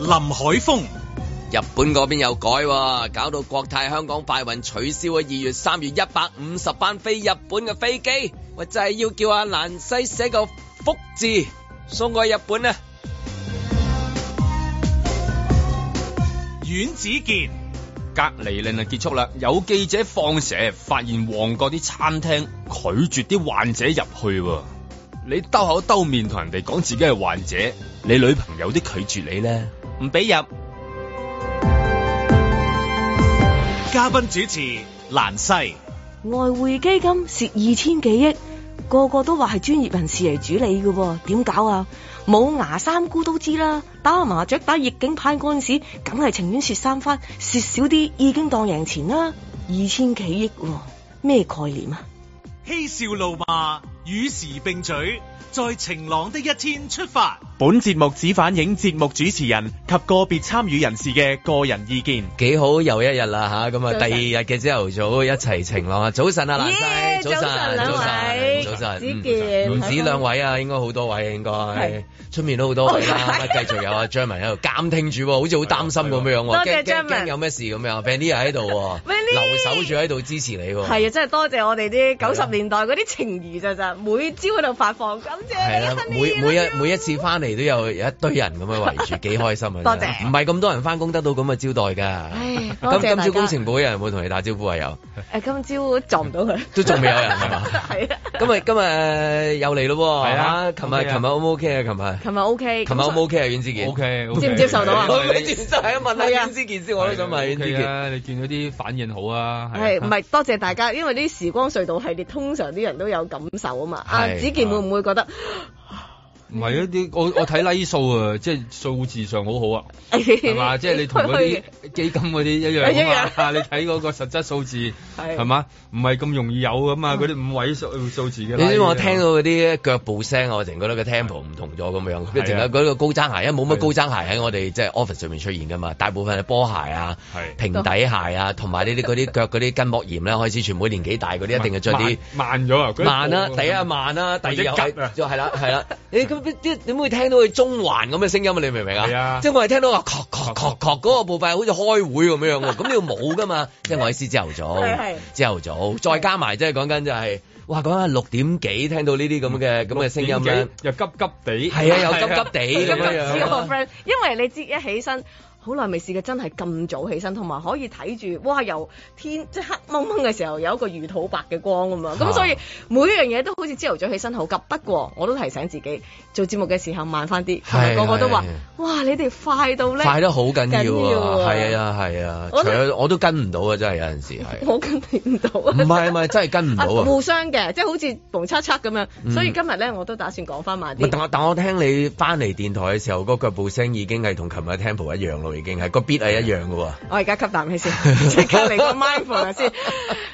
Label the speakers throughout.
Speaker 1: 林海峰。
Speaker 2: 日本嗰邊又改喎，搞到國泰香港快運取消咗二月、三月一百五十班飛日本嘅飛機，喂，就係要叫阿蘭西寫個福字送過去日本啊！
Speaker 1: 阮子健、
Speaker 3: 隔離令啊結束啦，有記者放蛇發現旺角啲餐廳拒絕啲患者入去喎。你兜口兜面同人哋講自己係患者，你女朋友都拒絕你咧，唔俾
Speaker 4: 啊
Speaker 3: 入。
Speaker 1: 嘉賓主持蘭西、
Speaker 5: 外匯基金蝕二千幾億，個個都話係專業人士嚟主理嘅喎，點搞啊？冇牙三姑都知啦，打下麻雀打逆境牌嗰陣時，梗係情願蝕三番，蝕少啲已經當贏錢啦。二千幾億喎，咩概念啊？
Speaker 1: 嬉笑怒罵，與時並舉，在晴朗的一天出發。
Speaker 6: 本節目只反映節目主持人及個別參與人士嘅個人意見。
Speaker 2: 幾好又一日啦吓，咁啊第二日嘅朝頭早一齊晴朗啊！早晨啊，蘭
Speaker 4: 耶
Speaker 2: 西，早
Speaker 4: 早晨
Speaker 2: 晨，
Speaker 4: 兩
Speaker 2: 早晨，
Speaker 4: 位
Speaker 2: 早晨，
Speaker 4: 子
Speaker 2: 嗯
Speaker 4: 健
Speaker 2: 唔止兩位啊，應該好多位啊，應該出面都好多位
Speaker 4: 哦
Speaker 2: 啦。咁啊繼續有啊張文喺度監聽住喎，好似好擔心咁樣
Speaker 4: 多
Speaker 2: 喎，
Speaker 4: 謝
Speaker 2: 驚
Speaker 4: 張
Speaker 2: 驚
Speaker 4: 文
Speaker 2: 驚有咩事咁樣，Benny 喺度喎，
Speaker 4: Benny
Speaker 2: 留守住喺度支持你喎。
Speaker 4: 係啊，真係多謝我哋
Speaker 2: 係
Speaker 4: 啲
Speaker 2: 啊
Speaker 4: 九十年代嗰啲情誼咋咋，每朝喺度發放，感謝
Speaker 2: 係
Speaker 4: 你啊
Speaker 2: 啦，
Speaker 4: 新
Speaker 2: 每
Speaker 4: 年
Speaker 2: 每
Speaker 4: 啦
Speaker 2: 一每一次翻嚟都有有一堆人咁樣圍住，幾開心啊！
Speaker 4: 多謝
Speaker 2: 真係唔係咁多人翻工得到咁嘅招待㗎。
Speaker 4: 唉多謝
Speaker 2: 咁今
Speaker 4: 大
Speaker 2: 朝
Speaker 4: 家
Speaker 2: 工程部有人冇同你打招呼啊？有
Speaker 4: 誒，今朝撞唔到佢，
Speaker 2: 都仲未有人係嘛
Speaker 4: 係啊，
Speaker 2: 今日今日又嚟咯喎，
Speaker 3: 係啊
Speaker 2: 嚇琴日
Speaker 3: OK 啊
Speaker 2: 琴日 O 唔 OK 啊？琴日
Speaker 4: 琴日 OK，
Speaker 2: 琴日 O 唔 OK 啊？阮之健
Speaker 3: K，
Speaker 4: 接唔接受到啊
Speaker 2: 我唔知真係問下阮之健先，我都想問阮之
Speaker 3: 係
Speaker 2: 健。
Speaker 3: 啊，你見到啲反應好啊，
Speaker 4: 係唔係多謝大家？因為啲時光隧道系列通常啲人都有感受啊嘛。
Speaker 2: 係
Speaker 4: 阿子健會唔會覺得
Speaker 3: 唔係一啲我我睇 like 數啊，即係數字上好好啊，係
Speaker 4: 係
Speaker 3: 嘛？即係你同嗰 啲基金嗰啲一樣啊嘛，你睇嗰個實質數字
Speaker 4: 係
Speaker 3: 係嘛？唔係咁容易有噶嘛，嗰啲五位數數字嘅。
Speaker 2: 你知我聽到嗰啲腳步聲，啊我淨覺得個 tempo 唔同咗咁
Speaker 3: 啊
Speaker 2: 樣，一陣間嗰個高踭鞋，因為冇乜高踭鞋喺我哋即係 office 上面出現噶嘛，大部分係波鞋啊、
Speaker 3: 係
Speaker 2: 平底鞋啊，同埋呢啲 嗰啲腳嗰啲筋膜炎咧，開始全部年紀大嗰啲一定係着啲。
Speaker 3: 慢慢咗啊，嗰啲
Speaker 2: 慢啦，
Speaker 3: 步
Speaker 2: 第一係慢啦，第二又
Speaker 3: 或者
Speaker 2: 係
Speaker 3: 急啊
Speaker 2: 又係啦，係啦。你咁啲點會聽到佢中環咁嘅聲音啊？你明唔明
Speaker 3: 係
Speaker 2: 啊
Speaker 3: 啊？
Speaker 2: 即係我係聽到話確確確確嗰個部分好似開會咁樣喎，咁你要冇噶嘛？即係我意思朝頭
Speaker 4: 係係
Speaker 2: 早，朝頭早再加埋即係講緊就係哇講緊六點幾聽到呢啲咁嘅咁嘅聲音咧
Speaker 3: 嗯點幾，啊又急急地，
Speaker 2: 係啊，又急急地咁
Speaker 4: 咁
Speaker 2: 樣
Speaker 4: 知我
Speaker 2: 樣。
Speaker 4: friend，因為你知一起身。好耐未試過真係咁早起身，同埋可以睇住，哇！由天即係黑掹掹嘅時候，有一個魚肚白嘅光咁嘛。咁、
Speaker 2: 啊
Speaker 4: 所以每樣嘢都好似朝頭早起身好急。不過我都提醒自己做節目嘅時候慢翻啲，同埋
Speaker 2: 係
Speaker 4: 個個都話
Speaker 2: 係：
Speaker 4: 哇！你哋快到咧，
Speaker 2: 快得好緊要啊！
Speaker 4: 緊
Speaker 2: 係
Speaker 4: 要
Speaker 2: 啊，係啊，除
Speaker 4: 我
Speaker 2: 咗我都跟唔到啊，真係有陣 時係。
Speaker 4: 我跟你唔到啊！
Speaker 2: 唔係唔係，真係跟唔到啊！
Speaker 4: 互相嘅，即係好似蒙測測咁樣。
Speaker 2: 嗯
Speaker 4: 所以今日咧，我都打算講翻慢
Speaker 2: 唔係
Speaker 4: 啲。
Speaker 2: 但我但我聽你翻嚟電台嘅時候，嗰腳步聲已經係同琴日 tempo 一樣咯，已經係個 beat 係一樣嘅喎。
Speaker 4: 我而家吸啖氣先，即刻嚟個 mindful 先。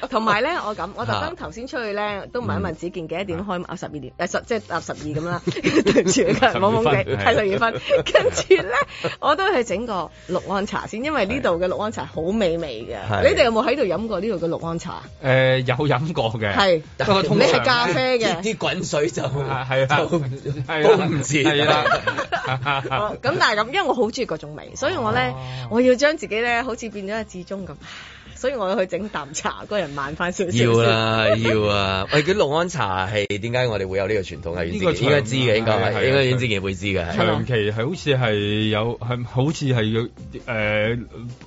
Speaker 4: 同埋咧，我咁，我特登頭先出去咧，都問一問子健幾多點開啊？十二點誒十即係搭十二咁啦，對唔住個人懵懵地，係十二分。跟住咧，我都去整個六安茶先，因為呢度嘅六安茶好美味
Speaker 2: 係
Speaker 4: 嘅。你哋有冇喺度飲過呢度嘅六安茶？
Speaker 3: 誒有飲過嘅，
Speaker 4: 係，
Speaker 3: 不過通
Speaker 4: 你
Speaker 3: 常
Speaker 4: 係咖啡
Speaker 2: 啲
Speaker 4: 嘅。
Speaker 2: 啲滾水就
Speaker 3: 啊係啊，
Speaker 2: 就
Speaker 3: 係
Speaker 2: 煲
Speaker 3: 啦
Speaker 2: 唔切
Speaker 3: 係
Speaker 4: 哦
Speaker 3: 啦。
Speaker 4: 咁但係咁，因為我好中意嗰種味，所以我咧
Speaker 3: 哦
Speaker 4: 我要將自己咧好似變咗阿志忠咁，所以我要去整啖茶，個人慢翻少少。
Speaker 2: 要，啦，要啊！喂，啲六安茶係點解我哋會有呢個傳統啊？阮
Speaker 3: 呢
Speaker 2: 志
Speaker 3: 個
Speaker 2: 健應該知嘅，應該
Speaker 3: 長
Speaker 2: 係
Speaker 3: 係
Speaker 2: 應該
Speaker 3: 係
Speaker 2: 阮志健會知嘅。係
Speaker 3: 長期係好似係有係好似係有誒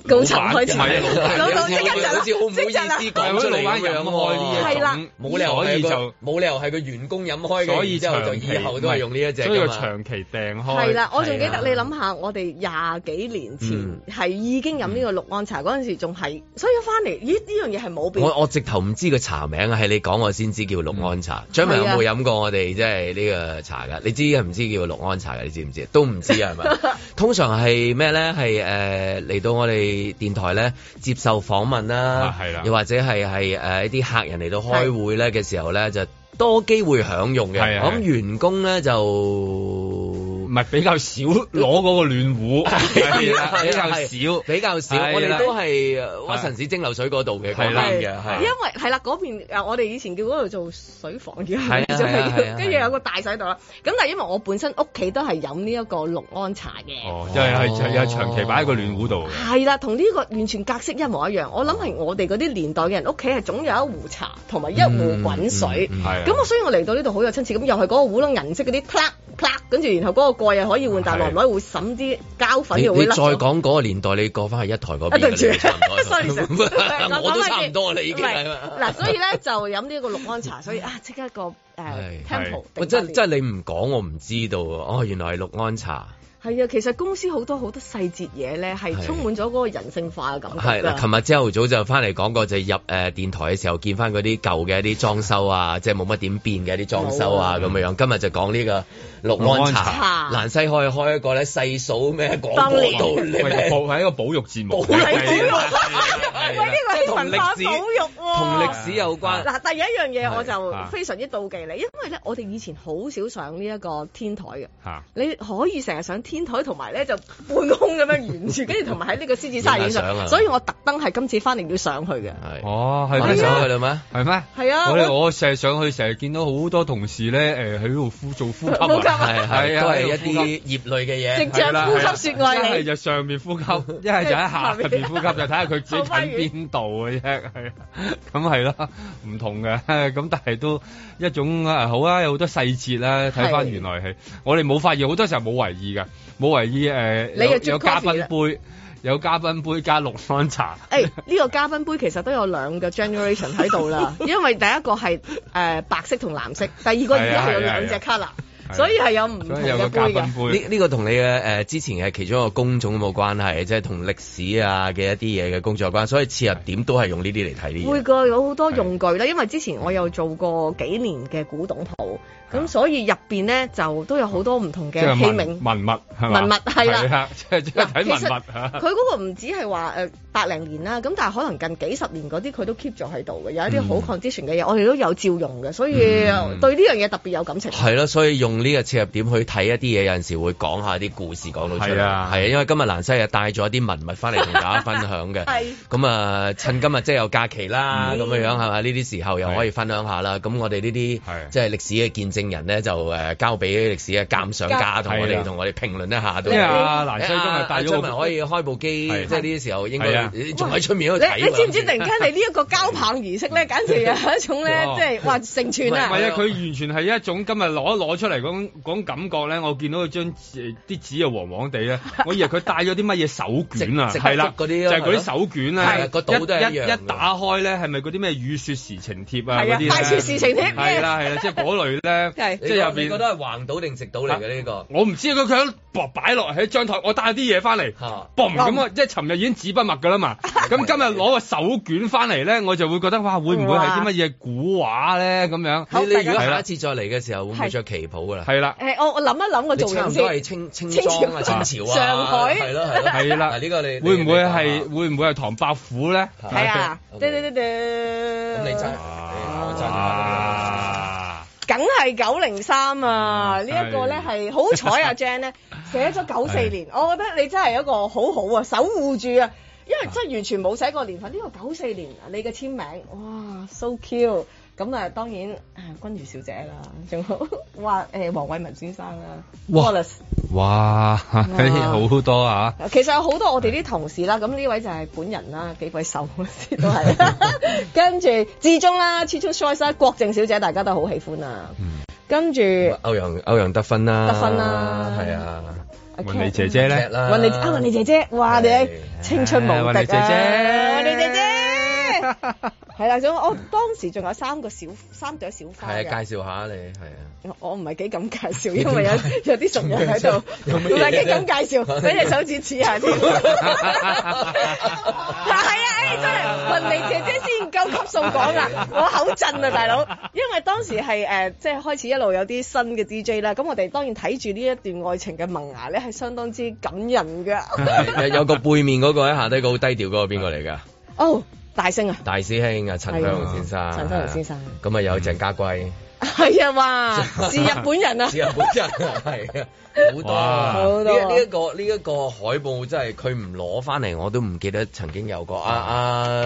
Speaker 4: 高層開始
Speaker 3: 老闆唔係啊
Speaker 4: 老
Speaker 2: 好
Speaker 4: 闆
Speaker 2: 似好似好似好唔好意思講出嚟咁樣
Speaker 3: 呢
Speaker 2: 喎。
Speaker 4: 係啦
Speaker 2: 冇理由
Speaker 3: 所
Speaker 2: 係
Speaker 3: 以
Speaker 2: 個
Speaker 3: 就
Speaker 2: 冇理由係個員工飲開嘅，
Speaker 3: 所以
Speaker 2: 然之後就
Speaker 3: 長期
Speaker 2: 以後都係用呢一隻
Speaker 3: 所以
Speaker 2: 㗎
Speaker 3: 就
Speaker 2: 嘛。
Speaker 3: 長期訂開。
Speaker 4: 係啦，我仲記
Speaker 2: 係啊
Speaker 4: 得你諗下，我哋廿幾年前
Speaker 2: 嗯
Speaker 4: 係已經飲呢個六安茶嗰陣時，仲係，所以翻嚟，咦呢樣嘢係冇變。
Speaker 2: 我我直頭唔知個茶名啊，係你講我先知叫六安茶。
Speaker 4: 嗯
Speaker 2: 張文有
Speaker 4: 啊
Speaker 2: 冇飲過我哋即係呢個茶㗎？你知係唔知叫六安茶㗎？你知唔知？都唔知啊係咪？通常係咩咧？係呃誒嚟到我哋電台咧接受訪問啦
Speaker 3: 啊係啦，
Speaker 2: 又或者係係誒一啲客人嚟到開會咧嘅時候咧，就多機會享用嘅。
Speaker 3: 係啊
Speaker 2: 我諗
Speaker 3: 係
Speaker 2: 員工咧就唔
Speaker 3: 係比較少攞嗰個暖壺，
Speaker 2: 啊
Speaker 3: 係啦， 比較少。
Speaker 2: 比較少，
Speaker 3: 係啦
Speaker 2: 我哋都係呃屈臣氏蒸餾水嗰度嘅嗰
Speaker 3: 係啦
Speaker 2: 邊
Speaker 4: 係，
Speaker 2: 嘅，
Speaker 4: 因
Speaker 2: 係。
Speaker 4: 為係啦，嗰邊誒我哋以前叫嗰度做水房嘅，
Speaker 2: 係 啊係啊係啊
Speaker 4: 跟住有個大洗度啦。咁但係因為我本身屋企都係飲呢一個六安茶嘅，
Speaker 3: 哦，又係又係又係長期擺喺個暖壺度嘅。
Speaker 4: 係啦，同呢個完全格式一模一樣。我諗係
Speaker 2: 哦
Speaker 4: 我哋嗰啲年代嘅人屋企係總有一壺茶同埋一壺滾水。
Speaker 2: 嗯嗯嗯
Speaker 3: 係啊。
Speaker 4: 咁我所以我嚟到呢度好有親切，咁又係嗰個壺窿銀色嗰啲 plug plug，跟住然後嗰個蓋又可以換，但係耐唔耐會滲啲膠粉
Speaker 2: 你
Speaker 4: 又
Speaker 2: 你
Speaker 4: 會
Speaker 2: 再
Speaker 4: 甩咗。
Speaker 2: 講嗰個年代，你過翻去一台嗰邊
Speaker 4: 啊對
Speaker 2: 嘅，
Speaker 4: 唔住
Speaker 2: 你差唔
Speaker 4: sorry
Speaker 2: 多
Speaker 4: sorry，
Speaker 2: 我都差唔多啦，已經
Speaker 4: 唔
Speaker 2: 係
Speaker 4: 係
Speaker 2: 嘛
Speaker 4: 嗱，所以咧就飲呢個六安茶，所以啊即刻個誒
Speaker 2: 係
Speaker 4: temple
Speaker 2: 我真真係你唔講，我唔知道喎哦，原來係六安茶。
Speaker 4: 係啊，其實公司好多好多細節嘢咧，係
Speaker 2: 係
Speaker 4: 充滿咗嗰個人性化嘅感覺
Speaker 2: 係
Speaker 4: 㗎
Speaker 2: 嗱，琴日朝頭早就翻嚟講過，就係入誒電台嘅時候見翻嗰啲舊嘅一啲裝修啊，即係冇乜點變嘅一啲裝修啊咁樣樣。今日就講呢個六安茶，
Speaker 4: 六安
Speaker 2: 蘭西開開一個咧細數咩廣
Speaker 4: 當
Speaker 2: 播
Speaker 4: 年
Speaker 2: 道
Speaker 3: 喂
Speaker 2: 理咩
Speaker 3: 保係一個保育節目，
Speaker 2: 保育
Speaker 3: 係啦 係
Speaker 4: 喂，
Speaker 3: 啦
Speaker 4: 呢個係文化
Speaker 2: 即
Speaker 4: 保
Speaker 2: 係啊同
Speaker 4: 育喎。
Speaker 2: 同歷史有關。
Speaker 4: 嗱，第一樣嘢我
Speaker 3: 啊
Speaker 4: 就非常之妒忌你，因為咧我哋以前好少上呢一個天台嘅，
Speaker 3: 嚇
Speaker 4: 你可以成日上天台，同埋咧就半空咁樣沿住，跟住同埋喺呢個獅子山影
Speaker 2: 影下相啊
Speaker 4: 相，所以我特登係今次翻嚟要上去嘅。
Speaker 2: 係，
Speaker 3: 哦，係
Speaker 2: 我哋
Speaker 3: 咩？
Speaker 2: 上去啦咩？
Speaker 3: 係咩？
Speaker 4: 係啊，
Speaker 3: 我哋
Speaker 4: 我
Speaker 3: 我成日上去，成日見到好多同事咧，誒喺度呼做呼吸
Speaker 4: 呼吸
Speaker 3: 啊，
Speaker 4: 啊
Speaker 2: 係
Speaker 3: 係
Speaker 2: 係，
Speaker 3: 啊
Speaker 2: 都係一啲業類嘅
Speaker 4: 直
Speaker 2: 嘢。
Speaker 4: 接呼吸
Speaker 3: 係
Speaker 4: 說
Speaker 3: 啦
Speaker 4: 愛
Speaker 3: 一係
Speaker 4: 你。
Speaker 3: 就上面呼吸，一係就喺下邊呼吸，就睇下佢自己近邊度嘅啫，係啊咁係啦，唔同嘅，咁但係都一種啊好啊，有好多細節啦，睇翻
Speaker 4: 係
Speaker 3: 原來係我哋冇發現，好多時候冇為意嘅，冇為意誒，
Speaker 4: 你又
Speaker 3: 有
Speaker 4: 啜
Speaker 3: 有嘉
Speaker 4: coffee
Speaker 3: 賓
Speaker 4: 啦
Speaker 3: 杯，有嘉賓杯加綠安茶，
Speaker 4: 誒呢個嘉賓杯其實都有兩個 generation 喺度啦，因為第一個係誒、呃白色同藍色，第二個而家係有兩隻
Speaker 3: 係
Speaker 4: colour，
Speaker 3: 係
Speaker 4: 所以係有唔同
Speaker 3: 所以有個
Speaker 4: 嘅
Speaker 3: 嘉
Speaker 4: 杯
Speaker 3: 賓
Speaker 4: 嘅。
Speaker 3: 杯。
Speaker 2: 呢呢個同你嘅誒之前嘅其中一個工種冇關係，即係同歷史啊嘅一啲嘢嘅工作有關，所以切入點都係用呢啲嚟睇呢啲嘢。
Speaker 4: 會個有好多用具啦，因為之前我有做過幾年嘅古董鋪，咁所以入邊咧就都有好多唔同嘅
Speaker 3: 即係
Speaker 4: 器
Speaker 3: 文
Speaker 4: 皿。
Speaker 3: 文物係嘛
Speaker 4: 文物係啦，
Speaker 3: 即係即係睇文物啊嚇
Speaker 4: 佢嗰個唔止係話誒百零年啦，咁但係可能近幾十年嗰啲佢都 keep 咗喺度嘅，有一啲好 condition 嘅嘢，我哋都有照用嘅，所以對呢樣嘢特別有感情。
Speaker 2: 係咯，所以用呢個切入點去睇一啲嘢，有陣時會講下啲故事講到出嚟。
Speaker 3: 係啊
Speaker 2: 係啊，因為今日蘭西啊帶咗啲文物翻嚟同大家分享 嘅。
Speaker 4: 係
Speaker 2: 咁啊，趁今日即係有假期啦，
Speaker 3: 嗯
Speaker 2: 咁樣樣係嘛？呢啲時候又可以分享下啦。咁我哋呢啲
Speaker 3: 係
Speaker 2: 即係歷史嘅見證人咧，就誒交俾歷史嘅鑑賞家同我
Speaker 3: 係
Speaker 2: 哋
Speaker 3: 啊
Speaker 2: 同我哋評論一下都哎
Speaker 3: 因。為阿蘭西今日帶
Speaker 2: 阿
Speaker 3: 咗
Speaker 2: 張
Speaker 3: 個
Speaker 2: 文可以開部機，
Speaker 3: 係
Speaker 2: 即係呢啲時候應
Speaker 3: 係
Speaker 2: 該
Speaker 3: 啊
Speaker 2: 仲喺出面喺度睇
Speaker 4: 你
Speaker 2: 喎。
Speaker 4: 你知唔知突然間你呢一個交棒儀式咧，簡直係一種咧
Speaker 3: 哇，
Speaker 4: 即係哇成全
Speaker 3: 唔係
Speaker 4: 啊！
Speaker 3: 啊，佢完全係一種今日攞一攞出嚟嗰種感覺咧，我見到佢張紙啲紙啊黃黃地 咧，我以為佢帶咗啲乜嘢手卷啊，
Speaker 2: 直直
Speaker 3: 係啦，
Speaker 2: 嗰
Speaker 3: 就
Speaker 2: 啲咯
Speaker 3: 係嗰啲手卷
Speaker 2: 係啊
Speaker 3: 咧，
Speaker 2: 個島都係一樣
Speaker 3: 一
Speaker 2: 嘅
Speaker 3: 一打開咧，係咪嗰啲咩雨雪時晴帖啊
Speaker 4: 係
Speaker 3: 嗰
Speaker 4: 啊
Speaker 3: 啲咧？
Speaker 4: 快雪時晴帖
Speaker 3: 係啦係啦，即係嗰類咧，
Speaker 4: 係
Speaker 2: 你
Speaker 3: 即係入
Speaker 2: 你覺
Speaker 3: 邊。
Speaker 2: 得係橫島定直島嚟嘅呢個？
Speaker 3: 啊我唔知佢佢喺擺落喺張台，我帶啲嘢翻嚟
Speaker 2: 嚇，
Speaker 3: 嘣咁啊！即係尋日已經紙筆墨噶啦嘛，咁今日攞個手卷翻嚟咧，我就會覺得哇，會唔會係啲乜嘢古畫咧咁樣？
Speaker 2: 你
Speaker 4: 好
Speaker 2: 你如果
Speaker 3: 大家
Speaker 2: 下一次再嚟嘅時候，會唔會着旗袍㗎啦？
Speaker 3: 係啦，
Speaker 4: 誒，我我諗一諗個
Speaker 2: 你
Speaker 4: 造
Speaker 2: 差
Speaker 4: 型
Speaker 2: 唔多係
Speaker 4: 先。
Speaker 2: 清清裝啊，
Speaker 4: 清朝
Speaker 2: 清朝啊，
Speaker 4: 上海
Speaker 2: 係咯係咯
Speaker 3: 係啦
Speaker 2: 嗱呢個你
Speaker 3: 會唔會
Speaker 2: 你
Speaker 3: 係
Speaker 2: 你
Speaker 3: 會唔會係唐伯虎咧？
Speaker 2: 講下
Speaker 4: 係啊，
Speaker 2: OK
Speaker 4: 對對對對，
Speaker 2: 咁你真我真
Speaker 3: 啊
Speaker 4: 梗係九零三啊！呢一個咧係好 彩啊 Jan 咧寫咗九四年，我覺得你真係一個好好啊，守護住啊！因為真係完全冇寫過年份，呢個九四年你嘅簽名，哇，so cute！咁啊，當然誒君如小姐啦，仲好哇誒黃偉文先生啊啦
Speaker 3: 哇
Speaker 4: ，Wallace。
Speaker 3: 哇，好多啊！
Speaker 4: 其實有好多我哋啲同事啦，咁呢位就係本人啦，幾鬼瘦嗰時都係， 跟住志忠啦、始終 Choice 啦、郭靖小姐，大家都好喜歡啊。跟住阿
Speaker 2: 歐陽歐陽得分啦，
Speaker 4: 得分啦
Speaker 2: 係啊，
Speaker 3: 問
Speaker 4: Cat
Speaker 3: 你姐姐
Speaker 2: 叻
Speaker 3: 咧，
Speaker 2: 啦，
Speaker 4: 雲妮啊雲妮姐姐，哇！你
Speaker 2: 係
Speaker 4: 青春無
Speaker 3: 雲
Speaker 4: 敵啊！
Speaker 3: 妮姐姐
Speaker 2: 哎
Speaker 4: 雲妮姐姐，係啦，咁我 當時仲有三個小三朵小花
Speaker 2: 係
Speaker 4: 嘅
Speaker 2: 啊，介紹下你係啊。
Speaker 4: 我我唔係幾敢介紹，因為有有啲熟人 喺度，
Speaker 2: 有咩
Speaker 4: 唔係幾敢 介紹，俾隻手指指下先。嗱係啊，誒真係雲妮姐姐先夠級數講啦，我口震啊大佬，因為當時係誒即係開始一路有啲新嘅 DJ 啦，咁我哋當然睇住呢一段愛情嘅萌芽咧，係相當之感人㗎。
Speaker 2: 係有有個背面嗰個喺下低個好低調嗰個邊個嚟㗎？
Speaker 4: 哦，大聲啊！
Speaker 2: 大師兄啊，陳香龍先生，
Speaker 4: 陳香龍先 生
Speaker 2: 咁啊有鄭家貴，
Speaker 4: 係啊，哇！是日本人啊，
Speaker 2: 是日本人啊，係啊，好多啊
Speaker 3: 哇
Speaker 4: 好
Speaker 2: 呢
Speaker 4: 多啊
Speaker 2: 呢一個呢一個海報真係佢唔攞翻嚟，我都唔記得曾經有過啊啊！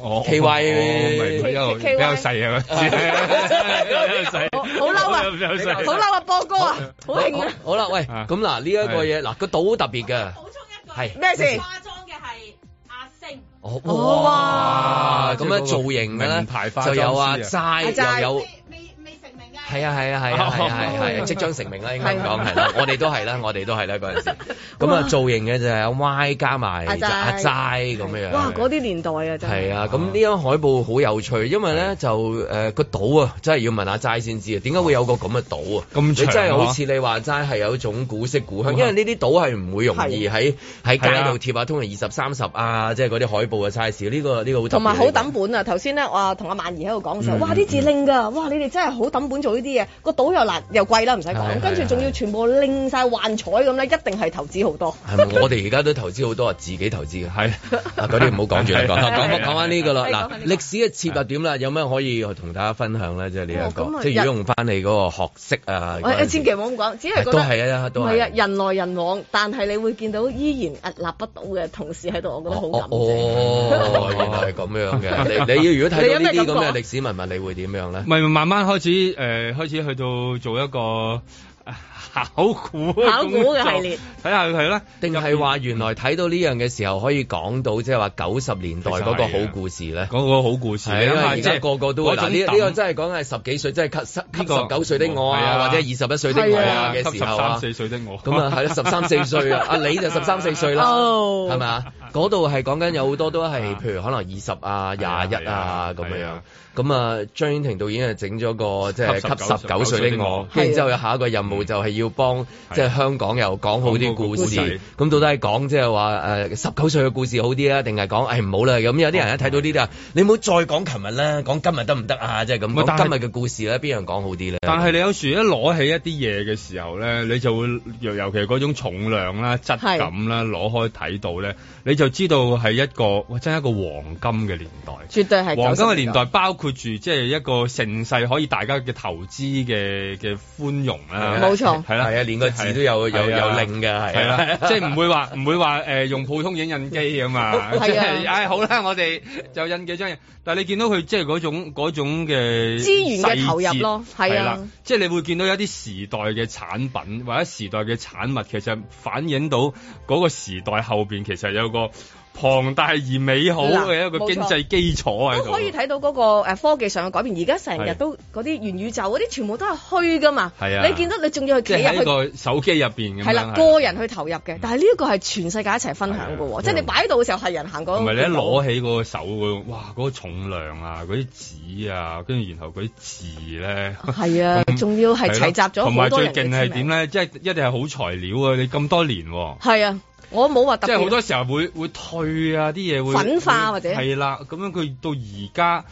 Speaker 3: 我
Speaker 2: KY
Speaker 3: 咪佢一路
Speaker 4: KY
Speaker 3: 比較細啊， 比較細，
Speaker 4: 好好嬲啊
Speaker 3: 比較細
Speaker 4: 好嬲啊，波哥啊，好興啊！
Speaker 2: 好啦，喂，咁嗱呢一個嘢嗱個島好特別嘅，
Speaker 7: 補充一句，
Speaker 2: 係
Speaker 4: 咩事
Speaker 7: 化妝嘅係阿星，
Speaker 2: 哦
Speaker 4: 哦
Speaker 2: 哇
Speaker 4: 哇
Speaker 2: 咁樣造型嘅
Speaker 3: 名牌
Speaker 2: 咧
Speaker 3: 化妝師
Speaker 2: 就
Speaker 3: 啊
Speaker 2: 有啊
Speaker 4: 阿
Speaker 2: 齋
Speaker 4: 齋
Speaker 2: 又有
Speaker 7: 未。未未成名啊。
Speaker 2: 係啊係啊係啊係啊係啊，即將成名啦，應該咁講係啦，我哋都係啦，我哋都係啦 嗰陣時。咁啊，造型嘅就係阿 Y 加埋
Speaker 4: 阿
Speaker 2: 阿
Speaker 4: 齋
Speaker 2: 齋咁樣樣。
Speaker 4: 哇，嗰啲年代啊，真
Speaker 2: 係
Speaker 4: 係
Speaker 2: 啊，咁呢張海報好有趣，因為咧就誒個島啊，真係要問阿齋先知啊，點解會有個咁嘅島啊？
Speaker 3: 咁
Speaker 2: 你真
Speaker 3: 長
Speaker 2: 係好
Speaker 3: 啊
Speaker 2: 似你話齋係有一種古色古
Speaker 4: 嗯
Speaker 2: 香，因為呢啲島係唔會容易喺喺
Speaker 3: 係
Speaker 2: 街
Speaker 3: 啊
Speaker 2: 度貼啊，通常二十三十啊，即係嗰啲海報嘅 size，呢個呢個好特別
Speaker 4: 同埋好
Speaker 2: 呢個
Speaker 4: 抌本啊！頭先咧，我同阿曼兒喺度講嘅時候，
Speaker 2: 嗯
Speaker 4: 哇啲字拎㗎，哇你哋真係好抌本做呢啲嘢，個島又難又貴啦，唔使
Speaker 2: 係係
Speaker 4: 講，跟住仲要全部拎晒幻彩咁咧，一定係投資好多。
Speaker 2: 係咪？我哋而家都投資好多啊，自己投資嘅。
Speaker 3: 係
Speaker 2: 啊！嗰啲 唔好講住啦，
Speaker 3: 係
Speaker 2: 講
Speaker 3: 係
Speaker 2: 講
Speaker 3: 係
Speaker 2: 講翻呢個啦。
Speaker 4: 係講
Speaker 2: 嗱，
Speaker 4: 返呢個
Speaker 2: 歷史嘅切入點啦，有咩可以同大家分享咧？即係呢一
Speaker 4: 哦咁
Speaker 2: 個，
Speaker 4: 啊
Speaker 2: 即係如果用翻你嗰個學識啊，
Speaker 4: 我
Speaker 2: 嗰陣時
Speaker 4: 千祈唔好咁講，只係覺
Speaker 2: 都
Speaker 4: 得。
Speaker 2: 係啊，
Speaker 4: 唔
Speaker 2: 都
Speaker 4: 係
Speaker 2: 係
Speaker 4: 啊，。人來人往，但係你會見到依然屹立不倒嘅同事喺度，我覺得好感謝。
Speaker 2: 哦，原來係咁樣 嘅。你你要如果睇到呢啲
Speaker 4: 啊
Speaker 2: 咁嘅歷史文物，你會點樣咧？
Speaker 3: 咪慢慢開始誒，開始去到做一個呃考古
Speaker 4: 考古嘅系列，
Speaker 3: 睇下佢啊啦，
Speaker 2: 定係話原來睇到呢樣嘅時候，可以講到即係話九十年代嗰個好故事咧？
Speaker 3: 啊嗰個好故事，
Speaker 2: 係
Speaker 3: 你諗
Speaker 2: 啊，
Speaker 3: 下
Speaker 2: 而家個個都會
Speaker 3: 嗰種
Speaker 2: 嗱，呢呢
Speaker 3: 抌
Speaker 2: 個真係講係十幾歲，真係吸吸
Speaker 3: 呢
Speaker 2: 吸
Speaker 3: 個
Speaker 2: 十九歲的我
Speaker 3: 係
Speaker 2: 啊，
Speaker 3: 啊
Speaker 2: 或者二十一歲的我
Speaker 3: 係
Speaker 2: 啊
Speaker 3: 啊
Speaker 2: 嘅時候
Speaker 3: 三
Speaker 2: 啊。
Speaker 3: 四歲的我，
Speaker 2: 咁啊，係 咯，十三四歲啊，阿你就十三四歲啦，
Speaker 4: 哦
Speaker 2: 係咪啊？嗰度係講緊有好多都係，譬如可能二十啊、廿一啊咁樣
Speaker 3: 係
Speaker 2: 樣
Speaker 3: 啊。
Speaker 2: 咁啊，張婉婷導演係整咗個即係
Speaker 3: 給
Speaker 2: 給
Speaker 3: 19
Speaker 2: 十九歲的我，
Speaker 4: 歲的我
Speaker 2: 跟住之後有下一個任務就係要幫
Speaker 3: 嗯係啊
Speaker 2: 即係香港又講好啲故
Speaker 3: 講好個
Speaker 2: 事。咁
Speaker 3: 故
Speaker 2: 到底係講即係話誒十九歲嘅故事好啲啊，定係講誒唔好啦？咁有啲人一睇到呢啲啊，你唔好再講琴日啦，講今日得唔得啊？即係咁
Speaker 3: 唔係
Speaker 2: 講
Speaker 3: 但係
Speaker 2: 今日嘅故事咧，邊樣講好啲咧？
Speaker 3: 但係你有時一攞起一啲嘢嘅時候咧，你就會尤尤其係嗰種重量啦、質感啦，攞開睇到咧，你就知道係一個哇真係一個黃金嘅年代。
Speaker 4: 絕對係
Speaker 3: 黃金嘅
Speaker 4: 90
Speaker 3: 年代包括住即係一個盛世，可以大家嘅投資嘅嘅寬容啦，
Speaker 4: 冇錯
Speaker 3: 係啦，
Speaker 2: 係啊，連個字都有有有令嘅，
Speaker 3: 係
Speaker 2: 係啊
Speaker 3: 啦，即係唔會話 唔會話誒用普通影印機啊 嘛，即係唉好啦，我哋就印幾張嘢。但係你見到佢即係嗰種嗰種嘅
Speaker 4: 資源嘅投入咯
Speaker 3: 細節
Speaker 4: 係啊
Speaker 3: 啦，即係你會見到一啲時代嘅產品或者時代嘅產物，其實反映到嗰個時代後邊其實有個龐大而美好嘅一個
Speaker 4: 嗱冇錯
Speaker 3: 經濟基礎喺
Speaker 4: 都
Speaker 3: 度。
Speaker 4: 可以睇到嗰個誒科技上嘅改變，而家成日都嗰啲元宇宙嗰啲全部都係虛噶嘛，
Speaker 3: 係啊
Speaker 4: 你見到你仲要
Speaker 3: 即
Speaker 4: 去企
Speaker 3: 係喺
Speaker 4: 入去。
Speaker 3: 個手機入邊咁樣。
Speaker 4: 係啦，個人去投入嘅，但係呢一個係全世界一齊分享嘅
Speaker 3: 係
Speaker 4: 喎，即係你擺到嘅時候係人行過。
Speaker 3: 同埋你一攞起嗰個手嗰個，哇！嗰、個重量啊，嗰啲紙啊，跟住然後嗰啲字咧，
Speaker 4: 係啊，
Speaker 3: 咁
Speaker 4: 仲要係
Speaker 3: 係咯
Speaker 4: 齊集咗
Speaker 3: 同埋
Speaker 4: 好多
Speaker 3: 最
Speaker 4: 人嘅
Speaker 3: 勁係
Speaker 4: 簽
Speaker 3: 點
Speaker 4: 名。
Speaker 3: 咧？即係一定係好材料啊！你咁多年喎、
Speaker 4: 係啊，我冇話特
Speaker 3: 即係好
Speaker 4: 別
Speaker 3: 多時候會會退啊，啲嘢會
Speaker 4: 粉化或者
Speaker 3: 係啦。咁樣佢到而家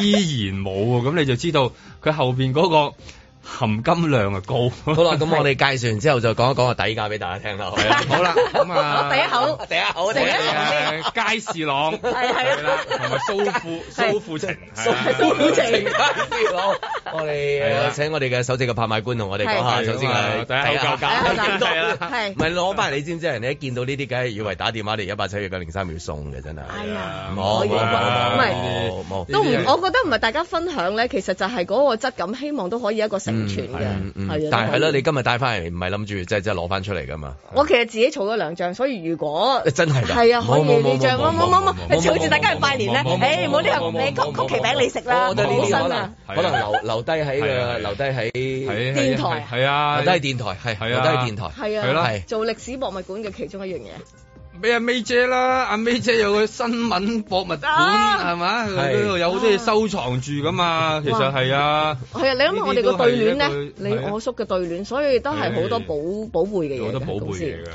Speaker 3: 依然冇喎，咁你就知道佢後邊嗰個含金量啊高。
Speaker 2: 好啦，咁我哋介紹完之後就講一講個底價俾大家聽啦。好啦
Speaker 3: 好啦，咁啊，
Speaker 4: 我第一口
Speaker 2: 第一口
Speaker 4: 食
Speaker 2: 第一
Speaker 4: 一口
Speaker 2: 口
Speaker 3: 誒街市郎
Speaker 4: 係係啊
Speaker 3: 係啦，同埋蘇富
Speaker 4: 係
Speaker 3: 蘇富情，
Speaker 2: 蘇
Speaker 4: 蘇富情
Speaker 2: 情街市佬我哋誒請我哋嘅首席嘅拍賣官同我哋講下，
Speaker 4: 係啊
Speaker 2: 首先係
Speaker 3: 第一口
Speaker 2: 口
Speaker 3: 價
Speaker 2: 價
Speaker 3: 係啦
Speaker 2: 唔
Speaker 4: 係
Speaker 2: 係攞翻嚟，你知唔知人哋一見到呢啲，梗係以為打電話嚟一八七一九零三秒送嘅，真係。
Speaker 4: 哎呀，
Speaker 2: 冇
Speaker 4: 可以
Speaker 2: 冇
Speaker 4: 唔係
Speaker 2: 冇冇冇。
Speaker 4: 都唔，
Speaker 3: 呢啲係
Speaker 4: 我覺得唔係大家分享咧，其實就係嗰個質感，希望都可以一個成全嘅，係啊
Speaker 2: 嗯嗯。
Speaker 4: 都可以
Speaker 2: 但係係咯，你今日帶翻嚟唔係諗住即係即係攞翻出嚟㗎嘛？
Speaker 4: 我其實自己儲咗兩張，所以如果
Speaker 2: 真係㗎
Speaker 4: 係啊，可
Speaker 2: 冇
Speaker 4: 以
Speaker 2: 冇
Speaker 4: 呢張，
Speaker 2: 冇冇
Speaker 4: 冇冇
Speaker 2: 冇
Speaker 4: 冇
Speaker 2: 冇，
Speaker 4: 冇你好似大家去拜年咧，
Speaker 3: 冇冇
Speaker 4: 誒冇呢
Speaker 3: 冇
Speaker 4: 樣
Speaker 3: 冇
Speaker 4: 你曲曲奇餅你食啦，
Speaker 2: 我覺得呢
Speaker 4: 好
Speaker 2: 啲
Speaker 4: 新
Speaker 2: 可
Speaker 4: 啊
Speaker 2: 能！可能留留低喺
Speaker 3: 係啊係
Speaker 2: 個
Speaker 3: 啊
Speaker 2: 留低喺
Speaker 3: 係
Speaker 4: 電台
Speaker 3: 係啊，
Speaker 2: 留低喺電台，係
Speaker 3: 係
Speaker 2: 留
Speaker 3: 啊
Speaker 2: 低喺電台。
Speaker 4: 係
Speaker 3: 係
Speaker 4: 啊
Speaker 2: 啦，
Speaker 4: 做歷史博物館嘅其中一樣嘢，
Speaker 3: 俾阿 May 姐啦，阿 May 姐有個新聞博物館
Speaker 4: 啊
Speaker 3: 係嘛？佢
Speaker 2: 係
Speaker 3: 嗰度有好多嘢收藏住噶嘛。其實係啊，
Speaker 4: 係啊，你諗下我哋個對聯咧
Speaker 3: 呢啲都係一，個
Speaker 4: 你我叔嘅對聯，所以都係好多寶寶貝嘅
Speaker 3: 有好
Speaker 4: 嘢
Speaker 3: 多寶
Speaker 4: 嘅，
Speaker 3: 貝
Speaker 4: 同
Speaker 3: 嘢
Speaker 4: 時
Speaker 3: 㗎。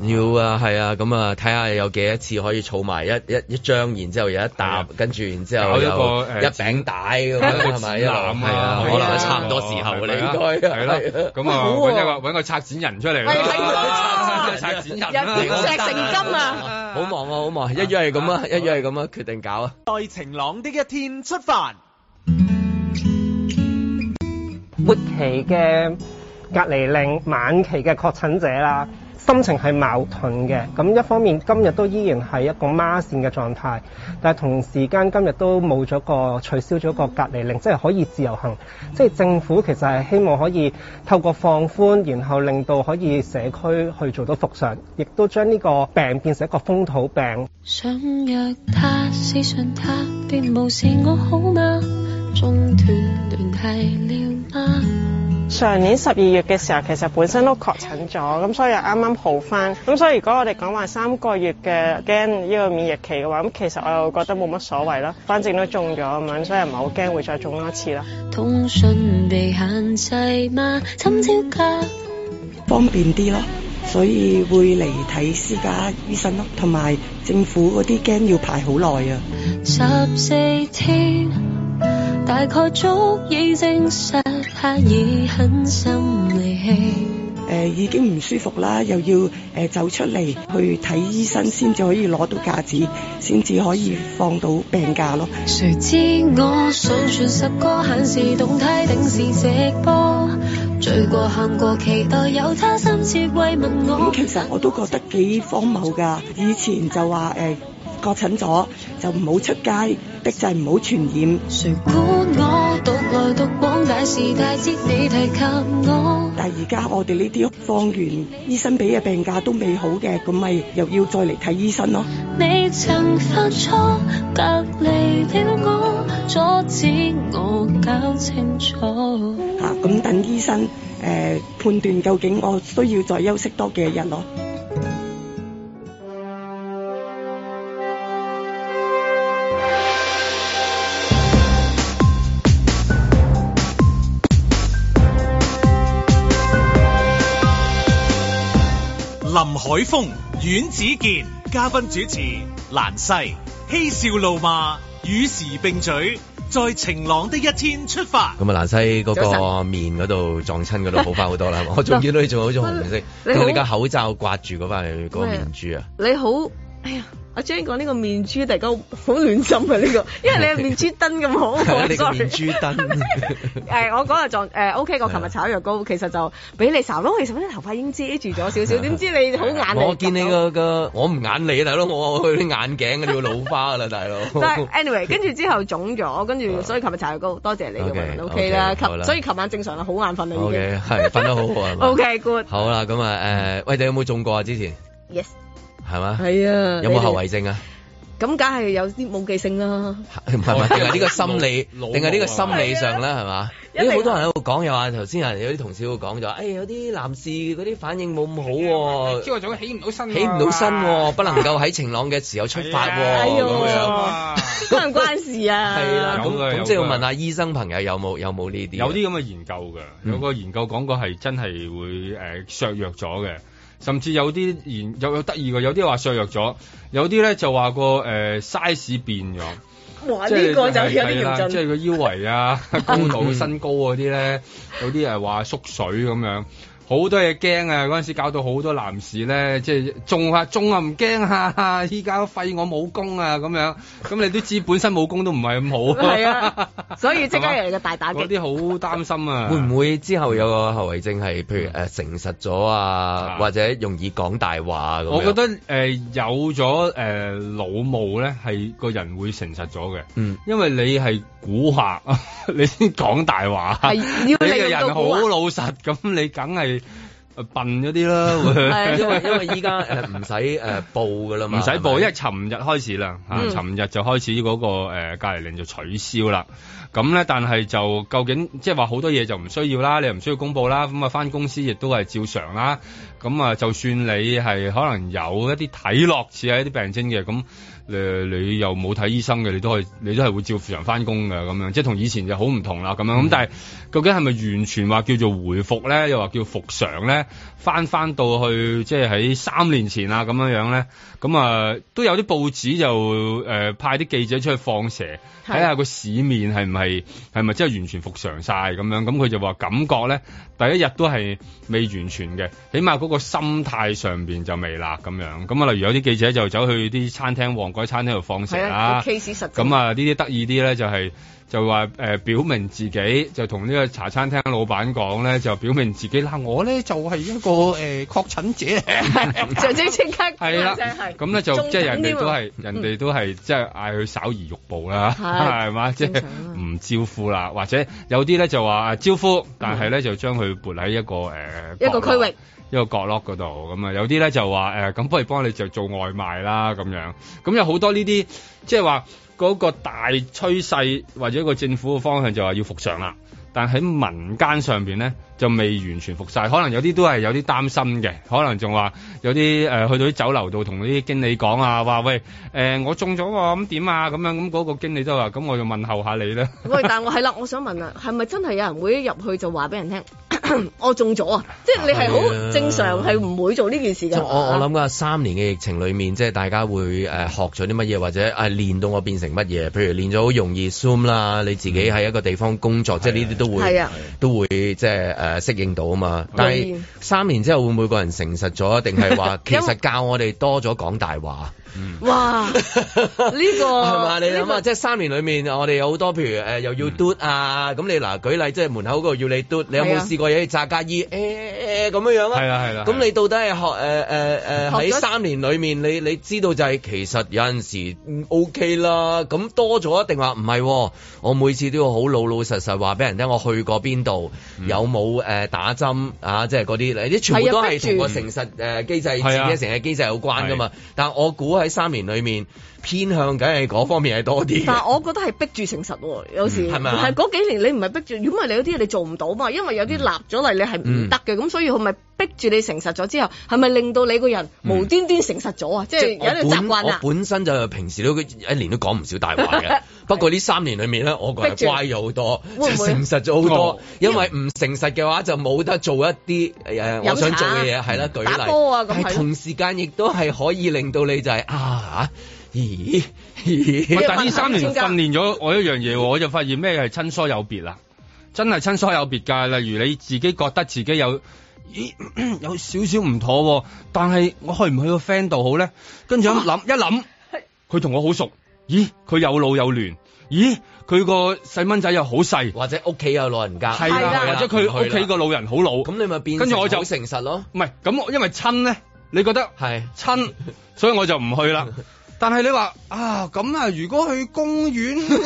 Speaker 2: 要啊，係啊，咁啊，睇下有幾多次可以儲埋一一一張，然之後有一
Speaker 3: 係
Speaker 2: 沓
Speaker 3: 啊，
Speaker 2: 跟住然之後
Speaker 3: 搞
Speaker 2: 有
Speaker 3: 一個誒
Speaker 2: 一餅帶咁
Speaker 3: 搞一
Speaker 2: 樣，
Speaker 3: 個
Speaker 2: 係咪？一路
Speaker 3: 展覽啊
Speaker 2: 係啊，
Speaker 3: 係
Speaker 2: 可能
Speaker 3: 啊
Speaker 2: 差唔多時候啦，
Speaker 3: 係咪啊
Speaker 2: 應該
Speaker 3: 係咯，咁啊
Speaker 4: 好
Speaker 3: 揾
Speaker 4: 喎
Speaker 3: 一個揾個策展人出嚟
Speaker 4: 喂係
Speaker 3: 啦，
Speaker 4: 喎
Speaker 3: 策展人啊
Speaker 4: 又點石成金啊！
Speaker 2: 好忙啊，好忙，一於係咁啊，一於係咁啊，決定搞啊。
Speaker 6: 在晴朗的一天出發。
Speaker 8: 末期嘅隔離令、晚期嘅確診者啦，心情係矛盾嘅。咁一方面今日都依然係一個孖線嘅狀態，但係同時間今日都冇咗個取消咗個隔離令，即係可以自由行。即係政府其實係希望可以透過放寬，然後令到可以社區去做到復常，亦都將呢個病變成一個風土病。
Speaker 9: 想約他，私信他，便無視我好嗎？中斷聯繫了嗎？
Speaker 10: 上年十二月嘅時候，其實本身都確診咗，咁所以又啱啱好翻。咁所以如果我哋講話三個月嘅驚呢個免疫期嘅話，咁其實我又覺得冇乜所謂啦，反正都中咗咁樣，所以唔係好驚會再中多一次啦。
Speaker 9: 通訊被限制嗎？尋朝家
Speaker 11: 方便啲咯，所以會嚟睇私家醫生咯，同埋政府嗰啲驚要排好耐啊。
Speaker 9: 十四天，大概足以證實他已狠心離棄。
Speaker 11: 誒、已經唔舒服啦，又要誒、走出嚟去睇醫生先至可以攞到假紙，先至可以放到病假咯。
Speaker 9: 誰知我上傳十個限時動態定時直播，醉過喊過，期待有他深切慰問我
Speaker 11: 咁。其實我都覺得幾荒謬㗎。以前就呃話誒、確診咗就唔好出街，逼就唔好傳染。
Speaker 9: 誰管我獨來獨往，大時大節你提及我。
Speaker 11: 但係而家我哋呢啲放完醫生俾嘅病假都未好嘅，咁咪又要再嚟睇醫生咯。
Speaker 9: 你曾犯錯，隔離了我，阻止我搞清楚。
Speaker 11: 嚇、啊咁等醫生誒、呃判斷究竟我需要再休息多幾日咯。
Speaker 1: 林海峰、阮子健，嘉賓主持蘭西，嬉笑怒罵，與時並舉，在晴朗的一天出發。
Speaker 2: 咁啊，蘭西嗰
Speaker 4: 早
Speaker 2: 個
Speaker 4: 晨
Speaker 2: 面嗰度撞親嗰度好翻好多 啦，係嘛我仲見到你仲有種紅色，
Speaker 4: 你好
Speaker 2: 同你個口罩刮住嗰塊嗰個面珠啊。
Speaker 4: 你好，哎呀，阿 Jane 講呢個面珠突然間好暖心啊！呢、個，因為你係面珠燈咁好，
Speaker 2: 係啊
Speaker 4: 我
Speaker 2: 你個
Speaker 4: sorry
Speaker 2: 面珠燈
Speaker 4: 誒，我嗰日撞誒 OK，我琴
Speaker 2: 啊
Speaker 4: 日搽藥膏，其實就俾你搽咯。其實啲頭髮已經遮住咗 少少，點知你好眼
Speaker 2: 我見你個個，我唔眼你啊大佬，我去啲眼鏡嗰啲要老花噶啦，大佬。
Speaker 4: 但係 anyway，跟住之後腫咗，跟住所以琴日搽藥膏，多謝你咁
Speaker 2: OK，
Speaker 4: 樣 OK 啦。
Speaker 2: OK，好啦
Speaker 4: 琴所以琴晚正常啦，好眼瞓啦已
Speaker 2: O
Speaker 4: 經。
Speaker 2: K，係瞓得好 好啊係嘛。
Speaker 4: OK good
Speaker 2: 好啦，咁啊誒，喂，你有冇中過啊？之前
Speaker 4: yes
Speaker 2: 係嘛？
Speaker 4: 係啊。
Speaker 2: 有冇後
Speaker 4: 你哋？
Speaker 2: 遺症啊？
Speaker 4: 咁梗係有啲冇記性啦。
Speaker 2: 唔係唔係，定係呢個心理，
Speaker 3: 老
Speaker 2: 定係呢個心理上啦，係嘛？
Speaker 4: 啊一定嗯
Speaker 2: 因為好多人喺度講又話，頭先有人有啲同事會講就話，誒有啲男士嗰啲反應冇咁好喎，
Speaker 3: 朝早起唔到身，啊
Speaker 2: 起唔到身啊喎，不能夠喺晴朗嘅時候出發
Speaker 4: 哎
Speaker 2: 喎，
Speaker 4: 呦
Speaker 2: 咁樣。啊
Speaker 4: 關唔關事 啊？
Speaker 2: 係啦，咁
Speaker 3: 有㗎
Speaker 2: 咁
Speaker 3: 有
Speaker 2: 即係要
Speaker 3: 㗎
Speaker 2: 問下醫生朋友有冇有冇呢啲？
Speaker 3: 有啲咁嘅研究嘅，
Speaker 2: 嗯
Speaker 3: 有個研究講過係真係會誒、呃削弱咗嘅，甚至有啲研有有得意嘅，有啲話削弱咗，有啲咧就話個誒、呃 size 變咗，
Speaker 4: 哇！
Speaker 3: 即係
Speaker 4: 呢個就有
Speaker 3: 係
Speaker 4: 啲
Speaker 3: 啦
Speaker 4: 嚴
Speaker 3: 即
Speaker 4: 峻。
Speaker 3: 係個腰圍 啊、高度、身高嗰啲咧，有啲誒話縮水咁樣。好多嘢驚啊！嗰陣時搞到好多男士咧，即係中下中啊唔驚啊！ 依家廢我武功啊咁樣，咁你都知本身武功都唔係咁好。
Speaker 4: 係啊，所以即刻
Speaker 3: 係嘛
Speaker 4: 嚟個大打
Speaker 3: 嗰
Speaker 4: 擊。
Speaker 3: 啲好擔心啊！
Speaker 2: 會唔會之後有個後遺症係譬如誒誠實咗嗯啊，
Speaker 3: 啊
Speaker 2: 或者容易講大話咁樣？
Speaker 3: 我覺得誒、呃有咗誒、呃、老母咧，係個人會誠實咗嘅，
Speaker 2: 嗯
Speaker 3: 因為你係估下， 你先講大話，
Speaker 4: 係
Speaker 3: 你
Speaker 4: 要
Speaker 3: 個
Speaker 4: 利用
Speaker 3: 人
Speaker 4: 到
Speaker 3: 好
Speaker 4: 估啊
Speaker 3: 老實，咁你梗係呃笨咗啲啦，
Speaker 4: 係
Speaker 2: 因為因為依家 誒唔使誒報噶啦
Speaker 3: 會
Speaker 2: 嘛，
Speaker 3: 唔使報，
Speaker 2: 係咪
Speaker 3: 因為尋日開始啦，嚇、
Speaker 4: 嗯
Speaker 3: 啊尋日就開始嗰、個、呃、隔離令就取消啦。咁咧，但係就究竟即係話好多嘢就唔需要啦，你又唔需要公佈啦，咁啊翻公司亦都係照常啦。咁啊，就算你係可能有一啲睇落似係一啲病徵嘅，咁誒、呃你又冇睇醫生嘅，你都係你都係會照常翻工嘅咁樣，即係同以前就好唔同啦咁樣。咁、但係究竟係咪完全話叫做回復咧，又話叫復常咧？咧，翻翻到去即係喺三年前啊咁樣樣咧，咁啊都有啲報紙就誒、呃派啲記者出去放蛇，
Speaker 12: 係
Speaker 3: 睇下個市面係唔係係咪真係完全復常晒咁樣，咁佢就話感覺咧第一日都係未完全嘅，起碼嗰個心態上邊就未啦咁樣。咁啊，例如有啲記者就走去啲餐廳旺角餐廳度放蛇
Speaker 4: 係
Speaker 3: 啦
Speaker 4: 啊。，case 實證
Speaker 3: 咁，啊，呢啲得意啲咧就係、就話誒、呃表明自己，就同呢個茶餐廳老闆講咧，就表明自己啦，我咧就係、一個誒、呃、確診者。
Speaker 4: 就即即刻
Speaker 3: 係啦
Speaker 4: 真係，
Speaker 3: 咁咧就
Speaker 4: 中
Speaker 3: 即係人哋
Speaker 4: 緊啊添
Speaker 3: 都
Speaker 4: 喎
Speaker 3: 係人哋都係即係嗌佢稍而欲步啦，
Speaker 4: 係啊
Speaker 3: 係嘛？即係唔招呼啦，或者有啲咧就話啊招呼，但係咧就將佢撥喺一個呃誒
Speaker 4: 嗯一個區域。
Speaker 3: 一個角落嗰度咁啊，有啲咧就話誒，咁、不如幫你就做外賣啦咁樣，咁有好多呢啲即係話嗰個大趨勢或者個政府嘅方向就話要復常啦，但喺民間上邊咧就未完全復晒，可能有啲都係有啲擔心嘅，可能仲話有啲誒、呃去到啲酒樓度同啲經理講啊，話喂誒、呃我中咗喎，咁點啊咁樣，咁嗰個經理都話咁我就問候下你啦，
Speaker 4: 喂，但我係啦，我想問啊，係咪真係有人會一入去就話俾人聽 我中咗啊？即係你
Speaker 2: 係
Speaker 4: 係
Speaker 2: 啊
Speaker 4: 好正常，係唔會做呢件
Speaker 2: 即
Speaker 4: 事㗎。
Speaker 2: 係我我諗啊，三年嘅疫情裏面，即係大家會誒、呃、學咗啲乜嘢，或者啊練到我變成乜嘢？譬如練咗好容易 Zoom 啦，你自己喺一個地方工作，即係呢啲都
Speaker 4: 係
Speaker 2: 會
Speaker 4: 啊
Speaker 2: 都會即係誒適應到啊嘛。但係
Speaker 4: 容易
Speaker 2: 三年之後會唔會個人誠實咗，定係話其
Speaker 4: 因為
Speaker 2: 實教我哋多咗講大話？
Speaker 4: 哇！呢個
Speaker 2: 係嘛？你諗下，
Speaker 4: 呢個
Speaker 2: 即係三年裏面，我哋有好多譬如呃誒，又要嘟啊，咁你嗱舉例，即係門口嗰度要你嘟，你有
Speaker 4: 係
Speaker 2: 冇
Speaker 4: 啊
Speaker 2: 試過有啲炸家衣誒誒咁樣樣啊？
Speaker 3: 係啦係啦
Speaker 2: 咁你到底係學誒誒誒
Speaker 3: 學
Speaker 2: 呃喺
Speaker 3: 咗
Speaker 2: 三年裏面，你你知道就係其實有陣時嗯 OK 啦，咁多咗一定話唔係喎，我每次都要好老老實實話俾人聽，我去過邊度，
Speaker 3: 嗯
Speaker 2: 有冇誒打針啊？即係嗰啲，你啲全部
Speaker 3: 係啊
Speaker 2: 都
Speaker 3: 逼
Speaker 2: 係
Speaker 3: 住
Speaker 2: 同個誠實誒機制自己
Speaker 3: 係啊
Speaker 2: 嘅成嘅機制有關噶嘛。但我估喺三年裏面偏向梗係嗰方面係多啲嘅。
Speaker 4: 但係我覺得係逼住誠實喎，有時
Speaker 2: 嗯係咪啊
Speaker 4: 係嗰幾年你唔係逼住，如果唔係你有啲嘢你做唔到嘛，因為
Speaker 2: 嗯
Speaker 4: 有啲立咗例你係唔得嘅，咁所以佢咪逼住你誠實咗之後，係咪令到你個人無端端誠實咗啊？即係有啲
Speaker 2: 嗯我
Speaker 4: 習
Speaker 2: 本
Speaker 4: 慣
Speaker 2: 我
Speaker 4: 啦。
Speaker 2: 本身就平時都一年都講唔少大話 嘅，不過呢三年裏面咧，我個人
Speaker 4: 逼住
Speaker 2: 乖咗好多，
Speaker 4: 會啊
Speaker 2: 即
Speaker 4: 唔會
Speaker 2: 係誠實咗好
Speaker 3: 哦
Speaker 2: 多。因為唔誠實嘅話，就冇得做一啲誒
Speaker 4: 飲
Speaker 2: 我想
Speaker 4: 茶
Speaker 2: 做嘅嘢，係啦，舉例。
Speaker 4: 打波啊咁
Speaker 2: 但係
Speaker 4: 係
Speaker 2: 同時間亦都係可以令到你就係啊咦咦
Speaker 3: 喂，但係呢三年訓練咗我一樣嘢喎，我就發現咩係親疏有別啦，真係親疏有別㗎。例如你自己覺得自己有。咦， 有少少唔妥喎，但係我去唔去個 friend 度好咧？跟住一諗 一諗，佢同我好熟，咦，佢有老有嫩，咦，佢個細蚊仔又好細，
Speaker 2: 或者屋企有老人家，
Speaker 3: 係
Speaker 2: 唔去
Speaker 3: 啦
Speaker 2: 啦，
Speaker 3: 或者
Speaker 2: 唔
Speaker 3: 佢
Speaker 2: 去
Speaker 3: 屋
Speaker 2: 啦
Speaker 3: 企個老人好老，
Speaker 2: 咁你咪變
Speaker 3: 跟住
Speaker 2: 成
Speaker 3: 我就
Speaker 2: 好誠實咯。
Speaker 3: 唔係，咁我因為親咧，你覺得
Speaker 2: 係
Speaker 3: 親，所以我就唔去 啦。但係你話啊，咁啊，如果去公 園呢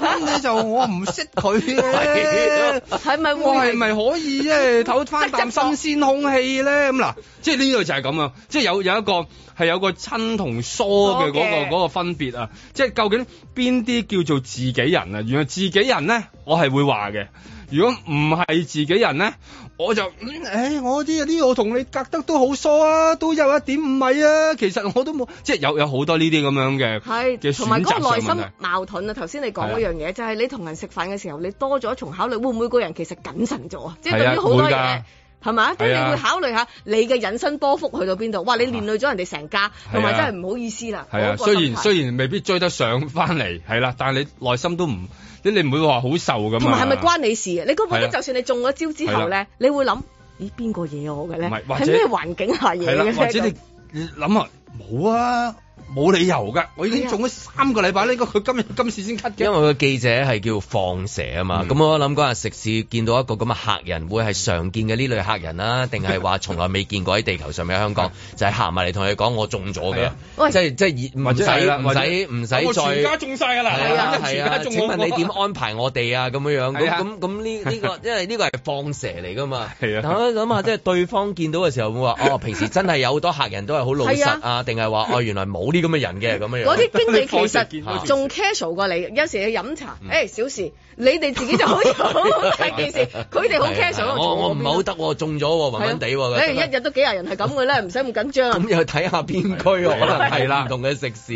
Speaker 3: 咁你就我唔識佢嘅，
Speaker 4: 係咪會
Speaker 3: 我哎係咪可以即係唞翻 啖新鮮空氣咧？咁嗱，即係呢度就係咁啊，即係有有一個係有個親同疏嘅嗰、
Speaker 4: 疏
Speaker 3: 個
Speaker 4: 嘅
Speaker 3: 嗰、個分別啊，即係究竟邊啲叫做自己人啊？原來自己人咧，我係會話嘅。如果唔係自己人咧，我就嗯，唉，我啲呢我同你隔得都好疏啊，都有一點五米啊。其實我都冇，即係有有好多呢啲咁樣嘅嘅
Speaker 4: 係，同埋
Speaker 3: 選
Speaker 4: 嗰個
Speaker 3: 擇
Speaker 4: 內
Speaker 3: 上問
Speaker 4: 心
Speaker 3: 題。
Speaker 4: 矛盾啊！頭先你講嗰樣嘢，就係你同人食飯嘅時候，你多咗一重考慮，會唔會個人其實謹慎咗啊？即係
Speaker 3: 係啊
Speaker 4: 對於好多
Speaker 3: 會
Speaker 4: 嘢
Speaker 3: 㗎。
Speaker 4: 係咪啊？即係
Speaker 3: 係啊
Speaker 4: 你會考慮下你嘅引申波幅去到邊度？哇！你連累咗人哋成家，同埋
Speaker 3: 係啊
Speaker 4: 真係唔好意思啦。
Speaker 3: 係啊，
Speaker 4: 嗰個
Speaker 3: 雖
Speaker 4: 心
Speaker 3: 然
Speaker 4: 態
Speaker 3: 雖然未必追得上翻嚟，係啦，但係你內心都唔，你你唔會話好受咁啊。
Speaker 4: 同埋係咪關你事啊？你覺唔覺
Speaker 3: 係
Speaker 4: 得
Speaker 3: 啊
Speaker 4: 就算你中咗招之後
Speaker 3: 係啊
Speaker 4: 咧，你會諗咦邊個惹我嘅咧？
Speaker 3: 唔係或者
Speaker 4: 喺咩環境下惹
Speaker 3: 係
Speaker 4: 嘅
Speaker 3: 啦
Speaker 4: 咧？，
Speaker 3: 或者你你諗啊，冇啊，冇理由噶，我已經中咗三個禮拜呢個，佢今日今次先 cut 嘅
Speaker 2: 哎因。為個記者係叫放蛇啊
Speaker 3: 嗯
Speaker 2: 嘛，咁、我諗嗰日食肆見到一個咁嘅客人，會係常見嘅呢類客人啦，定係 話從來未見過喺地球上面嘅香港，就係行埋嚟同佢講我中咗
Speaker 3: 係
Speaker 2: 㗎
Speaker 3: 啊，
Speaker 2: 即係即係唔
Speaker 3: 或
Speaker 2: 使
Speaker 3: 者係啦
Speaker 2: 嗯唔
Speaker 3: 或者
Speaker 2: 使唔使
Speaker 3: 我全
Speaker 2: 再
Speaker 3: 家。中晒㗎啦，
Speaker 2: 係 啊
Speaker 3: 我
Speaker 2: 係
Speaker 3: 全
Speaker 2: 啊
Speaker 3: 家，中
Speaker 2: 請
Speaker 3: 我
Speaker 2: 問你 點安排我哋啊？咁樣樣
Speaker 3: 係
Speaker 2: 咁
Speaker 3: 啊
Speaker 2: 咁咁呢呢個，因為呢個係放蛇嚟噶嘛。
Speaker 3: 係啊
Speaker 2: 但我諗下，即係對方見到嘅時候會話：哦，平時真係有好多客人都係好老
Speaker 4: 係
Speaker 2: 實
Speaker 4: 啊
Speaker 2: 啊，定係話哦原來冇啲咁嘅人嘅咁樣樣。
Speaker 4: 嗰 啲經理
Speaker 2: 見到
Speaker 4: 其實
Speaker 2: 條
Speaker 4: 仲 casual 過你，有時你飲茶，
Speaker 3: 嗯
Speaker 4: 誒小事，你哋自己就可 以好大件事，佢哋好 casual。
Speaker 2: 啊我我唔係好得喎，中咗喎，暈暈地喎。
Speaker 4: 誒一日都幾廿人係啊咁嘅 咧，唔使咁緊張。
Speaker 2: 咁又睇下邊區
Speaker 3: 啊
Speaker 2: 喎，可能係啦，唔同嘅食肆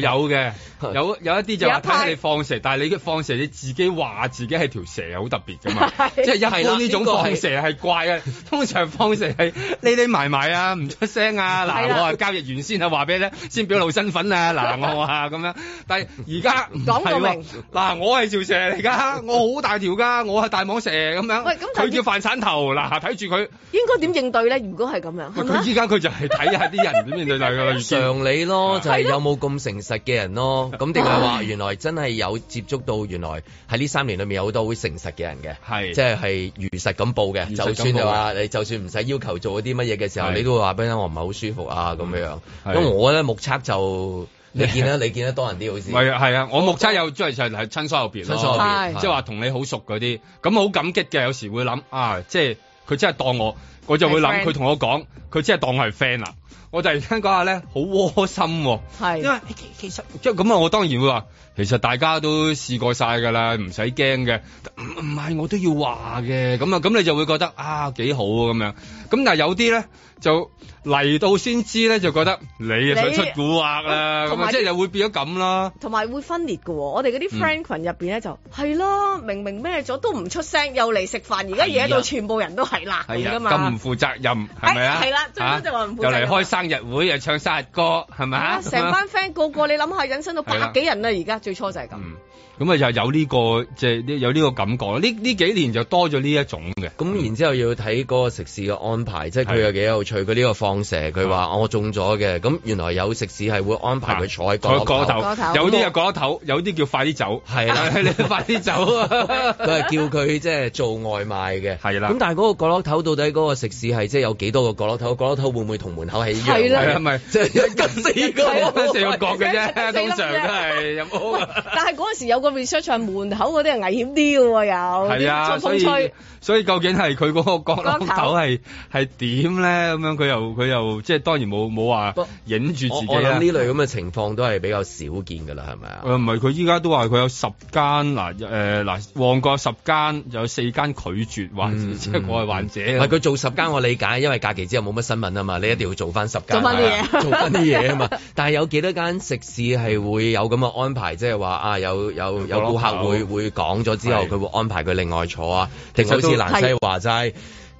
Speaker 2: 又
Speaker 3: 有
Speaker 2: 有。
Speaker 3: 嘅，有有一啲就話
Speaker 4: 有一派
Speaker 3: 睇下你放蛇，但係你嘅放蛇你自己話自己係條蛇係好特別噶嘛，
Speaker 4: 係
Speaker 3: 即係一
Speaker 2: 係啦
Speaker 3: 般呢種
Speaker 2: 呢個係
Speaker 3: 放蛇係怪 嘅，通常放蛇係匿匿埋埋啊，唔出聲 啊，
Speaker 4: 係
Speaker 3: 嗱
Speaker 4: 啦
Speaker 3: 我係交易員先啊，話俾你聽，先表露身份啊，嗱我 啊咁樣，但係而家唔係
Speaker 4: 講
Speaker 3: 喎
Speaker 4: 到明
Speaker 3: 嗱我係條蛇嚟㗎，我好大條㗎，我係大蟒蛇咁
Speaker 4: 喂
Speaker 3: 樣
Speaker 4: 咁，但係
Speaker 3: 佢叫飯鏟頭，嗱睇住佢，
Speaker 4: 應該點應對咧？如果係咁樣，
Speaker 3: 喂
Speaker 4: 係咪
Speaker 3: 佢依家佢就係睇下啲人點面對大佢
Speaker 2: 常理
Speaker 3: 啊
Speaker 2: 咯，就係有冇咁誠實嘅人 咯。咁定係話原來真係有接觸到原來喺呢三年裏面有好多好誠實嘅人嘅，
Speaker 3: 係
Speaker 2: 即係係如實咁報嘅。
Speaker 3: 如
Speaker 2: 就
Speaker 3: 實咁報嘅
Speaker 2: 算你話你就算唔使要求做啲乜嘢嘅時候，
Speaker 3: 係
Speaker 2: 你都會話俾我唔係好舒服啊咁樣。
Speaker 3: 嗯係
Speaker 2: 咁我咧目測就你見 啦，你見得多人啲好似。
Speaker 3: 咪係啊！我目測有即係就係親疏有別咯，
Speaker 2: 親疏有別
Speaker 4: 係
Speaker 3: 即係話同你好熟嗰啲，咁好感激嘅。有時會諗啊，即係佢真係當我，我就會
Speaker 4: 係
Speaker 3: 諗
Speaker 4: friend
Speaker 3: 佢同我講，佢真係當我係 friend 啦。我突然間講下咧，好窩心喎、
Speaker 4: 係
Speaker 3: 因為其其實即係咁啊，我當然會話，其實大家都試過晒㗎啦，唔使驚嘅。唔唔係我都要話嘅，咁啊咁你就會覺得啊幾好啊咁樣。咁但係有啲咧就嚟到先知咧，就覺得你啊想出蠱惑啦，
Speaker 4: 同
Speaker 3: 咁
Speaker 4: 埋
Speaker 3: 啊即係又會變咗咁啦。
Speaker 4: 同埋會分裂嘅喎，我哋嗰
Speaker 3: 嗯
Speaker 4: 啲 friend 群入邊咧就係咯，明明咩咗都唔出聲，又嚟食飯，而家嘢到全部人都係啦咁
Speaker 3: 啊係啊，
Speaker 4: 噶
Speaker 3: 咁唔
Speaker 4: 嘛，
Speaker 3: 負責任係咪啊？
Speaker 4: 哎係啦最多就話唔負責任
Speaker 3: 又嚟開生日會又唱生日歌係咪
Speaker 4: 啊
Speaker 3: 啊？
Speaker 4: 成班 friend 個個你諗下，引申到
Speaker 3: 係啦
Speaker 4: 百幾人啊啦，而家最初就係咁。
Speaker 3: 嗯，咁啊又有呢個即係呢有呢個感覺啦。呢呢幾年就多咗呢一種嘅。
Speaker 2: 咁然之後要睇嗰個食肆嘅安排，即係佢
Speaker 3: 係啊
Speaker 2: 有幾有趣。佢呢個放蛇，佢話我中咗嘅，咁原來有食肆係會安排佢坐喺角
Speaker 3: 坐
Speaker 2: 落
Speaker 3: 角
Speaker 2: 頭。
Speaker 4: 角
Speaker 3: 落頭，有
Speaker 4: 落頭
Speaker 3: 啲就角落頭，有啲叫快啲走，
Speaker 2: 係啦
Speaker 3: 你 快 啲走啊！
Speaker 2: 佢係叫佢即係做外賣嘅，
Speaker 3: 係啦
Speaker 2: 咁但係嗰個角落頭到底嗰個食肆係即係有幾多個角落頭？角落頭會唔會同門口係一樣
Speaker 4: 係啦
Speaker 2: 嘅
Speaker 3: 係咪
Speaker 2: 即係一家四個，
Speaker 3: 四個角 嘅啫，
Speaker 4: 四
Speaker 3: 通
Speaker 4: 粒
Speaker 3: 常都係有
Speaker 4: 喂
Speaker 3: 冇？，
Speaker 4: 但係嗰陣時有個 research 話門口嗰啲係危險啲嘅喎，又
Speaker 3: 係啊，
Speaker 4: 啲
Speaker 3: 所
Speaker 4: 風
Speaker 3: 以
Speaker 4: 吹。
Speaker 3: 所以究竟係佢嗰個角落
Speaker 4: 角
Speaker 3: 頭
Speaker 4: 落
Speaker 3: 係係點咧？咁樣佢又佢又即係當然冇冇話
Speaker 2: 不
Speaker 3: 影住
Speaker 2: 我
Speaker 3: 自己
Speaker 2: 我
Speaker 3: 啦
Speaker 2: 諗。呢類咁嘅情況都係比較少見㗎啦，係咪啊？
Speaker 3: 誒呃唔係，佢依家都話佢有十間嗱誒嗱旺角十間，有四間拒絕患者，
Speaker 2: 嗯
Speaker 3: 即係我係患者。嗯
Speaker 2: 唔係佢做十間，我理解，因為假期之後冇乜新聞啊嘛，你一定要做翻十間，
Speaker 4: 做返啲嘢
Speaker 2: 做翻啲嘢啊嘛。但係有幾多間食肆係會有咁嘅安排，即係話啊，有有有顧客會會講咗之後，
Speaker 3: 係
Speaker 2: 佢會安排佢另外坐啊，定
Speaker 3: 其實
Speaker 2: 好
Speaker 3: 都
Speaker 2: 似蘭西話齋。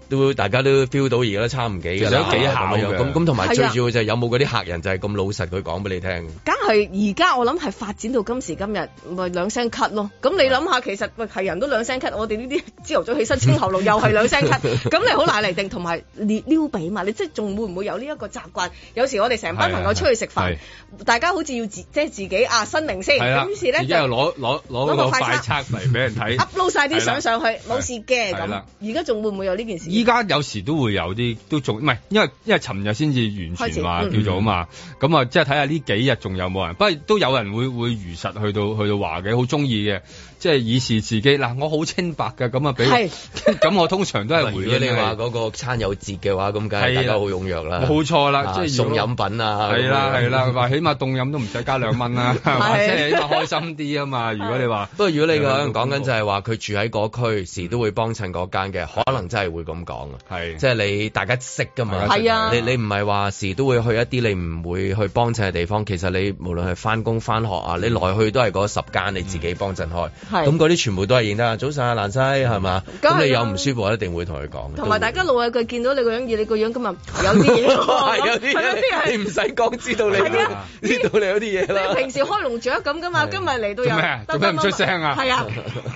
Speaker 2: 都大家都 feel 到而家都差唔幾㗎啦，
Speaker 3: 其實都幾巧
Speaker 2: 咁樣
Speaker 3: 嘅
Speaker 2: 咁咁同埋
Speaker 4: 係
Speaker 2: 最
Speaker 4: 啊
Speaker 2: 主要就係有冇嗰啲客人就係咁老實，佢講俾你聽。
Speaker 4: 梗係而家我諗係發展到今時今日，咪兩聲咳咯。咁你諗下，其實喂係人都兩聲咳，我哋呢啲朝頭早起身清喉嚨又係兩聲咳， 咁你好難嚟定。同埋撩撩鼻嘛，你即係仲會唔會有呢一個習慣？有時我哋成班朋友出去食飯
Speaker 3: 係，
Speaker 4: 大家好似要自即係自己啊申明先，
Speaker 3: 係啦
Speaker 4: 咁於是咧
Speaker 3: 而家又
Speaker 4: 就
Speaker 3: 攞攞攞
Speaker 4: 攞個
Speaker 3: 個
Speaker 4: 快
Speaker 3: 快測
Speaker 4: 測
Speaker 3: 嚟俾人睇。
Speaker 4: upload 晒啲
Speaker 3: 係啦
Speaker 4: 相上去，冇事嘅
Speaker 3: 係
Speaker 4: 咁
Speaker 3: 啦。
Speaker 4: 而家仲會唔會有呢件事？
Speaker 3: 依家有時都會有啲都仲唔係，因為因為尋日先至完
Speaker 4: 開始
Speaker 3: 全話
Speaker 4: 嗯
Speaker 3: 叫做啊嘛，咁啊即係睇下呢幾日仲有冇人，不過都有人會會如實去到去到話嘅，好中意嘅，即係以示自己嗱我好清白嘅，咁啊俾
Speaker 4: 係
Speaker 3: 咁我通常都係
Speaker 2: 如
Speaker 3: 回
Speaker 2: 果
Speaker 3: 應
Speaker 2: 你話
Speaker 3: 係
Speaker 2: 嗰個餐有折嘅話，咁梗係
Speaker 3: 係啦啊
Speaker 2: 大家好踴躍啦。
Speaker 3: 冇錯啦
Speaker 2: 啊，
Speaker 3: 即係
Speaker 2: 送
Speaker 3: 如果
Speaker 2: 飲品啊，
Speaker 3: 係啦
Speaker 2: 咁樣
Speaker 3: 係啦，話起碼凍飲都唔使加兩 蚊啦，係嘛
Speaker 4: 係
Speaker 3: 即係起碼開心啲啊嘛，如果你話啊
Speaker 2: 不過如果你個人講緊就係話佢住喺嗰區，時都會幫襯嗰間嘅，可能真係會咁講啊。
Speaker 3: 係
Speaker 2: 即係你大家識㗎嘛，
Speaker 4: 係啊
Speaker 2: 你你唔係話時都會去一啲你唔會去幫襯嘅地方，其實你無論係翻工翻學啊，你來去都係嗰十間你自己
Speaker 3: 嗯
Speaker 2: 幫襯開，
Speaker 4: 係
Speaker 2: 咁嗰啲全部都係認得啊，早晨啊蘭西係嘛，
Speaker 4: 梗係啦
Speaker 2: 咁你有唔舒服一定會同佢講，
Speaker 4: 同埋大家老友佢見到你個樣，以你個樣今日有啲 嘢喎，
Speaker 2: 係 有啲
Speaker 4: 係有啲
Speaker 2: 嘢
Speaker 4: 係
Speaker 2: 你唔使講，知道你
Speaker 4: 係
Speaker 3: 啊
Speaker 2: 知道你有啲嘢
Speaker 4: 即係
Speaker 2: 啦。
Speaker 4: 平時開龍雀咁噶嘛，今日嚟
Speaker 3: 做
Speaker 4: 到
Speaker 3: 咩啊
Speaker 4: 又
Speaker 3: 做咩唔出聲啊
Speaker 4: 係啊，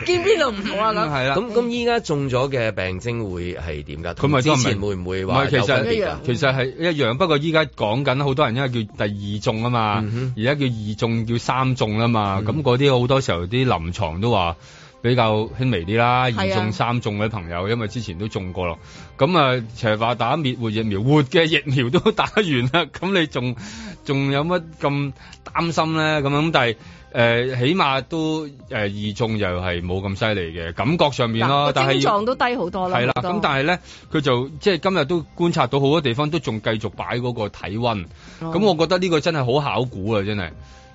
Speaker 4: 見邊度唔好啊
Speaker 3: 嗯
Speaker 4: 咁。
Speaker 3: 係啦。
Speaker 2: 咁咁依家中咗嘅病徵會係點㗎？
Speaker 3: 佢咪都
Speaker 2: 同之
Speaker 3: 係
Speaker 2: 前會唔會
Speaker 3: 唔
Speaker 2: 話
Speaker 3: 係其
Speaker 2: 有分別
Speaker 4: 一樣
Speaker 2: 㗎
Speaker 3: 實？其實係一樣，不過依家講緊好多人因為叫第二中啊嘛
Speaker 2: 嗯哼，
Speaker 3: 而家叫二中叫三中啦嘛，
Speaker 2: 嗯
Speaker 3: 咁嗰啲好多時候啲臨床都話。比較輕微啲啦，
Speaker 4: 係啊
Speaker 3: 二中三中嘅朋友，因為之前都中過咯。咁啊，邪化打滅活疫苗，活嘅疫苗都打完啦，咁你仲仲有乜咁擔心咧？咁樣，但係誒、呃起碼都誒、呃二中又係冇咁犀利嘅，感覺上面
Speaker 4: 嗱
Speaker 3: 咯。
Speaker 4: 個
Speaker 3: 啊但
Speaker 4: 症
Speaker 3: 係要
Speaker 4: 狀都低好多啦，
Speaker 3: 係啦，
Speaker 4: 好多
Speaker 3: 咁但係咧，佢就即係今日都觀察到好多地方都仲繼續擺嗰個體温，咁、
Speaker 4: 哦
Speaker 3: 我覺得呢個真係好考古啊，真係。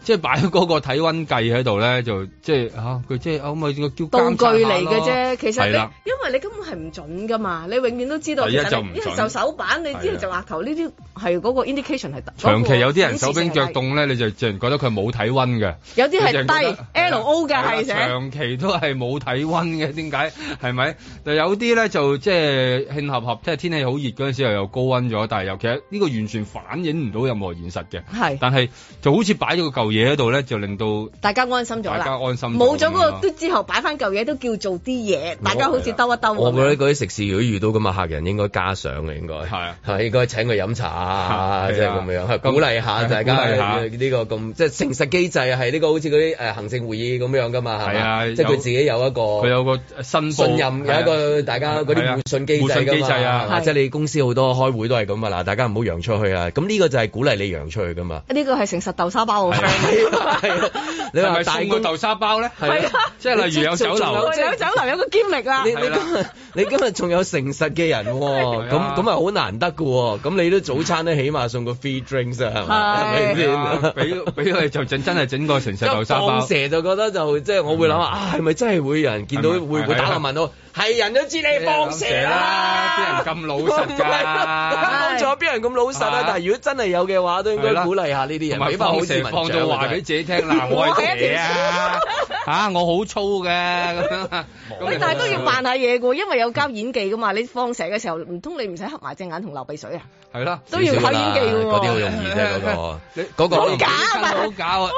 Speaker 3: 即係擺嗰個體温計喺度咧，就即係嚇佢即係啊可唔可以叫監
Speaker 4: 道
Speaker 3: 察下
Speaker 4: 具嚟嘅
Speaker 3: 咯
Speaker 4: 啫，其實
Speaker 3: 係
Speaker 4: 你
Speaker 3: 啦
Speaker 4: 因為你根本係唔準噶嘛，你永遠都知道，
Speaker 3: 第
Speaker 4: 其
Speaker 3: 一
Speaker 4: 實
Speaker 3: 就唔
Speaker 4: 你一
Speaker 3: 準
Speaker 4: 係就手板，你一
Speaker 3: 係
Speaker 4: 係
Speaker 3: 啊
Speaker 4: 就額頭，呢啲係嗰個 indication 係
Speaker 3: 長期有啲人手
Speaker 4: 冰
Speaker 3: 冰腳，凍咧，你就自然覺得佢冇體温嘅。
Speaker 4: 有啲
Speaker 3: 你就覺
Speaker 4: 係
Speaker 3: 得
Speaker 4: 低 L O 嘅係
Speaker 3: 係啦
Speaker 4: 寫。
Speaker 3: 長期都係冇體温嘅，點解係咪？就有啲咧就即係慶合合，即係天氣好熱嗰陣時又有高温咗，但係尤其係呢個完全反映唔到任何現實嘅。
Speaker 4: 係
Speaker 3: 但係就好似擺咗個舊嘢喺度咧，就令到
Speaker 4: 大家安心咗
Speaker 3: 大
Speaker 4: 啦，
Speaker 3: 家安心咗
Speaker 4: 冇咗
Speaker 3: 咁樣
Speaker 4: 嗰
Speaker 3: 咯
Speaker 4: 個都之後擺翻嚿嘢都叫做啲
Speaker 3: 啊
Speaker 4: 嘢，大家好似兜一兜
Speaker 2: 我
Speaker 4: 咁
Speaker 2: 覺得
Speaker 4: 樣。
Speaker 2: 嗰啲食肆如果遇到咁嘅客人，應該加上嘅應該係 係應該請佢飲茶啊，
Speaker 3: 啊 係啊
Speaker 2: 即係咁樣，係
Speaker 3: 咁
Speaker 2: 鼓勵下大家
Speaker 3: 鼓勵下
Speaker 2: 呃呢個咁即係誠實機制係呢個好似嗰啲誒呃行政會議咁樣噶嘛，係
Speaker 3: 係啊
Speaker 2: 嘛即係佢
Speaker 3: 有
Speaker 2: 自己有一個
Speaker 3: 佢有個新報啊
Speaker 2: 信任有一個大家嗰啲互信機制
Speaker 3: 互信
Speaker 2: 㗎
Speaker 3: 機制
Speaker 2: 嘛，
Speaker 3: 啊
Speaker 2: 係嘛
Speaker 4: 係
Speaker 2: 即係你公司好多開會都係咁啊嗱，大家唔好揚出去啊，咁呢個就係鼓勵你揚出去噶嘛。
Speaker 4: 呢個係誠實豆 沙包喎，
Speaker 2: 你話
Speaker 3: 係咪
Speaker 2: 大
Speaker 3: 送個
Speaker 2: 公
Speaker 3: 豆沙包咧？
Speaker 2: 係啊
Speaker 3: 即係例如有酒
Speaker 2: 仲
Speaker 3: 樓啊
Speaker 2: 有。
Speaker 4: 我哋有酒樓有個 g i 啦
Speaker 2: 你，你今日 你今日仲有誠實嘅 人喎，咁
Speaker 3: 係啊
Speaker 2: 咁啊好難得嘅喎，咁你都早餐都起碼送個 free drinks 啊，係咪係咪
Speaker 3: 係啊
Speaker 2: 先？
Speaker 3: 俾俾佢就整真係整個成石豆沙包
Speaker 2: 放。蛇就覺得就即係我會諗啊，啊係咪真係會有人見到
Speaker 3: 係咪
Speaker 2: 會唔會打個問到？係人都知你放蛇啦，
Speaker 3: 啦，啲人咁老 實
Speaker 2: 唔係
Speaker 3: 㗎。
Speaker 2: 香港仲有邊人咁老實
Speaker 3: 係
Speaker 2: 啊
Speaker 3: 啊？
Speaker 2: 但係如果真係有嘅話，都應
Speaker 3: 係啦
Speaker 2: 該鼓勵下呢啲
Speaker 3: 同
Speaker 2: 人，
Speaker 3: 埋
Speaker 2: 俾翻好
Speaker 3: 放
Speaker 2: 市民
Speaker 3: 蛇放到話俾自 己聽嗱，我係蛇啊，嚇我好粗嘅咁樣。
Speaker 4: 喂，但係都要扮下嘢嘅喎，因為有交演技噶嘛。你放蛇嘅時候，唔通你唔使黑埋隻眼同流鼻水啊？
Speaker 3: 係啦，
Speaker 4: 都要靠演技嘅喎
Speaker 2: 嗰啲好容易啫，嗰
Speaker 3: 你
Speaker 2: 個嗰個
Speaker 4: 好假啊嘛
Speaker 3: 好假 啊！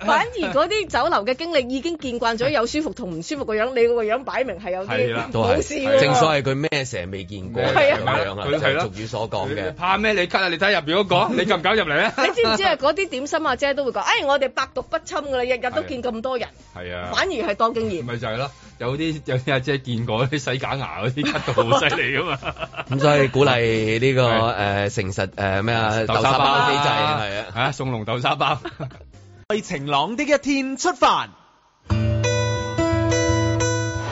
Speaker 4: 反而嗰啲酒樓嘅經歷已經見慣咗有舒服同唔舒服個樣，你個樣擺明係有
Speaker 3: 係啦
Speaker 4: 啲
Speaker 2: 都
Speaker 4: 冇
Speaker 2: 係
Speaker 4: 事喎
Speaker 2: 正所謂佢咩蛇未見過
Speaker 4: 係
Speaker 2: 咁
Speaker 4: 啊
Speaker 2: 樣啊，
Speaker 3: 佢
Speaker 2: 就
Speaker 3: 係
Speaker 2: 係
Speaker 3: 啦
Speaker 2: 俗語所講嘅。
Speaker 3: 怕咩？你咳啊！你睇下入邊嗰個，你敢唔敢入嚟啊？
Speaker 4: 你知唔知啊？嗰啲點心阿姐都會講，哎，我哋百毒不侵㗎啦，日日都見咁多人，
Speaker 3: 係啊。
Speaker 4: 反而係當經驗。
Speaker 3: 咪就係咯，有啲有啲阿姐見過啲洗假牙嗰啲咳到好犀利噶嘛，
Speaker 2: 咁所以鼓勵呢個
Speaker 3: 係
Speaker 2: 誒誠實誒咩啊豆沙包機制係啊。
Speaker 3: 係啊，送龍豆沙包。
Speaker 6: 為晴朗的一天出發。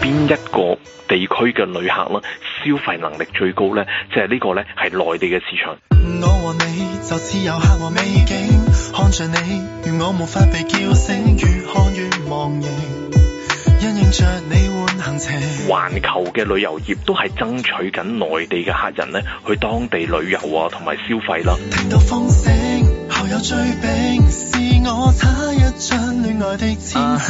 Speaker 12: 邊一個地區嘅旅客啦，消費能力最高呢？即係呢個呢，係內地嘅市場。
Speaker 13: 我和你就似有客和美景，看着你，願我無法被叫醒，越看越忘形，因應着你換行程。
Speaker 12: 環球嘅旅遊業都係爭取緊內地嘅客人呢，去當地旅遊啊，同埋消費啦。
Speaker 13: 聽到風聲後有追兵，是我差一張戀愛的簽證。